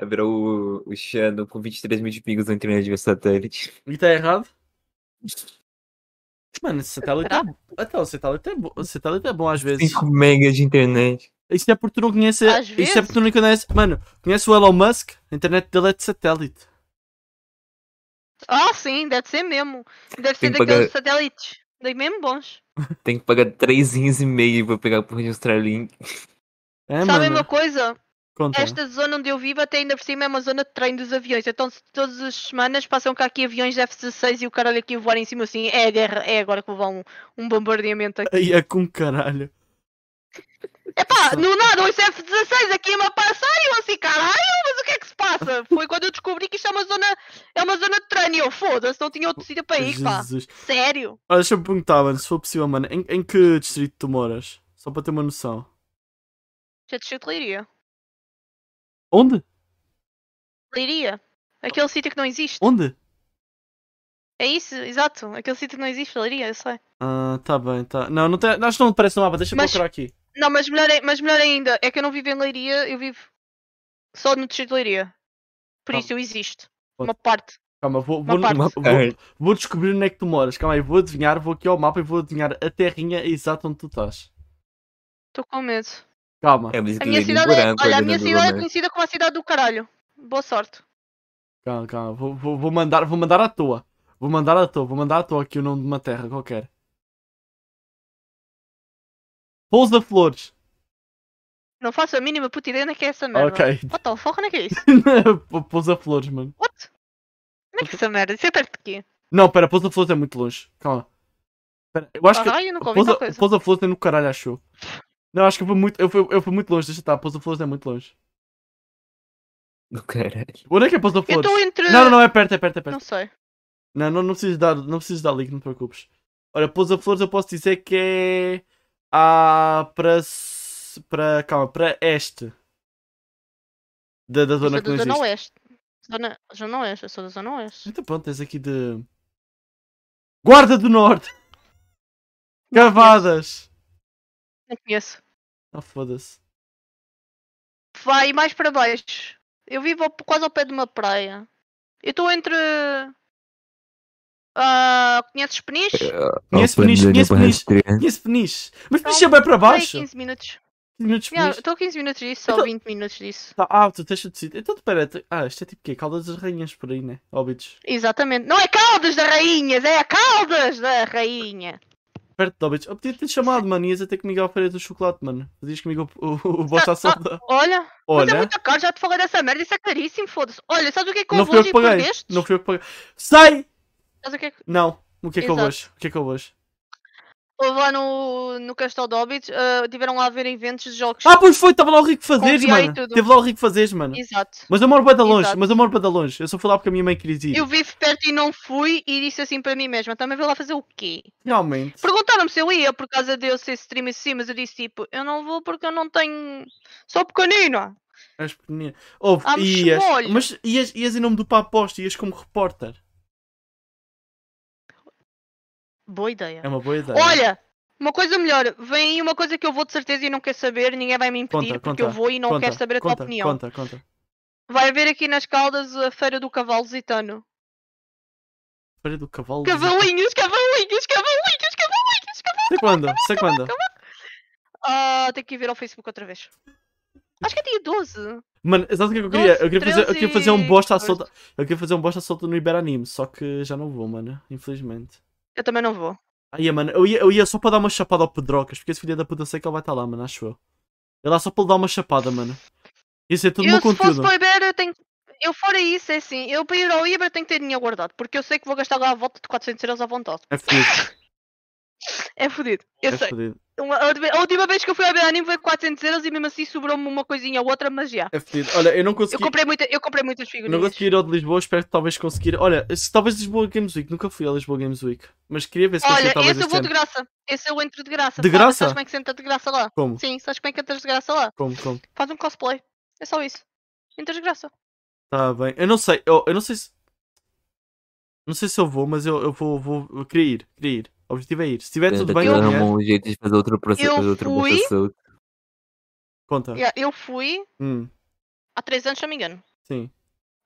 Haverá o, o Shadow com 23 mil de pingos na internet via satélite. E está errado? Mano, esse satélite é... Será? Então, o satélite é, bo... o satélite é bom às vezes. 5 megas de internet. Isto é porque tu não conheces. Às Isto é vezes. porque tu não conheces. Mano, conhece o Elon Musk? A internet dele é de satélite. Ah, sim, deve ser mesmo. Deve Tem ser que daqueles pagar- satélites. Daí mesmo bons. Tem que pagar 3 rins e meio pra pegar a porra de um Starlink. É, Sabem mano. uma coisa? Conta. Esta zona onde eu vivo até ainda por cima é uma zona de treino dos aviões. Então se todas as semanas passam cá aqui aviões F-16 e o caralho aqui a voar em cima assim. é É a guerra, é agora que vão um, um bombardeamento aqui. Aí é com caralho. Epá, no nada, um F-16 aqui uma passar e eu assim, caralho, mas o que é que se passa? Foi quando eu descobri que isto é uma zona, é uma zona de treino, eu foda-se, não tinha outro sítio para ir, pá. Jesus. Sério? Olha, deixa-me perguntar, mano, se for possível, mano, em, em que distrito tu moras? Só para ter uma noção. Já te chute Liria. Onde? Liria. Aquele sítio que não existe. Onde? É isso, exato. Aquele sítio que não existe, Liria, eu sei. Ah, tá bem, tá. Não, não tem, acho que não aparece no mapa, deixa-me Mas- procurar aqui. Não, mas melhor, ai- mas melhor ainda, é que eu não vivo em Leiria, eu vivo só no distrito de Leiria. Por Ah. isso eu existo. Pode- Uma parte. Calma, vou, vou, parte. vou, Uma vou, parte. vou descobrir onde é que tu moras. Calma aí, vou adivinhar, vou aqui ao mapa e vou adivinhar a terrinha exata onde tu estás. Estou com medo. Calma, É, mas isso A minha tem cidade é, buraco olha, a ali minha no cidade é Google Maps. conhecida como a cidade do caralho. Boa sorte. calma, calma. Vou, vou, vou mandar, vou mandar à toa. Vou mandar à toa, vou mandar à toa aqui o nome de uma terra qualquer. Pousa Flores. Não faço a mínima puta ideia onde é que é essa merda. Ok. What the fuck, onde é que é isso? Pousa Flores, mano. What? Onde é que é essa merda? Isso é perto de quê? Não, pera, Pousa Flores é muito longe. Calma. Pera, eu acho que. Caralho, eu nunca Ah, ouvi Pousa, tal coisa. Pousa Flores é no caralho, achou. Não, acho que eu fui muito, eu fui, eu fui muito longe, deixa estar. Pousa Flores é muito longe. Do caralho. Onde é que é Pousa Eu Flores? estou entre... Não, não, não, é perto, é perto, é perto. Não sei. Não, não, não precisas dar, não precisas dar link, não te preocupes. Olha, Pousa Flores eu posso dizer que é ah, para s- para calma, para este da, da Eu zona sou que não da Zona existe. Oeste. Zona... Zona Oeste, eu sou da Zona Oeste. Então pronto, tens aqui de Guarda do Norte. Cavadas. Não conheço. Ah, foda-se. Vai mais para baixo. Eu vivo ao- quase ao pé de uma praia. Eu estou entre. Ah, conheces Peniche? Eh, Conhece Opa, Peniche, Daniel conhece Peniche. Barrastria. E esse Peniche? Mas Não, Peniche é bem para Vai baixo. 15 15 minutos. minutos Yeah, Peniche. Estou a 15 minutos disso, ou Então- 20 minutos disso. Tá, ah, tu tens de decidir. Então espera, tu- ah, isto é tipo o quê? Caldas das Rainhas por aí, né? Óbidos. Exatamente. Não é Caldas da Rainhas, é a Caldas da Rainha. Perto de Óbidos. Eu podia ter chamado, mano. Ias até comigo à feira do chocolate, mano. Fazias comigo o, o, o bosta à solda. Olha, mas é Olha, muito caro, já te falei dessa merda, isso é caríssimo, foda-se. Olha, sabes o que é que eu não fui eu hoje que e paguei. perdeste? Não fui eu que paguei. Sai! Sabes o que é que Não. O que é que eu Exato. hoje? O que é que eu hoje? houve lá no, no Castelo de Hobbit? ah, tiveram lá a ver eventos de jogos. Ah, pois foi. Estava lá o Rico Fazeres, Confiei mano. tudo. Teve lá o Rico Fazeres, mano. Exato. Mas eu moro bem da longe. Exato. Mas eu moro bem da longe. Eu só fui lá porque a minha mãe queria ir. Eu vivo perto e não fui e disse assim para mim mesma, também vou lá fazer o quê? Realmente. Perguntaram-me se eu ia por causa de eu ser streamer sim, mas eu disse tipo, eu não vou porque eu não tenho. Sou pequenina. És pequenina. Houve. Ah, mas Ias. chegou-lhe. Mas ias, ias em nome do papo aposta. Ias como repórter. Boa ideia. É uma boa ideia. Olha, uma coisa melhor, vem aí uma coisa que eu vou de certeza e não quero saber, ninguém vai me impedir Conta, porque eu conta, vou e não conta, quero saber a tua conta, opinião. Conta, conta. Vai haver aqui nas Caldas a Feira do Cavalo Lusitano. Feira do cavalo. Cavalinhos, cavalinhos, cavalinhos, cavalinhos, cavalinhos. Sei quando? Sei quando? Ah, tenho que ir ver ao Facebook outra vez. Acho que é dia 12. Mano, sabe o que é que eu queria? eu, queria 12, fazer, eu queria fazer um 13, bosta à 14. solta. Eu queria fazer um bosta à solta no Iberanime, só que já não vou, mano. Infelizmente. Eu também não vou. Aí, mano, eu ia, eu ia só para dar uma chapada ao Pedrocas, porque esse filho da puta sei que ele vai estar lá, mano, acho eu. Ele lá só para lhe dar uma chapada, mano. Isso é todo o eu, meu se fosse conteúdo. para o Iber, eu tenho. Eu fora isso, é assim. Eu para ir ao Iber tenho que ter dinheiro guardado, porque eu sei que vou gastar lá a volta de 400 euros à vontade. É fodido. É fodido. Eu É sei. fodido. Uma- a última- a última vez que eu fui ao Iber Anime foi 400 euros e mesmo assim sobrou-me uma coisinha ou outra, mas já. É fodido. Olha, eu não Eu consegui. comprei, muita, eu comprei muitas não figurinhas. consegui ir ao de Lisboa, espero que talvez conseguir. Olha, se, talvez Lisboa Games Week, nunca fui a Lisboa Games Week. Mas queria ver se Olha, conseguia talvez esse eu este vou ano. de graça. Esse eu entro de graça. De Fala, graça? Sabes como é que se entra de graça lá? Como? Sim, sabes como é que entras de graça lá? Como, como? Faz um cosplay. É só isso. Entras de graça. Tá bem. Eu não sei, eu, eu não sei se. Não sei se eu vou, mas eu, eu vou, vou. Eu queria ir, queria ir. O objetivo é ir. Se tiver tudo bem, Tentativa eu arrumou dinheiro, um jeito de fazer outro processo. Eu fazer outro fui. processo. conta. Yeah, eu fui Hum, há 3 anos, se não me engano. sim,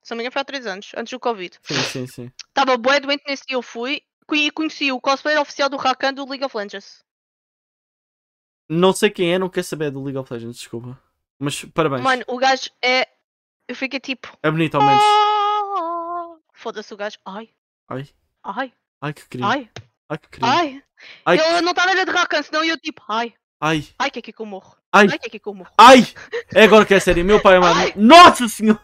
Se não me engano foi há 3 anos, antes do Covid. sim, sim, sim. Estava bué doente nesse dia eu fui co- e conheci o cosplayer oficial do Rakan do League of Legends. Não sei quem é, não quero saber do League of Legends, desculpa. Mas parabéns. Mano, o gajo é... Eu fiquei tipo... É bonito ao menos. "Ah!" Foda-se o gajo. Ai, Ai, ai, ai que querido. Ai, ai, que querido. Ai, ai. Ai. Ele não estava era de Rakan, senão eu tipo... Ai, ai, ai que é aqui que eu morro. ai, Ai que é aqui que eu morro. É agora que é sério. Meu pai amado. Ai. Nossa senhora!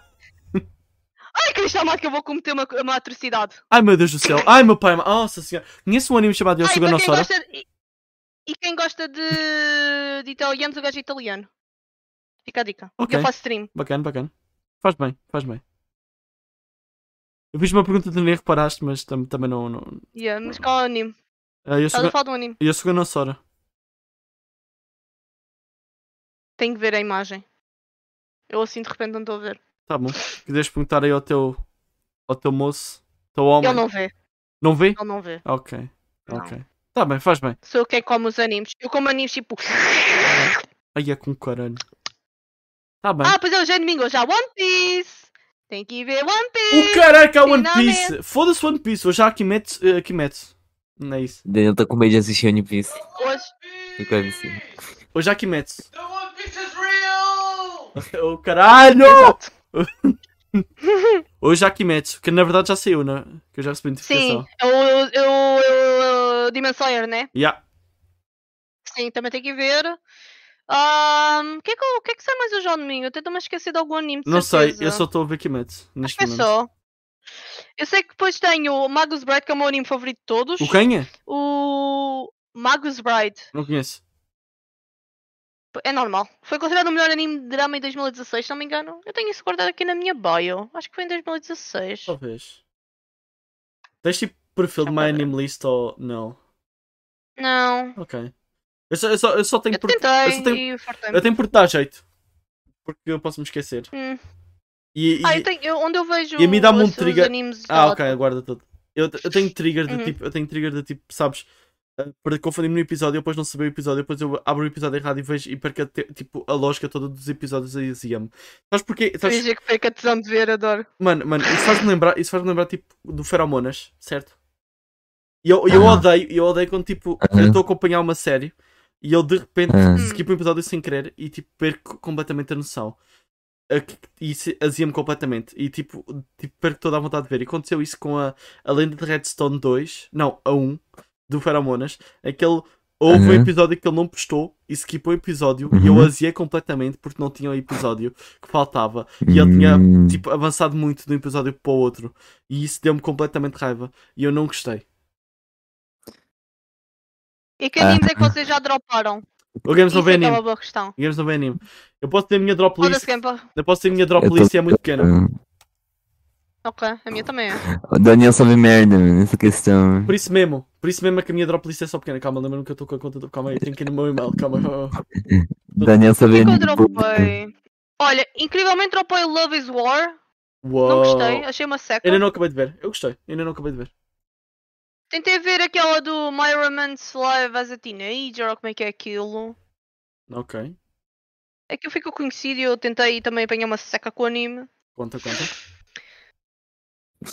Ai, que chamado que eu vou cometer uma, uma atrocidade. Ai meu Deus do céu. Ai meu pai amado. Nossa senhora. Conhece um anime chamado Ai, é Yosuga para quem Nossora? gosta de... E quem gosta de, de italianos, o gajo é italiano. Fica a dica. Ok. Eu faço stream. Bacana, bacana. Faz bem, faz bem. Eu fiz uma pergunta que tu nem reparaste, mas tam- também não. não... Yeah, mas qual é o anime? Ah, eu, sou Estás a ga... falar do anime. eu sou Ganossora. Tenho que ver a imagem. Eu assim de repente não estou a ver. Tá bom. Quiseres perguntar aí ao teu. ao teu moço, teu homem. Ele não vê. Não vê? Ele não vê. Ok, Oh, Não. ok. Tá bem, faz bem. Sou eu quem come os animes. Eu como animes tipo. Aí é com caralho. Tá bem. Ah, pois é, hoje é domingo. Já One Piece. Tem que ver One o Piece. caraca, é One finalmente. Piece! Foda-se One Piece, hoje há Kimetsu. eh, Kimetsu. Não é isso. Daniel tá com medo de assistir One Piece. Hoje. Fica aí, sim. Hoje há Kimetsu. The One Piece is real! O caralho! Exato. Hoje há Kimetsu, que na verdade já saiu, né? Que eu já recebi notificação. Sim. é Eu. Eu. eu, eu Demon Slayer, né? Yeah. Sim, também tem que ver. Ahm, O que, é que, eu- o que é que sai mais hoje ao domingo? Eu tento me esquecer de algum anime. de Não sei, certeza. eu só estou a ver Kimetsu Acho neste que é momento. só. Eu sei que depois tenho o Magus Bride, que é o meu anime favorito de todos. O quem é? O Magus Bride. Não conheço. É normal. Foi considerado o melhor anime de drama em 2016, se não me engano. Eu tenho isso guardado aqui na minha bio. Acho que foi em 2016. Talvez. Tens tipo perfil de Deixa eu My Anime List ou não? Não. Ok. Eu só, eu só, eu só tenho Eu por- eu tentei só tenho- e fartei-me. Eu tenho por dar jeito. Porque eu posso me esquecer. Hum. E, e- Ah, eu tenho, eu- onde eu vejo e a mim dá-me um os, os trigger- animes Ah, da- ok, aguarda tudo. Eu, eu tenho trigger de Uhum. tipo, eu tenho trigger de tipo, sabes, eh, para confundir-me no episódio, eu depois não saber o episódio, depois eu abro o episódio errado e vejo e perco a te- tipo, a lógica toda dos episódios aí dizia-me. Sabes porquê? Eu ia Sabes- dizer que perca tesão de ver, adoro. Mano, mano, isso faz-me lembrar, isso faz-me lembrar tipo do Feromonas, certo? E eu, eu Ah. odeio, eu odeio quando tipo, eu Uhum. estou a acompanhar uma série e eu de repente Uhum. skipo um episódio sem querer e tipo perco completamente a noção. A- E se- azia-me completamente e tipo, tipo, perco toda a vontade de ver. E aconteceu isso com a, a lenda de Redstone 2, não, a 1, do Feromonas, aquele. Houve um Uhum. episódio que ele não postou e skipou o episódio e eu Uhum. aziei completamente porque não tinha o episódio que faltava. E ele tinha Hum. tipo, avançado muito de um episódio para o outro. E isso deu-me completamente raiva. E eu não gostei. E que animes é que vocês já droparam? O Games Isso não vê é que é Ah. anime. uma boa questão. O Games não vê anime. Eu posso ter a minha drop Foda-se, list. Gampa. Eu posso ter a minha drop Eu tô- list e é muito pequena. Ok, a Oh. minha também é. O Daniel sabe merda, mano, essa questão. Por isso mesmo. Por isso mesmo é que a minha drop list é só pequena. Calma, lembra-me que eu estou com a conta. do- Calma aí, eu tenho que ir no meu e-mail. Calma. calma. Daniel sabe que eu dropei? Olha, incrivelmente dropei Love is War. Uau. Não gostei, achei uma seca. Ainda Oh. não acabei de ver. Eu gostei. Ainda não acabei de ver. Tentei ver aquela do My Romance Live as a Teenager, ou como é que é aquilo. Ok. É que eu fico conhecido e eu tentei também apanhar uma seca com o anime. Conta, conta.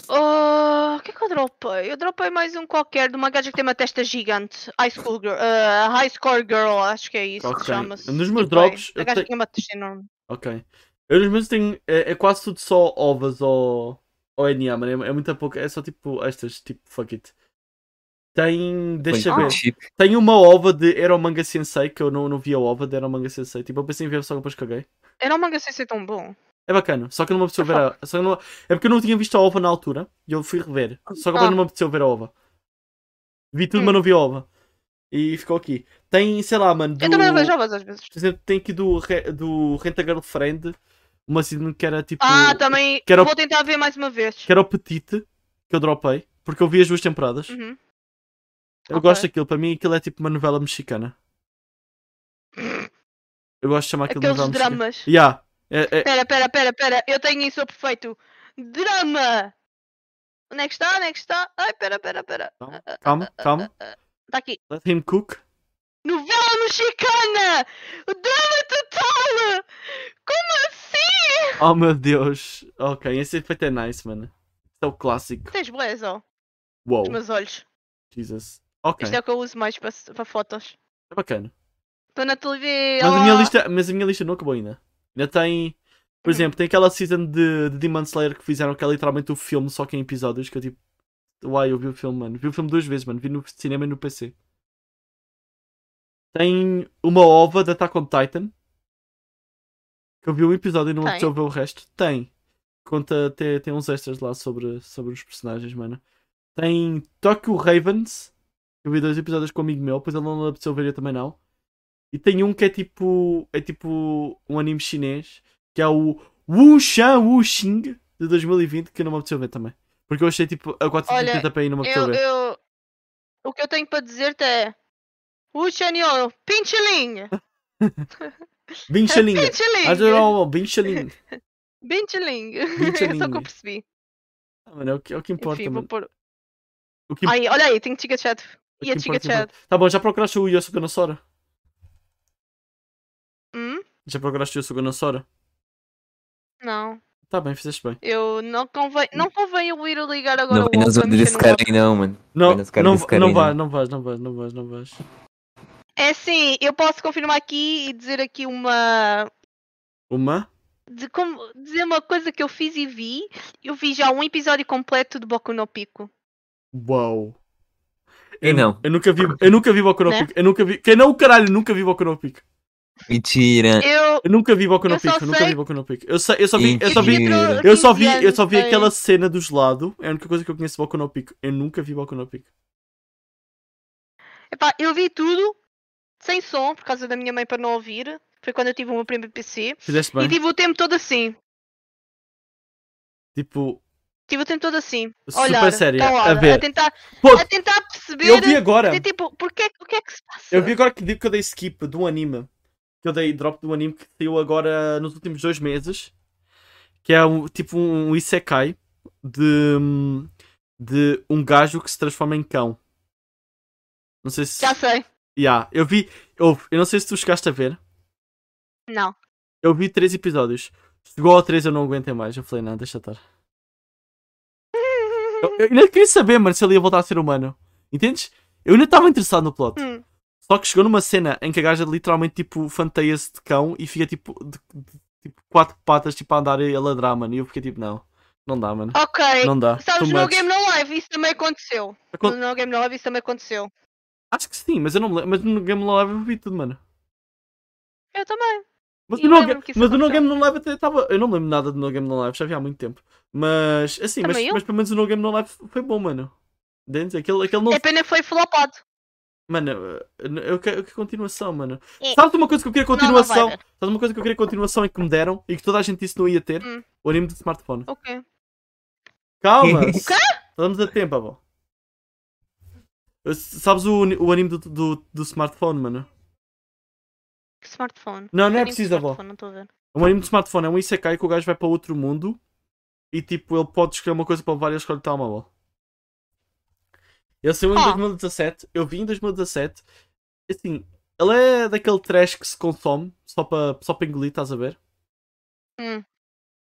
Ah, O que é que eu dropei? Eu dropei mais um qualquer de uma gaja que tem uma testa gigante. High School Girl. ah, high Score Girl, acho que é isso que Ok. se chama-se. Nos meus Dropei. drops, A eu gaja tenho- tinha uma testa enorme. Ok. Eu nos meus tenho. É, é quase tudo só ovas ou. ou NA, mano. É, é muito pouco. É só tipo estas, tipo, fuck it. Tem. Deixa Ah. ver. Tem uma ova de Era o Manga Sensei, que eu não, não vi a ova de Era o Manga Sensei. Tipo, eu pensei em ver só que depois caguei. Era um manga sem ser tão bom. É bacana, só que eu não me apeteceu ver a... só que eu não... É porque eu não tinha visto a ova na altura e eu fui rever. Só que agora Ah. não me apeteceu ver a ova. Vi tudo, Hum. mas não vi a ova. E ficou aqui. Tem, sei lá, mano. Do... Eu também vejo ovas às vezes. Por exemplo, tem aqui do, Re- do Renta Girlfriend, uma cidade que era tipo. Ah, também. quero- Vou tentar ver mais uma vez. que era o Petite, que eu dropei, porque eu vi as duas temporadas. Uhum. Eu Ok. gosto daquilo, para mim aquilo é tipo uma novela mexicana. Eu gosto de chamar aquilo de Aqueles novela mexicana. dramas. Yeah. É, é- Pera, pera, pera, pera. Eu tenho isso ao perfeito. Drama! Onde é que está? Onde é que está? Ai, pera, pera, pera. Ah, Calma, calma, uh, calma. Está ah. Tá aqui. Let him cook. Novela mexicana! Drama total! Como assim? Oh meu Deus. Ok, esse efeito é nice, mano. Esse é o clássico. Tens boas, ó. Wow, Os meus olhos. Jesus. Ok, Isto é o que eu uso mais para para fotos. é bacana. Estou na TV. Mas a, olá. minha lista, mas a minha lista não acabou ainda. Ainda tem. Por Uhum. exemplo, tem aquela season de, de Demon Slayer que fizeram, que é literalmente o filme só que em episódios. Que eu tipo. Uai, eu vi o filme, mano. Vi o filme duas vezes, mano. Vi no cinema e no PC. Tem uma ova de Attack on Titan. Que eu vi um episódio e não Tem. apeteceu ver o resto. Tem. Conta, tem, tem uns extras lá sobre, sobre os personagens, mano. Tem Tokyo Ravens. Eu vi dois episódios com um amigo meu, depois ele não apeteceu ver eu também não. E tem um que é tipo. É tipo um anime chinês, que é o Wu Shan Wu Xing de 2020, que eu não me apeteceu ver também. Porque eu achei tipo a 480p e não me apeteceu Eu, ver. eu... O que eu tenho pra dizer é. Uchaniol, pinchiling! Vinchalinha! Pinchiling! Ajuda Vinchalinha! Pinchiling! Pinchiling. Só que eu percebi. Mano, é o que, é o que importa, Enfim, vou mano. pôr. O que, Aí, olha aí, tem Tiga Chat. o E a que Tiga importa é Chat? Tá bom, já procuraste o Yosuke no Sora? Hum? Já procuraste o Yosuke no Sora? Não. Tá bem, fizeste bem. Eu não convém, não convém eu ir ligar agora Não o vai Word na pra zona mexer desse no cara Word. aí, não, mano. Não, Vai nesse cara, não, nesse cara não, aí, vais, não. não vais, não vais, não vais, não vais. É sim, eu posso confirmar aqui e dizer aqui uma. Uma? de como- dizer uma coisa que eu fiz e vi. Eu vi já um episódio completo de Boku no Pico. Uau. Eu não. Eu nunca vi, eu nunca vi Boku no Né? Pico. Eu nunca vi. Quem não, caralho, nunca vi Boku no Pico. Mentira. Eu. Eu nunca vi Boku no Eu só Pico, eu nunca sei- vi Boku no Pico. Eu, sei, eu só vi, eu só Ih, vi, tinha eu eu só 15 vi, eu só vi anos, aquela bem. cena do gelado. É a única coisa que eu conheço de Boku no Pico. Eu nunca vi Boku no Pico. Epá, eu vi tudo sem som, por causa da minha mãe para não ouvir. Foi quando eu tive o meu primeiro PC. Fizeste E bem? tive o tempo todo assim. Tipo, Tive o tempo todo assim. a super olhar, séria. a, A olhar, a ver. tentar, Pô, então, a tentar perceber. eu vi agora. de, tipo, porque, o que é que se passa? Eu vi agora que digo que eu dei skip de um anime. Que eu dei drop de um anime que saiu agora nos últimos dois meses. Que é um, tipo um isekai de, de um gajo que se transforma em cão. Não sei se. Já sei. Yeah, eu vi. Eu, eu não sei se tu chegaste a ver. Não. Eu vi três episódios. Chegou ao três eu não aguentei mais. Eu falei, não, deixa estar. Eu, eu ainda queria saber, mano, se ele ia voltar a ser humano. Entendes? Eu ainda estava interessado no plot. Hum. Só que chegou numa cena em que a gaja literalmente tipo fanteia-se de cão e fica tipo de, de- tipo quatro patas tipo a andar e a ladrar, mano. E eu fiquei tipo, não, não dá, mano. Ok. Não dá. Sabes, Too no much. Game No Live isso também aconteceu. Acon- No Game No Live isso também aconteceu. Acho que sim, mas eu não me lembro. Mas no Game Live eu vi tudo, mano. Eu também. Mas, E o no, lembro-me que isso mas o no aconteceu. Game No Live até estava. Eu não me lembro nada do No Game No Live, já vi há muito tempo. Mas assim, mas, Também eu. mas pelo menos o No Game No Live foi bom, mano. Entendes? Aquele, aquele não. A É pena foi flopado. Mano, eu, eu, quero- eu quero continuação, mano. É. Sabes uma coisa que eu queria não vai continuação? ver. Sabes uma coisa que eu queria continuação e que me deram e que toda a gente disse que não ia ter? Hum. O anime do smartphone. O quê? Calma! O quê? Estamos a tempo, avó. Eu- Sabes o, ani- o anime do, do, do smartphone, mano? Que smartphone? Não, não é Tenho preciso, um avó. smartphone, Não estou a ver. É um anime do smartphone, é um isekai que o gajo vai para outro mundo e tipo, ele pode escolher uma coisa para levar e ele escolhe o telemóvel. Ele saiu em Ah. 2017, eu vi em 2017. Assim, ele é daquele trash que se consome só para só para engolir, estás a ver? Hum.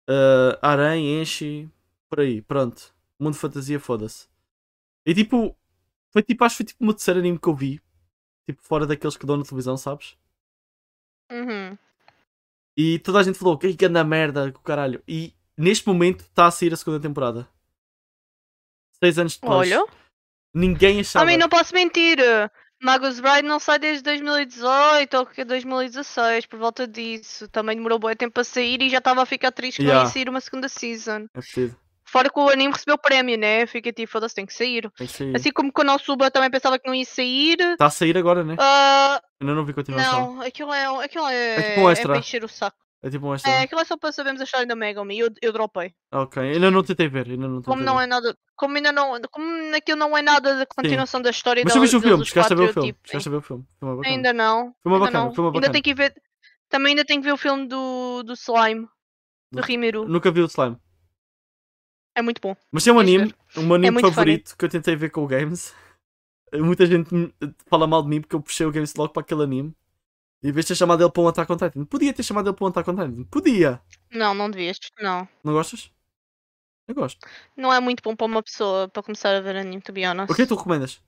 Ah, Arém, enche, por aí, pronto. Mundo de fantasia, foda-se. E tipo, foi tipo, acho que foi tipo o meu terceiro anime que eu vi. Tipo, fora daqueles que dão na televisão, sabes? Uhum. E toda a gente falou, que grande merda, que o caralho. E neste momento está a sair a segunda temporada. Seis anos depois. Olha. Ninguém A achava. mim não posso mentir. Magus Bride não sai desde 2018 ou que 2016, por volta disso. Também demorou bom tempo a sair e já estava a ficar triste que não Yeah. ia sair uma segunda season. É preciso. Fora que o anime recebeu prémio, né? Fica tipo, foda-se, tem que sair. Tem que sair. Assim como que o Nosuba também pensava que não ia sair. Está a sair agora, né? Ah, Ainda não vi continuação. não, aquilo é, aquilo é, É tipo um é extra. para encher o saco. É tipo um extra. É, aquilo é só para sabermos a história da Megami. Eu, eu dropei. Ok. Ainda não tentei ver. Ainda não tentei Como não é nada. Como ainda não. Como aquilo não é nada da continuação da história Mas tu dele- viste o deles filme? os Chegaste a ver é quatro, o filme? eu, tipo, Chegaste a ver o filme? Foi uma bacana. Ainda não. Foi uma ainda bacana, não. foi uma Ainda bacana. tenho que ver. Também ainda tenho que ver o filme do, do Slime. Do Do- Rimuru. Nunca vi o Slime. É muito bom. Mas tem um Tens de anime, um anime é. muito favorito que eu tentei ver com o Games. Muita gente me- fala mal de mim porque eu puxei o Games logo para aquele anime. Em vez de ter chamado ele para um Attack on Titan. Podia ter chamado ele para um Attack on Titan. Podia. Não, não devias. Não. Não gostas? Eu gosto. Não é muito bom para uma pessoa para começar a ver anime, to be honest. O que é que tu recomendas?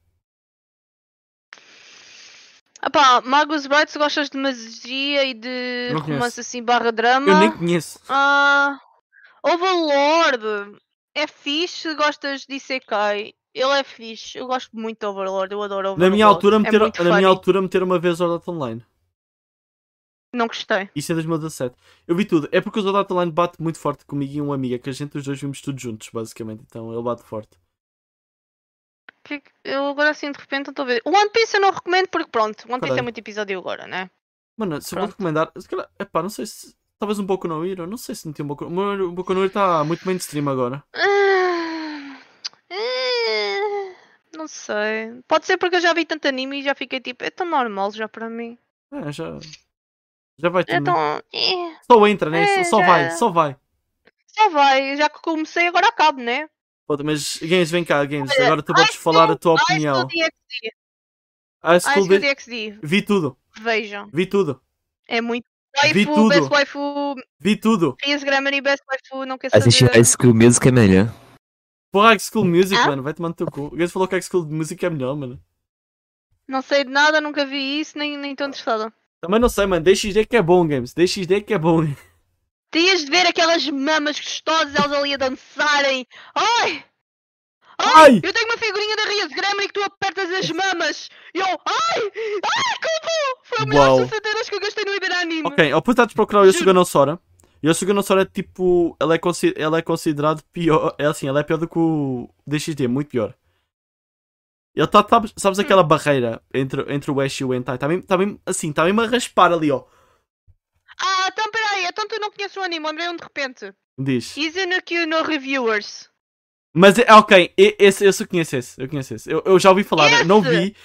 Ah pá, Magus Bright, se gostas de magia e de Não conheço. romance assim barra drama. Eu nem conheço. Ah, Overlord é fixe, gostas de Isekai. Ele é fixe, eu gosto muito de Overlord, eu adoro Overlord. Na minha altura, é meteram, muito na funny. minha altura meteram uma vez Sword Art Online. Não gostei. Isso é em 2017. Eu vi tudo. É porque o Sword Art Online bate muito forte comigo e uma amiga. Que a gente, os dois, vimos tudo juntos, basicamente. Então ele bate forte. que- eu agora assim de repente não estou a ver. One Piece eu não recomendo porque pronto, One Piece Caralho. é muito episódio agora, né? Mano, se eu vou Pronto. recomendar. Se calhar, epá, não sei se. Talvez um Boku no Hero. Não sei se não tem um Boku no Hero. O Boku no Hero está muito mainstream agora. Ah, eh, Não sei. Pode ser porque eu já vi tanto anime e já fiquei tipo, é tão normal já para mim. É, já. Já vai É ter. tão. eh, Só entra, né? É, só só já. vai, só vai. Já vai, já que comecei, agora acabo, né? Puta, Mas, Games, vem cá, Games. Olha, Agora tu podes High falar a tua High School opinião. DxD, High High School School de... DxD. Vi tudo, Vejam, vi tudo, é muito. Vi Waifu, tudo. Best Waifu, vi tudo. Rias Grammarly, Best Waifu, não quer Assistir saber. High School Music é melhor. Porra, High School Music, Ah? mano. Vai tomar no teu cu. O Games falou que High School de Music é melhor, mano. Não sei de nada, nunca vi isso, nem nem estou interessada. Também não sei, mano. DXD que é bom, Games. DXD que é bom. Tinhas de ver aquelas mamas gostosas, elas ali a dançarem. Ai! Ai! Eu tenho uma figurinha da Rias Grammarly que tu apertas as mamas. E eu, ai! Ai, como? Foi o melhor Uau. 60 euros que eu gastei no Iberanime. Ok, ao puta de procurar o Juro. Yosuganosora. Yosuganosora é tipo. Ela é, consi- ela é considerado pior. É assim, ela é pior do que o DXD, muito pior. Ele tá, tá- sabes aquela Hum. barreira entre, entre o Ash e o Hentai? Tá mesmo, tá mesmo assim, tá mesmo a raspar ali, ó. Ah, então peraí, então tu não conheces o anime, lembrei-me de repente. Diz. Izunokyu no Reviewers. Mas é, ok, e- esse, esse eu conheço esse, eu conheço esse. Eu, eu já ouvi falar, eu não Esse? vi.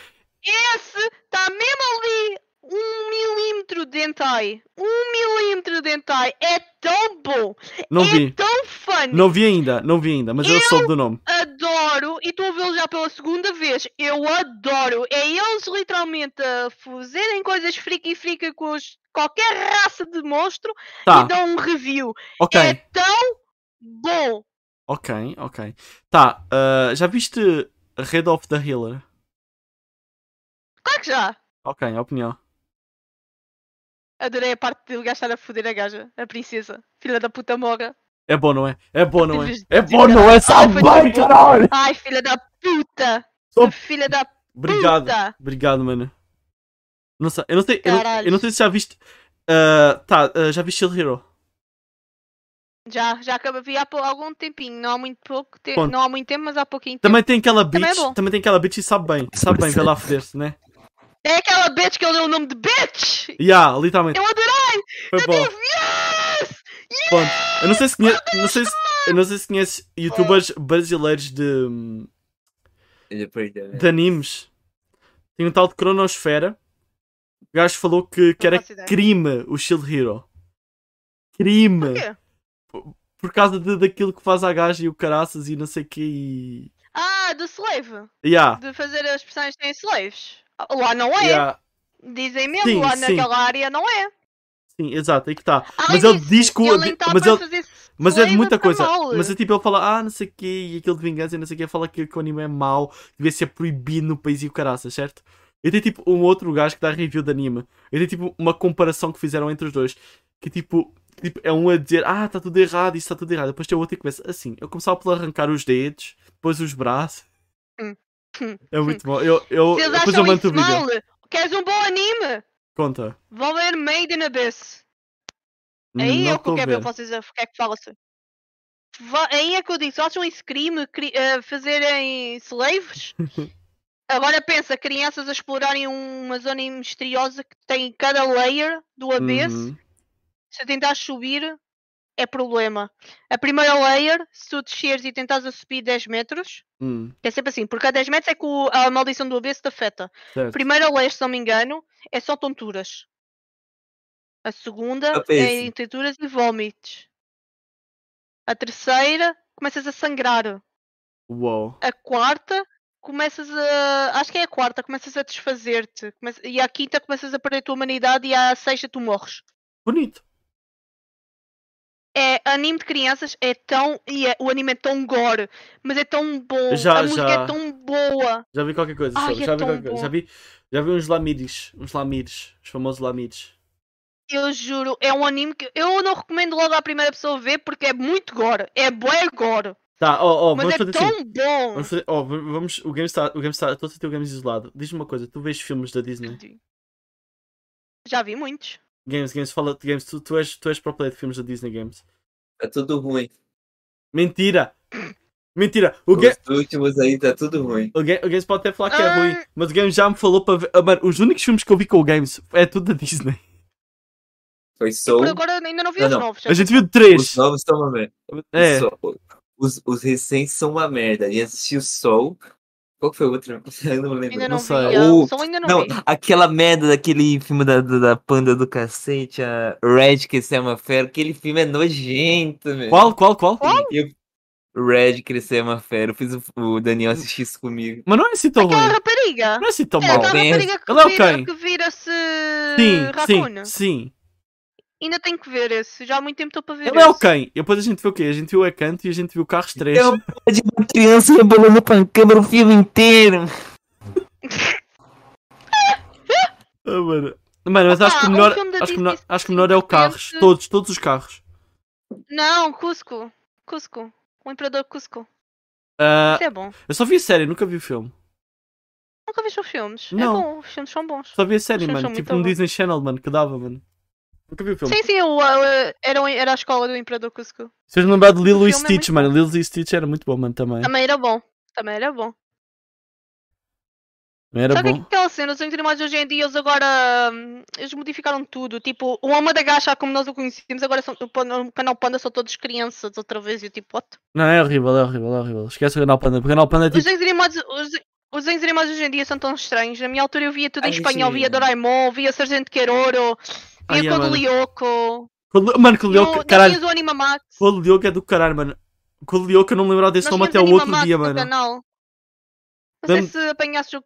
Esse está mesmo ali um milímetro de hentai. Um milímetro de hentai. É tão bom. Não é vi. tão fun. Não vi ainda, não vi ainda, mas eu, Eu- soube do nome. Adoro. E estou a vê-lo já pela segunda vez. Eu adoro. É eles literalmente a fazerem coisas friki-friki com os- qualquer raça de monstro e Tá, dão um review. ok, É tão bom. ok, ok. Tá, ah, já viste Red of the Healer? Claro que já. Ok, é a opinião. Adorei a parte de o gajo estar a foder a gaja, a princesa. Filha da puta morra. É bom, não é? É bom, não é? Deves É dizer tá bom, não é? caralho. Salve, Ai, foi- caralho! Ai, filha da puta! Sou- Filha da Obrigado, puta! obrigado, mano. Não sei, eu não sei, eu não, Caralho. eu não sei se já viste. ah, tá, ah, já viste Shield Hero? Já, já acabei, vi há pou- algum tempinho, não há muito pouco, te- Ponto. não há muito tempo, mas há pouquinho tempo. Também tem aquela Também é bitch, bom. também tem aquela bitch e sabe bem, sabe bem, vai lá foder-se, né? É aquela bitch que eu deu o nome de bitch! Yeah, literalmente, Eu adorei! foi eu bom. tive yes! Ponto. Eu não sei se conheces, não sei se, eu não sei se conheces youtubers brasileiros de, hum, Ele perdeu, né? de animes. Tem um tal de Cronosfera. O gajo falou que, que era faço ideia. crime o Shield Hero. Crime! quê? Por, por causa de, daquilo que faz a gaja e o caraças e não sei o que e. Ah, do slave! Yeah, De fazer as personagens em slaves. Lá não é! Ah. yeah. Dizem mesmo, Sim, lá sim. naquela área não é! Sim, exato, aí que tá. está. Além Mas ele disso, diz que o- ele nem tá mas para ele- fazer Mas é de slave muita para coisa. mal. Mas é tipo, ele fala, ah, não sei o quê, e aquele de vingança, e não sei o quê, fala que, que o anime é mau, devia ser proibido no país e o caraça, certo? E tem tipo um outro gajo que dá review de anime. E tem tipo uma comparação que fizeram entre os dois. Que tipo, tipo é um a dizer, ah, está tudo errado, isso está tudo errado. Depois tem o outro que começa assim. Eu começava por arrancar os dedos, depois os braços. Hum. Hum. É muito bom. Eu, eu, Se eles depois eu acham mando o isso mal, vídeo. queres um bom anime? Conta. Vão ver Made in Abyss. Hum, não Aí é que eu estou a quero ver ver. vocês a- o que é que falam assim. Va- Aí é que eu digo, só acham isso crime cri- eh, fazerem slaves? Agora pensa, crianças a explorarem uma zona misteriosa que tem cada layer do abyss. Uhum. Se tentares subir, é problema. A primeira layer, se tu desceres e tentares a subir 10 metros, Hum, é sempre assim, porque a 10 metros é que o- a maldição do abyss te afeta. A certo. primeira layer, se não me engano, é só tonturas. A segunda Ah, é péssimo. em tonturas e vómitos. A terceira, começas a sangrar. Uau. A quarta, começas a. Acho que é a quarta, começas a desfazer-te. Começa- E a quinta, começas a perder a tua humanidade. E a sexta, tu morres. Bonito. É anime de crianças, é tão. E é- o anime é tão gore, mas é tão bom. Já, a música já. é tão boa. Já vi qualquer coisa Ai, sobre. é já, vi tão qualquer coisa. bom. já vi Já vi uns lamires. Uns lamires. Os famosos lamires. Eu juro, é um anime que eu não recomendo logo à primeira pessoa ver porque é muito gore. É bué gore. Tá, ó, ó, Mas vamos é fazer tão assim. bom! Vamos fazer. Ó, v- vamos. O game está. O game está. Estou a sentir o games isolado. Diz-me uma coisa. Tu vês filmes da Disney? Já vi muitos. Games, games, fala. Games, tu, tu és, tu és para o player de filmes da Disney Games. Tá tudo ruim. Mentira! Mentira, o, Ga Os últimos aí tá tudo ruim. o, Ga o Games pode até falar que é Ah. ruim, mas o Games já me falou para ver. Ah, mano, os únicos filmes que eu vi com o Games é tudo da Disney. Foi Soul. Por agora eu ainda não vi Não, os não. novos. A gente viu Os três. novos são uma merda. É. Só- Os, os recentes são uma merda. E assisti o Soul. Qual que foi o outro? Eu não lembro. Ainda não, Não sei. vi. ah, Ou- Só ainda não, Não, vi. aquela merda daquele filme da, da, da panda do cacete, a Red Crescer uma Fera, aquele filme é nojento, velho. Qual, qual, qual? Eu... Red Crescer uma Fera, eu fiz o, o Daniel assistir isso comigo. Mas não é assim tão Aquela ruim. rapariga. Não é assim tão É mal. aquela Bem, rapariga que ela é o vira- quem? que vira-se Sim, sim, raccoon. sim. Ainda tenho que ver esse. Já há muito tempo estou para ver Ele é o esse. quem? E depois a gente viu o quê? A gente viu o Encanto e a gente viu Carros 3. É uma porra de uma criança rebolando pra câmera o filme inteiro. Ah, mano. Mano, mas Opa, acho que o um melhor, filme da acho que o Disney melhor, acho que o melhor é o Carros. simplesmente- Todos, todos os carros. Não, Cusco. Cusco. O Imperador Cusco. Ah, Isso é bom. eu só vi a série, nunca vi o filme. Nunca vi os filmes. Não. É bom, os filmes são bons. Só vi a série, Os filmes mano. são Tipo muito um bons. Disney Channel, mano, que dava, mano. Nunca vi o filme. Sim, sim, eu, eu- eu- era, o- era a escola do Imperador Cusco. Vocês me lembram de Lilo O e filme é Stitch, muito mano. Lilo e Stitch era muito bom, mano, também. Também era bom. Também era bom. Era Só que bom. aquela cena, os desenhos animados hoje em dia, eles agora. hum, Eles modificaram tudo. Tipo, o Alma da Gacha, como nós o conhecemos, agora são, o pan- o canal Panda são todos crianças outra vez. E eu tipo, what? Não, é horrível, é horrível, é horrível. Esquece o Canal Panda. porque O Canal Panda é Os tipo. desenhos animados. Os... Os desenhos animados hoje em dia são tão estranhos. Na minha altura eu via tudo em Ai, isso espanhol, mesmo. via Doraemon, via Sargento Queiroro, Ai, via é, mano. Codolioco, Cod- Mano, Codilioca, Não tinhas caralho. o Animamax. Codilioca é do caralho, mano. Codilioca eu não me lembrava desse Nós nome tínhamos até o um outro Animamax dia, no mano. Canal. Não sei Dam- se apanhaste o,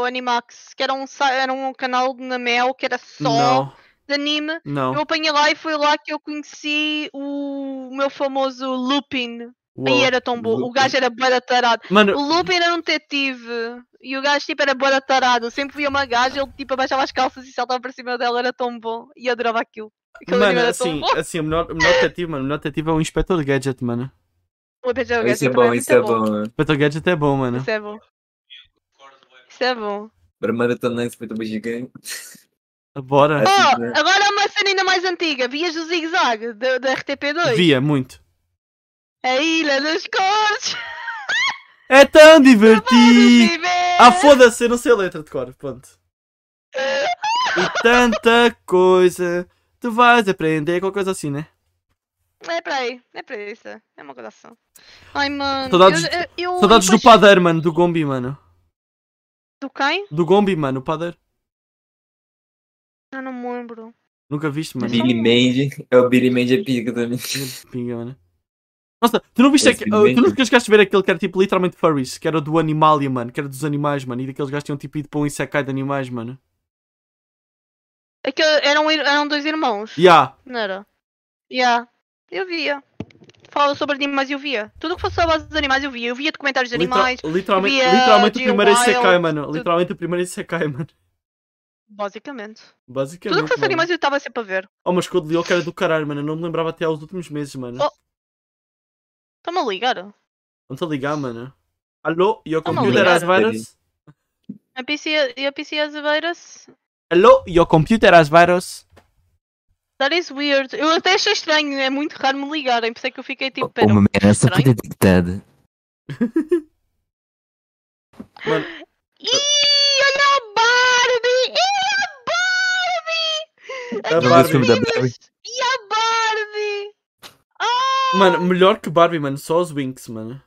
o Animax, que era um, sa- era um canal na Mel, que era só Não, de anime. Eu não. apanhei lá e foi lá que eu conheci o meu famoso Lupin. Aí Uou. era tão bom. O Lupin. gajo era bué da tarado. Mano, O Lupin era um detetive. E o gajo tipo era bué da tarado. Eu sempre via uma gaja, ele tipo abaixava as calças e saltava para cima dela. Era tão bom. E eu adorava aquilo. Aquele anime Mano, era assim, tão bom. assim, o melhor, o melhor detetive, mano, o melhor detetive é o Inspector Gadget, mano. O Peter Gato Isso é também bom, muito isso é bom. O Inspector Gadget é bom, mano. Isso é bom. Isso é bom. Para maratonar esse peito gigante. Bora. Oh, né? agora uma cena ainda mais antiga. Vias o zigue-zague da da RTP2. Via, muito. A Ilha das Cores. É tão É divertido! Ah, viver. foda-se, eu não sei a letra de cor, pronto. E tanta coisa, tu vais aprender, qualquer coisa assim, né? É pra aí, é pra isso. É uma coração. Ai, mano. Saudades- eu, eu- eu- Saudades do depois- padeiro, mano, do Gombi, mano. Do quem? Do Gombi, mano, o padeiro. Eu não me lembro. Nunca viste, mano. Billy Mandy. É o Billy Mandy é pica também. Pinga, mano. Nossa, tu não viste Esse aquele. ah, bem- tu nunca chegaste a ver aquele que era tipo literalmente furries, que era do Animalia, mano, que era dos animais, mano, e daqueles gajos que tinham tipo ido para um Isekai de animais, mano. É que eram, ir- eram dois irmãos, Ya, não era? Yeah. Eu via. Falava sobre animais e eu via. tudo o que fosse sobre os animais eu via. Eu via documentários de Literal- animais, literalmente, via literalmente o Geo primeiro Wild, Isekai, mano. tudo. Literalmente o primeiro Isekai, mano. basicamente. Basicamente. Tudo o que fosse mano. animais eu estava sempre a ver. Oh, mas quando li eu que era do caralho, mano. Eu não me lembrava até aos últimos meses, mano. Oh. Estão-me a ligar? Não te a ligar, mano. Alô, your Toma computer ligar. has virus? A PC, e a PC Azeveiras? Alô, your computer has virus? That is weird. Eu até achei estranho, é muito raro me ligarem, por isso é que eu fiquei Oh, tipo, pera, Uma ameaça foi estranho. detectada. Mano, Ih, olha a Barbie! Ih, a a Barbie! Barbie. Aqueles Filme da meninos! E a Barbie! Oh, mano, melhor que Barbie, mano. Só os Winx, mano.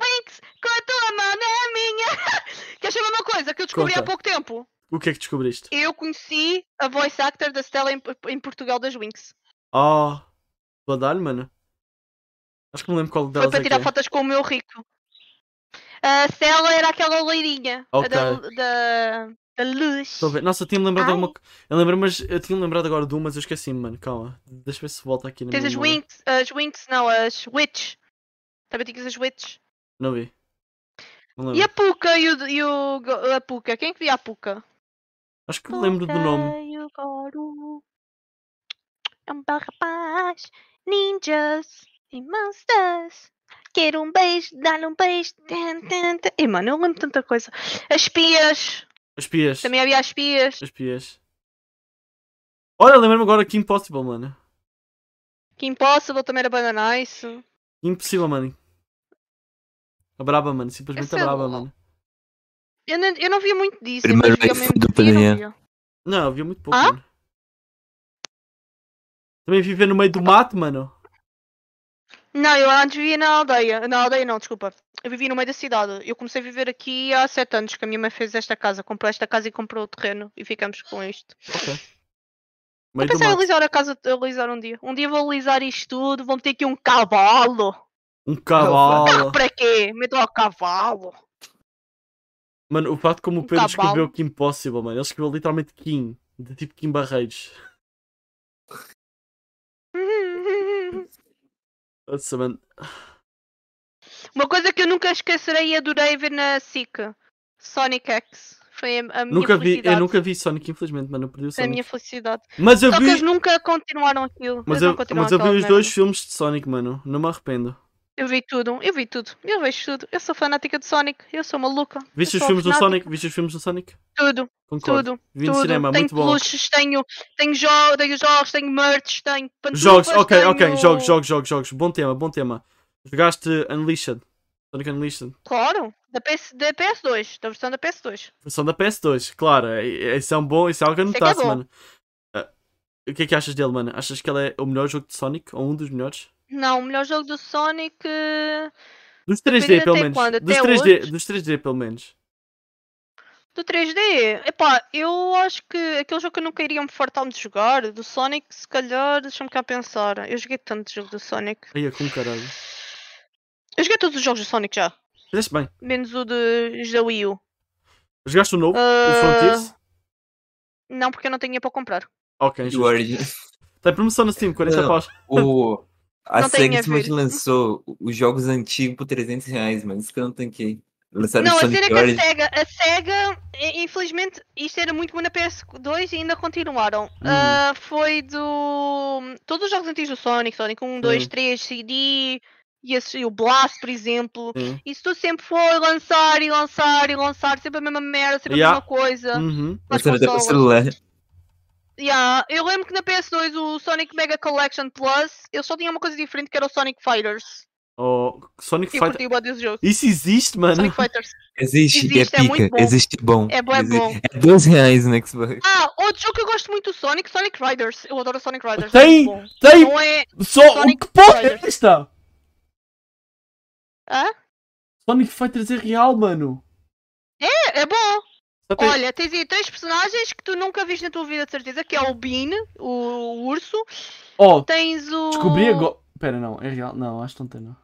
Winx, com a tua mão é minha! Quer saber uma coisa que eu descobri há Conta. pouco tempo? O que é que descobriste? Eu conheci a voice actor da Stella em, em Portugal das Winx. Oh, badalho, mano. Acho que não lembro qual Foi delas para é tirar que é. fotos com o meu rico. A Stella era aquela loirinha. a Da, da, da luz. Estou a ver. Nossa, eu tinha-me lembrado de Ai. alguma co- Eu lembro, mas eu tinha-me lembrado agora de uma, mas eu esqueci-me, mano. Calma. Deixa eu ver se volta aqui na Tens minha as memória. Winx, as Winx, não, as Witch. Também tinhas as Witch. Não vi. Não lembro. E a Puka e o. E o go- a Puka? Quem é que via a Puka? Acho que me lembro do nome. Puka e o Goru. É um bom rapaz. Ninjas e monsters. Quero um beijo, dar um beijo. Tan, tan, tan. E mano, eu lembro tanta coisa. As espias. As pias. Também havia as espias. As pias. Olha, lembro-me agora que Impossible, mano. Que Impossible também era Bananice. Impossível, mano. A braba, mano. Simplesmente Esse a é braba, o- mano. Eu não, eu não via muito disso. Primeiro depois via é mesmo do dia, não Daniel. via. Não, havia muito pouco, Ah? mano. Também viver no meio do mato, mano. Não, eu antes vivia na aldeia. Na aldeia não, desculpa. Eu vivia no meio da cidade. Eu comecei a viver aqui há sete anos, que a minha mãe fez esta casa. Comprou esta casa e comprou o terreno. E ficamos com isto. Meio eu do pensei em mato. alisar a casa, a alisar um dia. Um dia vou alisar isto tudo, vou meter aqui um cavalo. Um cavalo. Ah, para quê? Meto ao cavalo. Mano, o fato como o Um Pedro cavalo. escreveu Kim Possible, mano. Ele escreveu literalmente Kim. De tipo Kim Barreiros. Nossa, mano. Uma coisa que eu nunca esquecerei e adorei ver na SIC. Sonic X. Foi a, a minha Nunca vi, felicidade. eu nunca vi Sonic, infelizmente, mano. Eu perdi o Foi a minha Sonic. felicidade. Mas eu Só que eles vi. nunca continuaram aquilo. Mas Eles eu, não continuaram mas eu vi aquela os merda. dois filmes de Sonic, mano. Não me arrependo. Eu vi tudo, eu vi tudo, eu vejo tudo. Eu sou fanática de Sonic, eu sou maluca. eu Viste os sou filmes do fanática. Sonic? Viste os filmes do Sonic? Tudo, Concordo. tudo, Vi no tudo. cinema, tenho muito bom. peluches, tenho, tenho, jo tenho jogos, tenho merch, tenho pantufas, Jogos, ok, ok. tenho- Jogos, jogos, jogos, jogos. Bom tema, bom tema. Jogaste Unleashed. Sonic Unleashed. Claro, da, PS, da PS2, da versão da PS2. Versão da PS2, claro. é- é- Esse é um bom, esse é algo que eu Sei que é notasse, bom. mano. Ah, o que é que achas dele, mano? Achas que ele é o melhor jogo de Sonic? Ou um dos melhores? Não, o melhor jogo do Sonic. eh, Dos 3D, Depende pelo até menos. quando, Dos até 3D, hoje? dos 3D, pelo menos. Do 3D, epá, eu acho que aquele jogo que eu nunca iria me fartar de jogar, do Sonic, se calhar, deixa-me cá pensar. Eu joguei tanto jogo do Sonic. Aí é com caralho. Eu joguei todos os jogos do Sonic já, Fizeste bem. menos o de, os da Wii U. Jogaste o novo? O Ah, Frontiers? Não, porque eu não tinha para comprar. Ok, Do justo. Origin. Tem promoção na Steam, 40 Não. paus. O... A Não tem SEGA a simplesmente ver. lançou os jogos antigos por 300 reais, mano. Isso que eu não tanquei. Lançaram não, a Sonic cena é que Origin. a SEGA, a SEGA, i- infelizmente, isto era muito bom na PS2 e ainda continuaram. Hum. Ah, foi do. Todos os jogos antigos do Sonic, Sonic 1, 2, Sim. 3, CD e, esse- e o Blast, por exemplo. Sim. Isso tudo sempre foi lançar e lançar e lançar, sempre a mesma merda, sempre Yeah. a mesma coisa. Uhum. nas Lançaram até pro consolas. celular. Yeah, Eu lembro que na PS2 o Sonic Mega Collection Plus, eu só tinha uma coisa diferente que era o Sonic Fighters. Ou Oh, Sonic Eu Fighter. curti o body desse jogo. Isso existe, mano. Sonic Fighters. Existe, Existe, é é muito pica, bom. existe bom. É bom, é existe- bom. É 12 reais no Xbox. Ah, outro jogo que eu gosto muito do Sonic, Sonic Riders. Eu adoro Sonic Riders. é Tem- muito bom. Tem Não é. só o Sonic que porra Fighters. é esta? Hã? Sonic Fighters é real, mano. É, é bom. Só tem- Olha, tens aí três personagens que tu nunca viste na tua vida, de certeza, que é o Bean, o urso. Oh, Tens o. descobri agora. Pera, não, é real. Não, acho que não tem, não.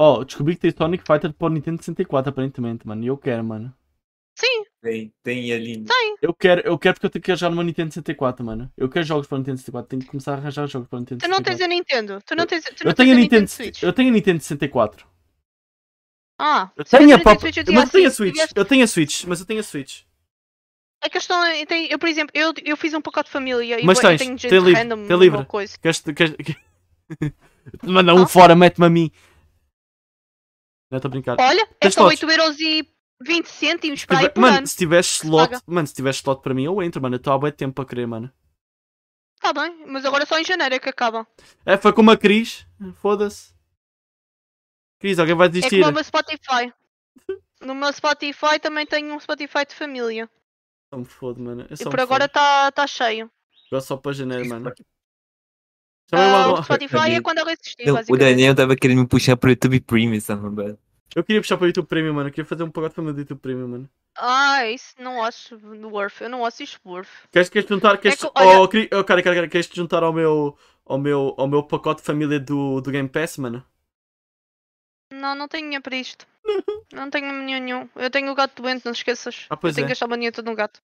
Oh, descobri que tem Sonic Fighter para o Nintendo 64, aparentemente, mano. E eu quero, mano. Sim, Tem, tem ali. Eu quero, eu quero porque eu tenho que arranjar uma Nintendo 64, mano. Eu quero jogos para o Nintendo 64. Tenho que começar a arranjar jogos para o Nintendo tu não tens 64. a Nintendo. Tu não tens, tu não Eu tenho a tens Nintendo, Switch. eu tenho a Nintendo 64. Ah, Eu se tenho a tivesse própria, Switch, eu tinha mas eu tenho a assim, Switch. tivesse- Eu tenho a Switch, mas eu tenho a Switch. A questão é, tem- eu, por exemplo, eu, eu fiz um pacote de família e Mas eu tens, tenho gente tem livre, random tem livre. ou coisa. Queres, queres... Manda um fora, mete-me a mim. Não estou a brincar. Olha, é Tens só slots. 8 euros e 20 cêntimos Se para aí tiver- por mano, ano. se tiver slot, Paga. mano, se tiver slot para mim, eu entro, mano. Eu estou há bem tempo para querer, mano. Tá bem, mas agora só em janeiro é que acaba. É, foi como a Cris. Foda-se. Cris, alguém vai É desistir. como o meu Spotify. No meu Spotify também tenho um Spotify de família. Não me foda, mano. Eu E só me por agora fodo. está tá cheio. Agora só para É, janeiro, mano. Também Ah, uma- o Spotify é Daniel- quando eu resisti, Não, o basicamente. Daniel tava querendo me puxar pro YouTube Premium, essa arrombada. Eu queria puxar para o YouTube Premium, mano. Eu queria fazer um pacote para o meu YouTube Premium, mano. Ah, isso não acho worth. Eu não acho isto worth. Queres, queres juntar? Queres, É que, oh, olha- Cri- oh, cara, cara, cara, queres te juntar ao meu, ao meu, ao meu pacote de família do, do Game Pass, mano? Não, não tenho dinheiro para isto. Não tenho dinheiro nenhum. Eu tenho o gato doente, não esqueças. Ah, pois eu tenho é. que gastar o meu dinheiro todo no gato.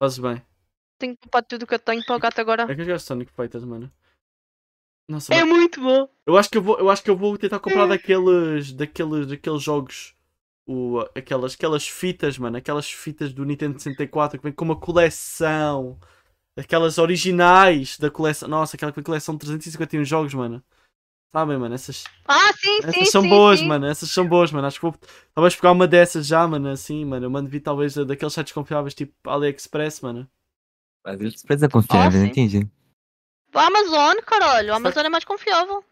Fazes bem. Tenho que poupar tudo o que eu tenho para o gato agora. É que eu jogo Sonic Fighters, mano. Nossa, Ah. É mano, muito bom. eu acho que eu vou, eu acho que eu vou tentar comprar É. daqueles, daqueles, daqueles jogos, o, aquelas, aquelas fitas, mano, aquelas fitas do Nintendo 64 que vem com uma coleção, aquelas originais da coleção, nossa, aquela que vem coleção de 351 jogos, mano. Sabem, mano, essas, Ah, sim, sim, essas são sim, boas, sim. mano, essas são boas, mano. Acho que vou talvez pegar uma dessas já, mano, assim, mano. Eu mando vir talvez daqueles sites confiáveis tipo AliExpress, mano. Mas ele precisa confiar, Ah, né? sim. Entendi. Amazon, caralho. Será- A Amazon é mais confiável.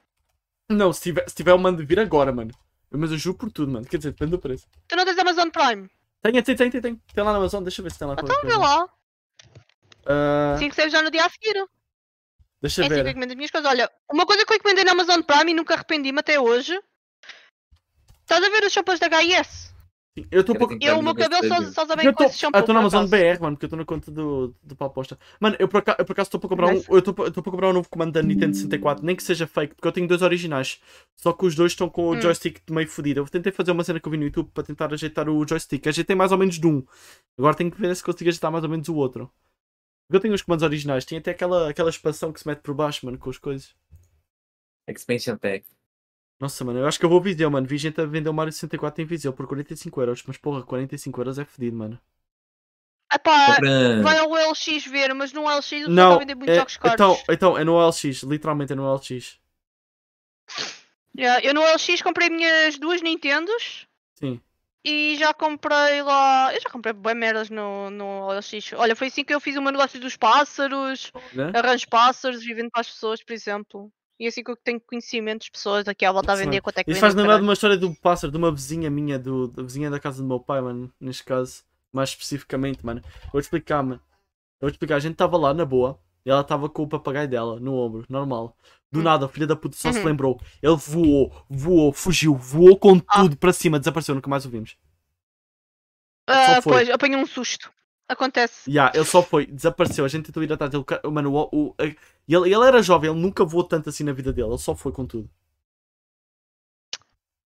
Não, se tiver, se tiver eu mando vir agora, mano. Mas eu juro por tudo, mano. Quer dizer, depende do preço. Tu não tens Amazon Prime? Tem, tem, tem, tem, tem. Tem lá na Amazon, deixa eu ver se tem lá. Então qualquer vê coisa. lá. Ah, Assim que saiu já no dia a seguir. deixa é assim que eu ver. encomendo as minhas coisas. Olha, uma coisa que eu encomendei na Amazon Prime e nunca arrependi-me até hoje. Estás a ver os shampoos da HS? Sim, Eu estou um Cara, pouco. tem- Eu, o meu nunca cabelo só, arrependi. só dá bem Eu com tô, esse shampoo. ah, tô na por Amazon acaso. BR, mano, porque eu estou na conta do, do Pau Aposta. Mano, eu por acaso eu por acaso estou para comprar um. Nice. Eu estou para eu tô para comprar um novo comando da Nintendo 64, nem que seja fake, porque eu tenho dois originais. Só que os dois estão com o Hum. joystick meio fodido. Eu tentei fazer uma cena que eu vi no YouTube para tentar ajeitar o joystick. Ajeitei mais ou menos de um. Agora tenho que ver se consigo ajeitar mais ou menos o outro. Porque eu tenho os comandos originais, tem até aquela, aquela expansão que se mete por baixo, mano, com as coisas. Expansion Pack. Nossa, mano, eu acho que eu vou a Viseu, mano. Vi gente a vender o Mario 64 em Viseu por 45 euros, mas porra, 45 euros é fedido, mano. Epá, Ah, vai Compra... ao LX ver, mas no LX o pessoal Não, está a vender muitos é- jogos caros. então, então, é no LX, literalmente é no LX. Yeah, eu no LX comprei minhas duas Nintendos Sim. e já comprei lá. Eu já comprei bem merdas no, no LX. Olha, foi assim que eu fiz o meu negócio dos pássaros, Né? arranjo pássaros e vendo para as pessoas, por exemplo. E assim que eu tenho conhecimento de pessoas aqui à volta a Sim. vender quanto é que Isso vendem, faz lembrar de caralho. uma história do pássaro, de uma vizinha minha, do, da vizinha da casa do meu pai, mano, neste caso, mais especificamente, mano. Vou explicar, mano. Eu Vou explicar, a gente estava lá na boa e ela estava com o papagaio dela no ombro, normal. Do Hum. nada, o filho da puta só se Uhum. lembrou. Ele voou, voou, fugiu, voou com tudo para cima, desapareceu, nunca mais o vimos. Ah, só foi. pois, apanhei um susto. Acontece. Yeah, ele só foi, desapareceu, a gente tentou ir atrás dele. ca- Mano, o, o- a- ele, ele era jovem, ele nunca voou tanto assim na vida dele, ele só foi com tudo.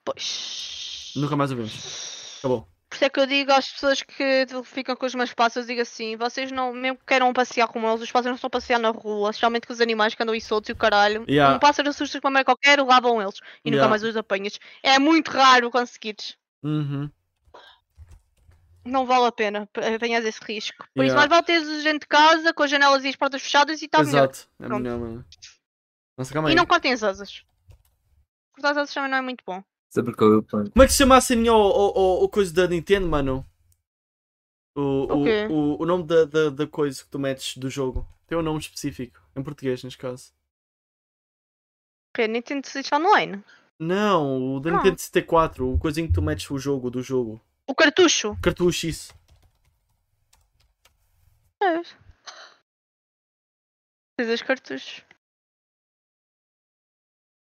Pois. Nunca mais o vimos. Acabou. Por isso é que eu digo às pessoas que ficam com os meus pássaros, eu digo assim, vocês não, mesmo que queiram passear com eles, os pássaros não estão a passear na rua, especialmente com os animais que andam aí soltos e o caralho. Yeah. Um pássaro assusta com uma mãe qualquer, lavam eles e Yeah. nunca mais os apanhas. É muito raro conseguires. Uhum. Não vale a pena, p- apanhas esse risco. Por Yeah. isso mais vale teres gente de casa, com as janelas e as portas fechadas e está Tá melhor. Exato. É Pronto. melhor, mano. Nossa, calma E aí. não cortem as asas. Cortar as asas também não é muito bom. Sobre qual eu ponho. Como é que se chama a ceninha ou, ou, ou- ou coisa da Nintendo, mano? O, o, O quê? o, o nome da, da, da coisa que tu metes do jogo. Tem um nome específico. Em português, neste caso. Ok, Nintendo Switch é, Online. Não, o da Não. Nintendo CT4. O coisinho que tu metes o jogo do jogo. O cartucho. Cartucho, isso. É. Tens os cartuchos.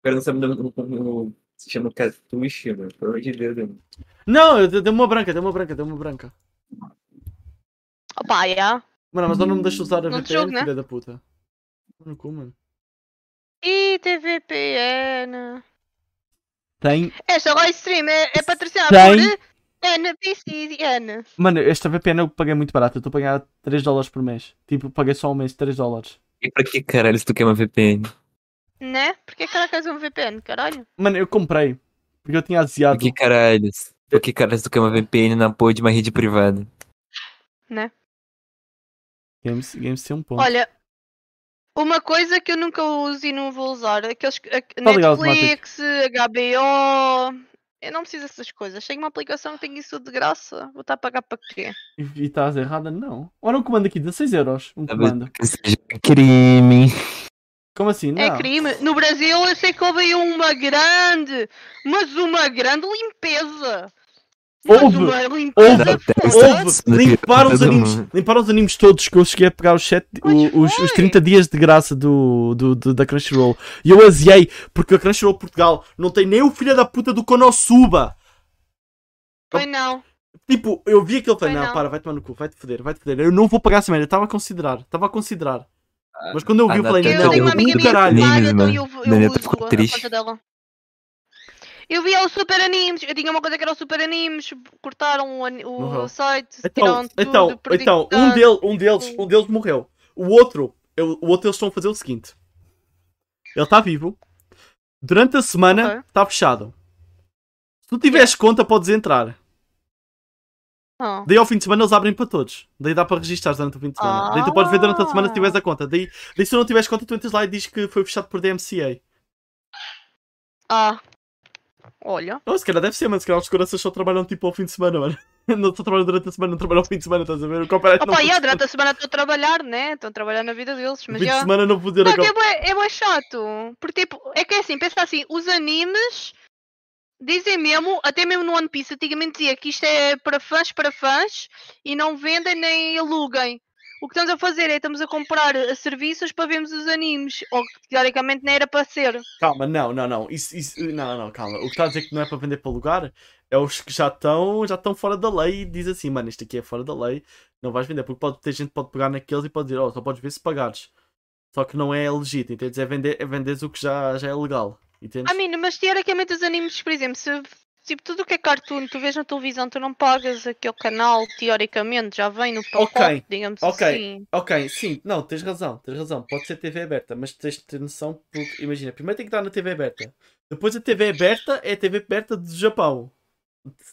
Agora não sabe como- como se chama o cartucho, mano. Pelo amor de Deus, mano. Não, eu- deu uma branca, deu uma branca, deu uma branca. Opa, yeah. Mano, mas não me deixa usar a Hum, Não te VPN, jogo, né? filha da puta. No cu, mano. E TVPN. Tem. Esta live stream é, é patrocinada Tem. por NBCN. Mano, esta VPN eu paguei muito barato. Eu estou a pagar 3 dólares por mês. Tipo, paguei só um mês 3 dólares. E pra que caralho se tu quer uma VPN? Né? Porque caracas é um VPN, caralho. Mano, eu comprei. Porque eu tinha asiado. Por que caralho? Por que caralho se tu quer uma VPN na porra de uma rede privada? Games, games tem um ponto. Olha, uma coisa que eu nunca uso e não vou usar, aqueles que- a- ligado Netflix, HBO. Eu não preciso dessas coisas. Tenho uma aplicação que tem isso tudo de graça. Vou estar a pagar para quê? E e estás errada? Não. Olha um comando aqui, 16 euros. Um Talvez comando. porque seja crime. Como assim? Não. É crime. No Brasil eu sei que houve aí uma grande, mas uma grande limpeza. Mas Houve. uma limpeza. Houve! Todo Limparam os mundo. animes, limparam os animes todos que eu cheguei a pegar os, sete, Pois o- os, foi. os 30 dias de graça do, do, do- da Crunchyroll. E eu aziei, porque a Crunchyroll Portugal não tem nem o filho da puta do Konosuba. Foi não. Tipo, eu vi aquele falei, Foi não, não. para, vai tomar no cu, vai te foder, vai te foder. Eu não vou pagar essa merda, eu estava a considerar, estava a considerar. Mas quando eu vi, eu Ah, falei, Natan, Eu não, tenho eu uma amiga do do minha caralho. que trabalha, então Animes, eu, mano. eu Daniel uso tá ficando a triste. conta dela. Eu vi ao Super Animes, eu tinha uma coisa que era o Super Animes, cortaram o, ani- o Uhum. site, Então, tiraram tudo, então, perdi então um, tanto. dele, um, deles, um deles morreu. O outro, eu- o outro eles estão a fazer o seguinte. Ele está vivo. Durante a semana Ok. está fechado. Se tu tiveres conta, podes entrar. Ah, Daí ao fim de semana eles abrem para todos. Daí dá para registar durante o fim de semana. Daí tu podes ver durante a semana se tiveres a conta. Daí, daí se tu não tiveres conta, tu entras lá e diz que foi fechado por DMCA. ah. Olha. Não, se calhar deve ser, mas se calhar os corações só trabalham tipo ao fim de semana, mano. Não só trabalham durante a semana, não trabalham ao fim de semana, estás a ver? O copyright não Opa, yeah, durante a semana estou a trabalhar, né? Estou a trabalhar na vida deles, fim mas de já. semana não poder Não, que é agora. bué, é bué chato. Porque, tipo, é que é assim, pensa assim, os animes dizem mesmo, até mesmo no One Piece, antigamente dizia que isto é para fãs, para fãs, e não vendem nem aluguem. O que estamos a fazer é estamos a comprar eh, serviços para vermos os animes, ou que teoricamente não era para ser. Calma, não, não, não. Isso, isso, não, não, calma. O que está a dizer que não é para vender para lugar é os que já estão já estão fora da lei e diz assim, mano, isto aqui é fora da lei, não vais vender, porque pode ter gente que pode pegar naqueles e pode dizer, ó, só podes ver se pagares. Só que não é legítimo, entendes? É vender, é venderes o que já, já é legal. Entendes? Ah, mina, mas teoricamente os animes, por exemplo, se tipo, tudo o que é cartoon tu vês na televisão, tu não pagas aquele canal, teoricamente, já vem no pacote, Ok, digamos ok. assim. Ok, sim, não, tens razão, tens razão. Pode ser TV aberta, mas tens de ter noção porque, imagina, primeiro tem que dar na TV aberta. Depois a TV aberta é a TV aberta do Japão.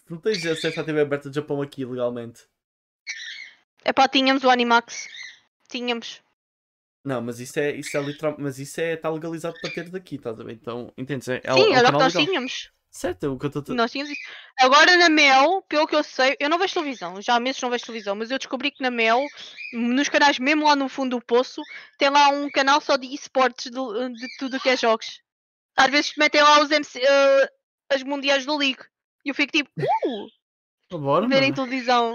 Tu Não tens acesso à TV aberta do Japão aqui legalmente. É pá, tínhamos o Animax. Tínhamos. Não, mas isso é, isso é literal, mas isso é, está legalizado para ter daqui, estás a ver? Então, entendes? É, é, um- Sim, é um era o que canal nós legal. tínhamos. Certo, é o que eu estou Nós tínhamos isso. Agora na Mel, pelo que eu sei, eu não vejo televisão, já há meses não vejo televisão, mas eu descobri que na Mel, nos canais mesmo lá no fundo do poço, tem lá um canal só de esportes do- de, tudo o que é jogos. Às vezes metem lá os MC, eh, as mundiais do League. E eu fico tipo, uh, Bora, ver em mano. televisão.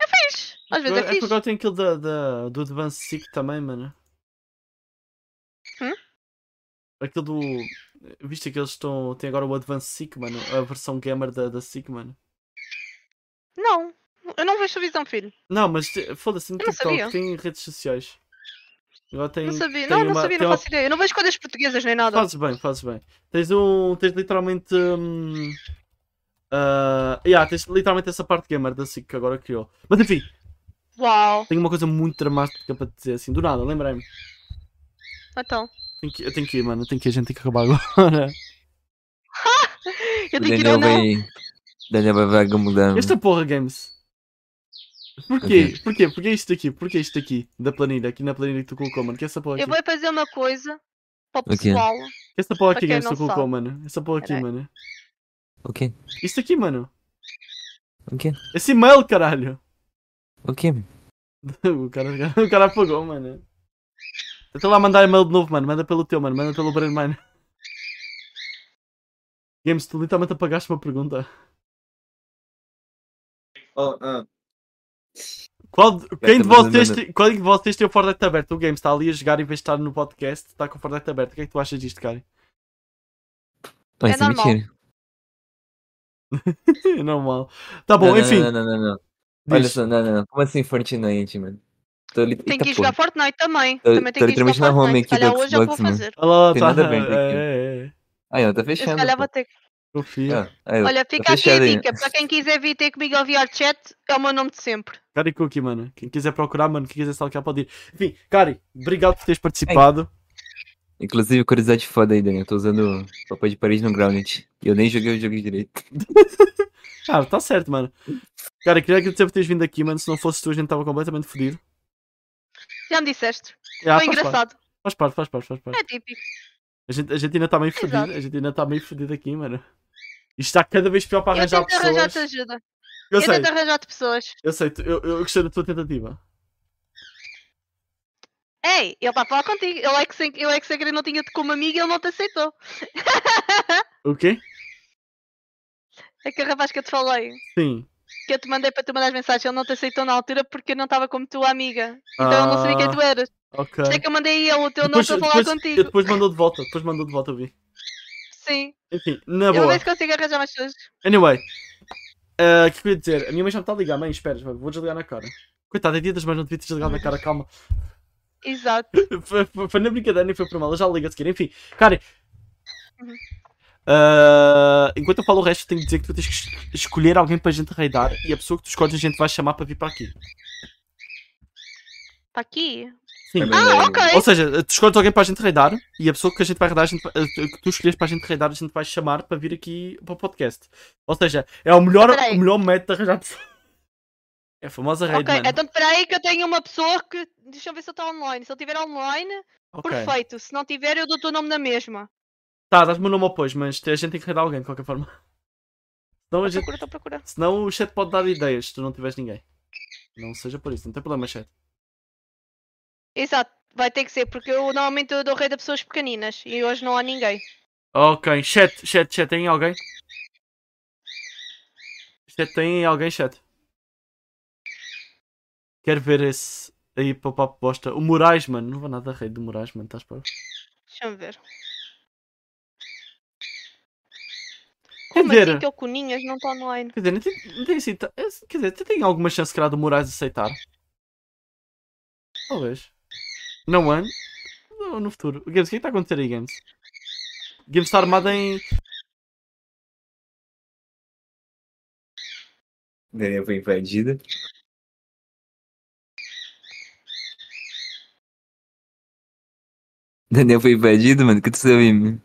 É fixe. Às Agora- vezes é é que fixe. agora tem aquele da, da- do Advance Seek também, mano. Hum? Aquele do. Viste que eles estão. Tem agora o Advance Seek, mano. A versão gamer da, da Seek, mano. Não, eu não vejo televisão, filho. Não, mas te- foda-se, no Eu não TikTok sabia. tem redes sociais. Agora tem. Não sabia, tem não, não uma- sabia, tem não uma- faço ideia. Eu não vejo coisas portuguesas nem nada. Fazes bem, fazes bem. Tens um. Tens literalmente. Hum, ah, yeah, tens literalmente essa parte gamer da SIC que agora criou. Mas enfim, Uau, tenho uma coisa muito dramática para te dizer assim, do nada, lembrei-me. então. Tenho que- Eu tenho que ir, mano, tenho que ir, a gente tem que acabar agora. Eu O tenho que ir ou Daniel não? vai. Daniel vai vaga mudar. Esta porra, games. Porquê? Porquê? Porquê isto aqui? Porquê isto aqui? Da planilha, aqui na planilha que tu colocou, mano. Que essa porra aqui? Eu vou fazer uma coisa para o Ok. pessoal. Que essa porra aqui, Para quem games, que tu não colocou, sabe. mano. Essa porra aqui, Peraí. mano. O quê? Isto aqui, mano. O quê? Esse e-mail, caralho. O quê? O cara, o cara apagou, mano. Tenta lá mandar e-mail de novo, mano. Manda pelo teu, mano. Manda pelo Brand, mano. Games, tu literalmente apagaste uma pergunta. Oh, ah. Qual, É, de- quem de manda, vocês, manda. te- qual de vocês tem o Fortnite aberto? O Games está ali a jogar em vez de estar no podcast, está com o Fortnite aberto. O que é que tu achas disto, cara? Vai É ser normal. mentira. É normal. Tá bom, Não, não, enfim. Não, não, não, não. Olha diz. só, não, não, não. Como assim Fortnite, mano? Tô li... Tem Eita que ir jogar porra. Fortnite também. Tô- também tô tem que ir jogar tá literalmente na home Fortnite. aqui Se calhar do hoje eu vou Xbox, né? mano. fazer. Olha lá, Tem tá. nada aberto aqui. É, é, é. Aí, ó, tá Eu se fechando. calhar pô. vou ter que. Confia. Ah, aí, ó. Olha, Tá fica aqui a fechado aí. dica. Para quem quiser vir ter comigo ao VR Chat, é o meu nome de sempre. Cari Cookie, mano. Quem quiser procurar, mano, quem quiser salgar pode ir. Enfim, Cari, obrigado por teres participado. Inclusive, curiosidade foda aí, Daniel. Tô usando papel de parede no Grounded. E eu nem joguei o jogo direito. Ah, Cara, tá certo, mano. Cara, queria agradecer por teres vindo aqui, mano. Se não fosse tu, a gente tava completamente fodido. Já me disseste. Ah, faz parte, Foi engraçado. faz parte, faz parte, faz parte. É típico. A gente, a gente ainda tá meio fodido, a gente ainda tá meio fodido aqui, mano. Isto está cada vez pior para Eu arranjar tento arranjar-te pessoas. ajuda. Eu sei, tento arranjar-te pessoas. eu sei, tu- eu, eu gostei da tua tentativa. Ei, ele está a falar contigo. Ele é que sem, ele é que, sem querer não tinha-te como amigo e ele não te aceitou. O quê? Aquele rapaz É que eu te falei, Sim. que eu te mandei para tu mandar as mensagens, ele não te aceitou na altura porque eu não estava como tua amiga. Então eu não sabia quem tu eras. Ah, Ok. Sei que eu mandei ele o teu nome para falar depois, contigo. eu depois mandou de volta, depois mandou de volta, eu vi. Sim. Enfim, na eu vou Tá boa. ver se consigo arranjar mais pessoas. Anyway, ah, o que eu ia dizer? A minha mãe já me está a ligar, mãe, espera, vou desligar na cara. Coitada, é dia das mães, não devia ter desligado na cara, calma. Exato. foi, foi- foi na brincadeira, nem foi por mal. Eu já ligo a seguir. Enfim, cara. Uhum. ah, enquanto eu falo o resto, tenho que dizer que tu tens que es- escolher alguém para a gente raidar e a pessoa que tu escolhes a gente vai chamar para vir para aqui. Está Tá aqui? Sim. É Ah, ok. Ou seja, tu escolhes alguém para a gente raidar e a pessoa que a gente vai raidar, a gente, vai- ah, que tu escolhes para a gente raidar, a gente vai chamar para vir aqui para o podcast. Ou seja, é o melhor, Peraí. o melhor método de arranjar pessoa. É a famosa raid, ok, mano. então espera aí que eu tenho uma pessoa que. Deixa eu ver se ele está online. Se ele estiver online, Ok. perfeito. Se não tiver, eu dou o teu nome na mesma. Tá, dás-me o nome ao pois, mas a gente tem que arranjar alguém de qualquer forma. Senão, a gente... Procura, estou a procurar. Senão o chat pode dar ideias se tu não tiveres ninguém. Não seja por isso, não tem problema, chat. Exato, vai ter que ser, porque eu normalmente eu dou rei a pessoas pequeninas e hoje não há ninguém. Ok, chat, chat, chat, tem alguém? Chat, tem alguém, chat? Quero ver esse aí para o papo bosta. O Moraes, mano, não vou nada rei do Moraes, mano, estás para. Deixa-me ver. Quer Como assim dizer, que o Cuninhas não está online? quer dizer, não tem, não tem assim, ta- esse- quer dizer, tu tem alguma chance, se calhar, do Moraes aceitar? Talvez. Não ano? Ou no futuro? Games, o que é que está a acontecer aí, Games? Games está armado em. Daniel foi invadida. Daniel foi invadido, mano. Que tu sabe, mano?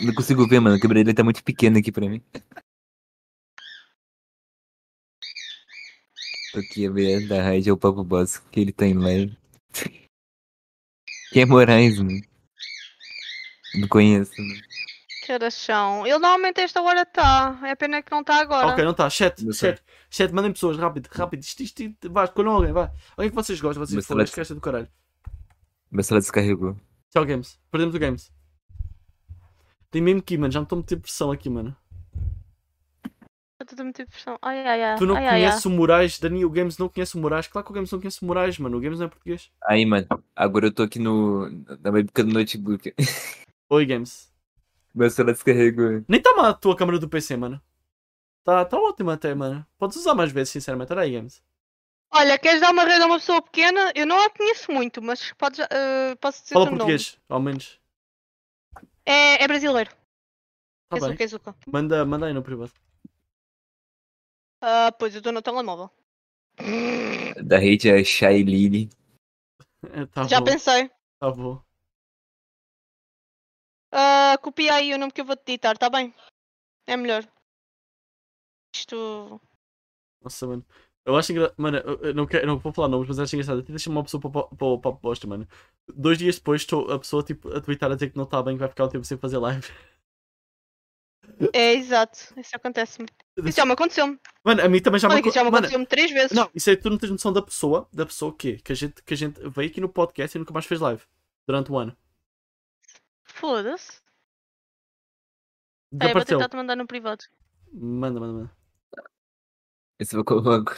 Não consigo ver, mano. A câmera dele tá muito pequena aqui pra mim. Tô aqui a beira da rádio é o Papo Boss, que ele tá em live. Quem é Moraes, mano? Não conheço, mano. Que horas são? Ele normalmente a esta hora está. É pena que não está agora. Ok, não está. Chat, Não sei. chat, chat, mandem pessoas, rápido, rápido. Isto, isto, isto, vai, escolham alguém, vai. Alguém que vocês gostam, vocês Mas foram, será- esquece do caralho. Meu celular descarregou. Tchau, Games. Perdemos o Games. Tem mesmo que ir, mano. Já me estou a meter pressão aqui, mano. Eu estou a meter pressão. Ai, ai, ai. Tu não Ah, ai, ai, ai. conheces o Moraes, Dani. O Games não conhece o Moraes. Claro que o Games não conhece o Moraes, mano. O Games não é português. Aí, mano, agora eu tô aqui no. na biblioteca do notebook. Oi, Games. Meu celular descarregou. Nem está mal a tua câmera do PC, mano. Tá, tá ótimo até, mano. Podes usar mais vezes, sinceramente. Olha aí, Games. Olha, queres dar uma rede a uma pessoa pequena? Eu não a conheço muito, mas podes, eh, posso dizer Fala o português, ao menos. nome. É, é brasileiro. Tá Kezuka, bem. Kezuka. Manda, manda aí no privado. Ah, pois, eu estou no telemóvel. Tá Da rede é Shailene. É, tá Já bom. pensei. Tá bom. Ah, copia aí o nome que eu vou te ditar, tá bem? É melhor. Isto. Nossa, mano. Eu acho engraçado. Mano, eu eu não, quero, eu não vou falar nomes, mas acho engraçado. Até deixa uma pessoa para o- para o papo bosta, mano. Dois dias depois, estou a pessoa tipo, a twittar a dizer que não está bem, que vai ficar um tempo sem fazer live. É exato, isso acontece-me. Isso já me aconteceu-me. Mano, a mim também já me Olha, acon- que isso já me Mano, aconteceu-me três vezes. não, isso aí tu não tens noção da pessoa, da pessoa que, que, a gente, que a gente veio aqui no podcast e nunca mais fez live durante o ano. Ah, Foda-se. Peraí, é, vou Desapareceu. tentar te mandar no privado. Manda, manda, manda. Esse eu coloco.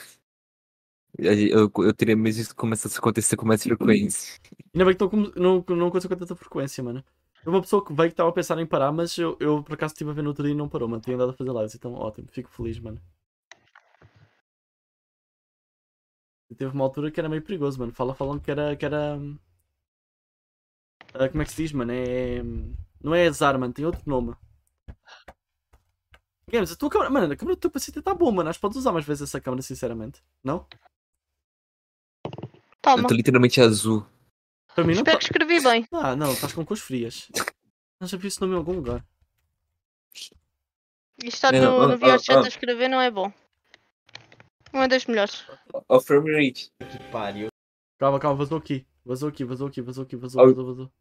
Eu, eu, eu teria mesmo isso começar a acontecer com mais frequência. Ainda bem que não, come- não, não aconteceu com tanta frequência, mano. Foi uma pessoa que veio que estava a pensar em parar, mas eu, eu por acaso estive a ver no outro dia e não parou, mano. Tinha andado a fazer lives, então ótimo, fico feliz, mano. E teve uma altura que era meio perigoso, mano. Fala falando que era. Que era hum, ah, como é que se diz, mano? É. hum, Não é azar, mano, tem outro nome. Games, a tua câmera. Mano, a câmera do teu PC está boa, mano. Acho que podes usar mais vezes essa câmera, sinceramente. Não? Toma, Eu Então, tô literalmente azul. Para mim não espero tá- que escrevi bem. Ah, não, estás com cores frias. Não já vi isso nome em algum lugar. Isto está Não, no, oh, no VR oh, oh. a escrever, não é bom. Não é das melhores. Ó, o frame rate. Calma, calma, vazou aqui. Vazou aqui, vazou aqui, vazou aqui, vazou, Au. vazou, vazou.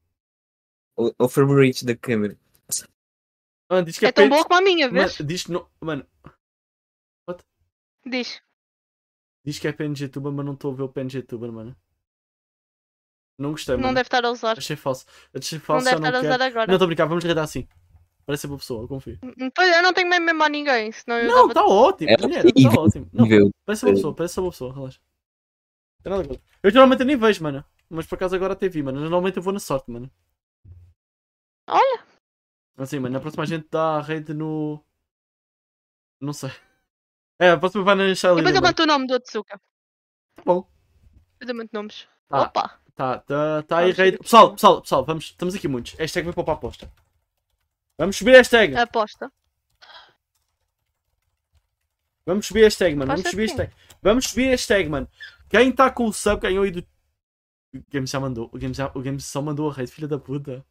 Ó, o frame rate da câmera. Mano, diz que é, É tão pe- boa como a minha, Mano, vês? diz que não. Mano, Diz. diz que é PNG Tuba, mas não estou a ver o PNG Tuba, mano. Não gostei, Não mano. deve estar a usar. Achei falso. Achei Não falso, deve já estar não a usar quero. agora. Não, estou a brincar, vamos redar assim. Parece ser boa pessoa, eu confio. Pois eu não tenho mesmo mesmo a ninguém, senão eu Não, tá está dava- ótimo, É mulher, está horrível. ótimo. Não, Nível. parece ser boa pessoa, parece ser boa pessoa, relaxa. Não Tem nada contra. Eu geralmente nem vejo, mano. Mas por acaso agora até vi, mano. Normalmente eu vou na sorte, mano. Olha, Assim, mano, na próxima a gente dá a rede no. Não sei. É, a próxima vai na Shailene. depois eu mano. mando o nome do Otsuka. Tá bom. Depois eu mando nomes. Tá. Opa! Tá, tá, tá aí Vamos rede. seguir. Pessoal, pessoal, pessoal, vamos, estamos aqui muitos. Hashtag vai para a aposta. Vamos subir a hashtag. Ah. Aposta. Vamos subir a hashtag, mano. Vamos Aposta subir a de quem? hashtag. Vamos subir a hashtag, mano. tá é Quem está com o sub ganhou aí do. O Games já mandou. O Games, já... o Games só mandou a rede, filha da puta.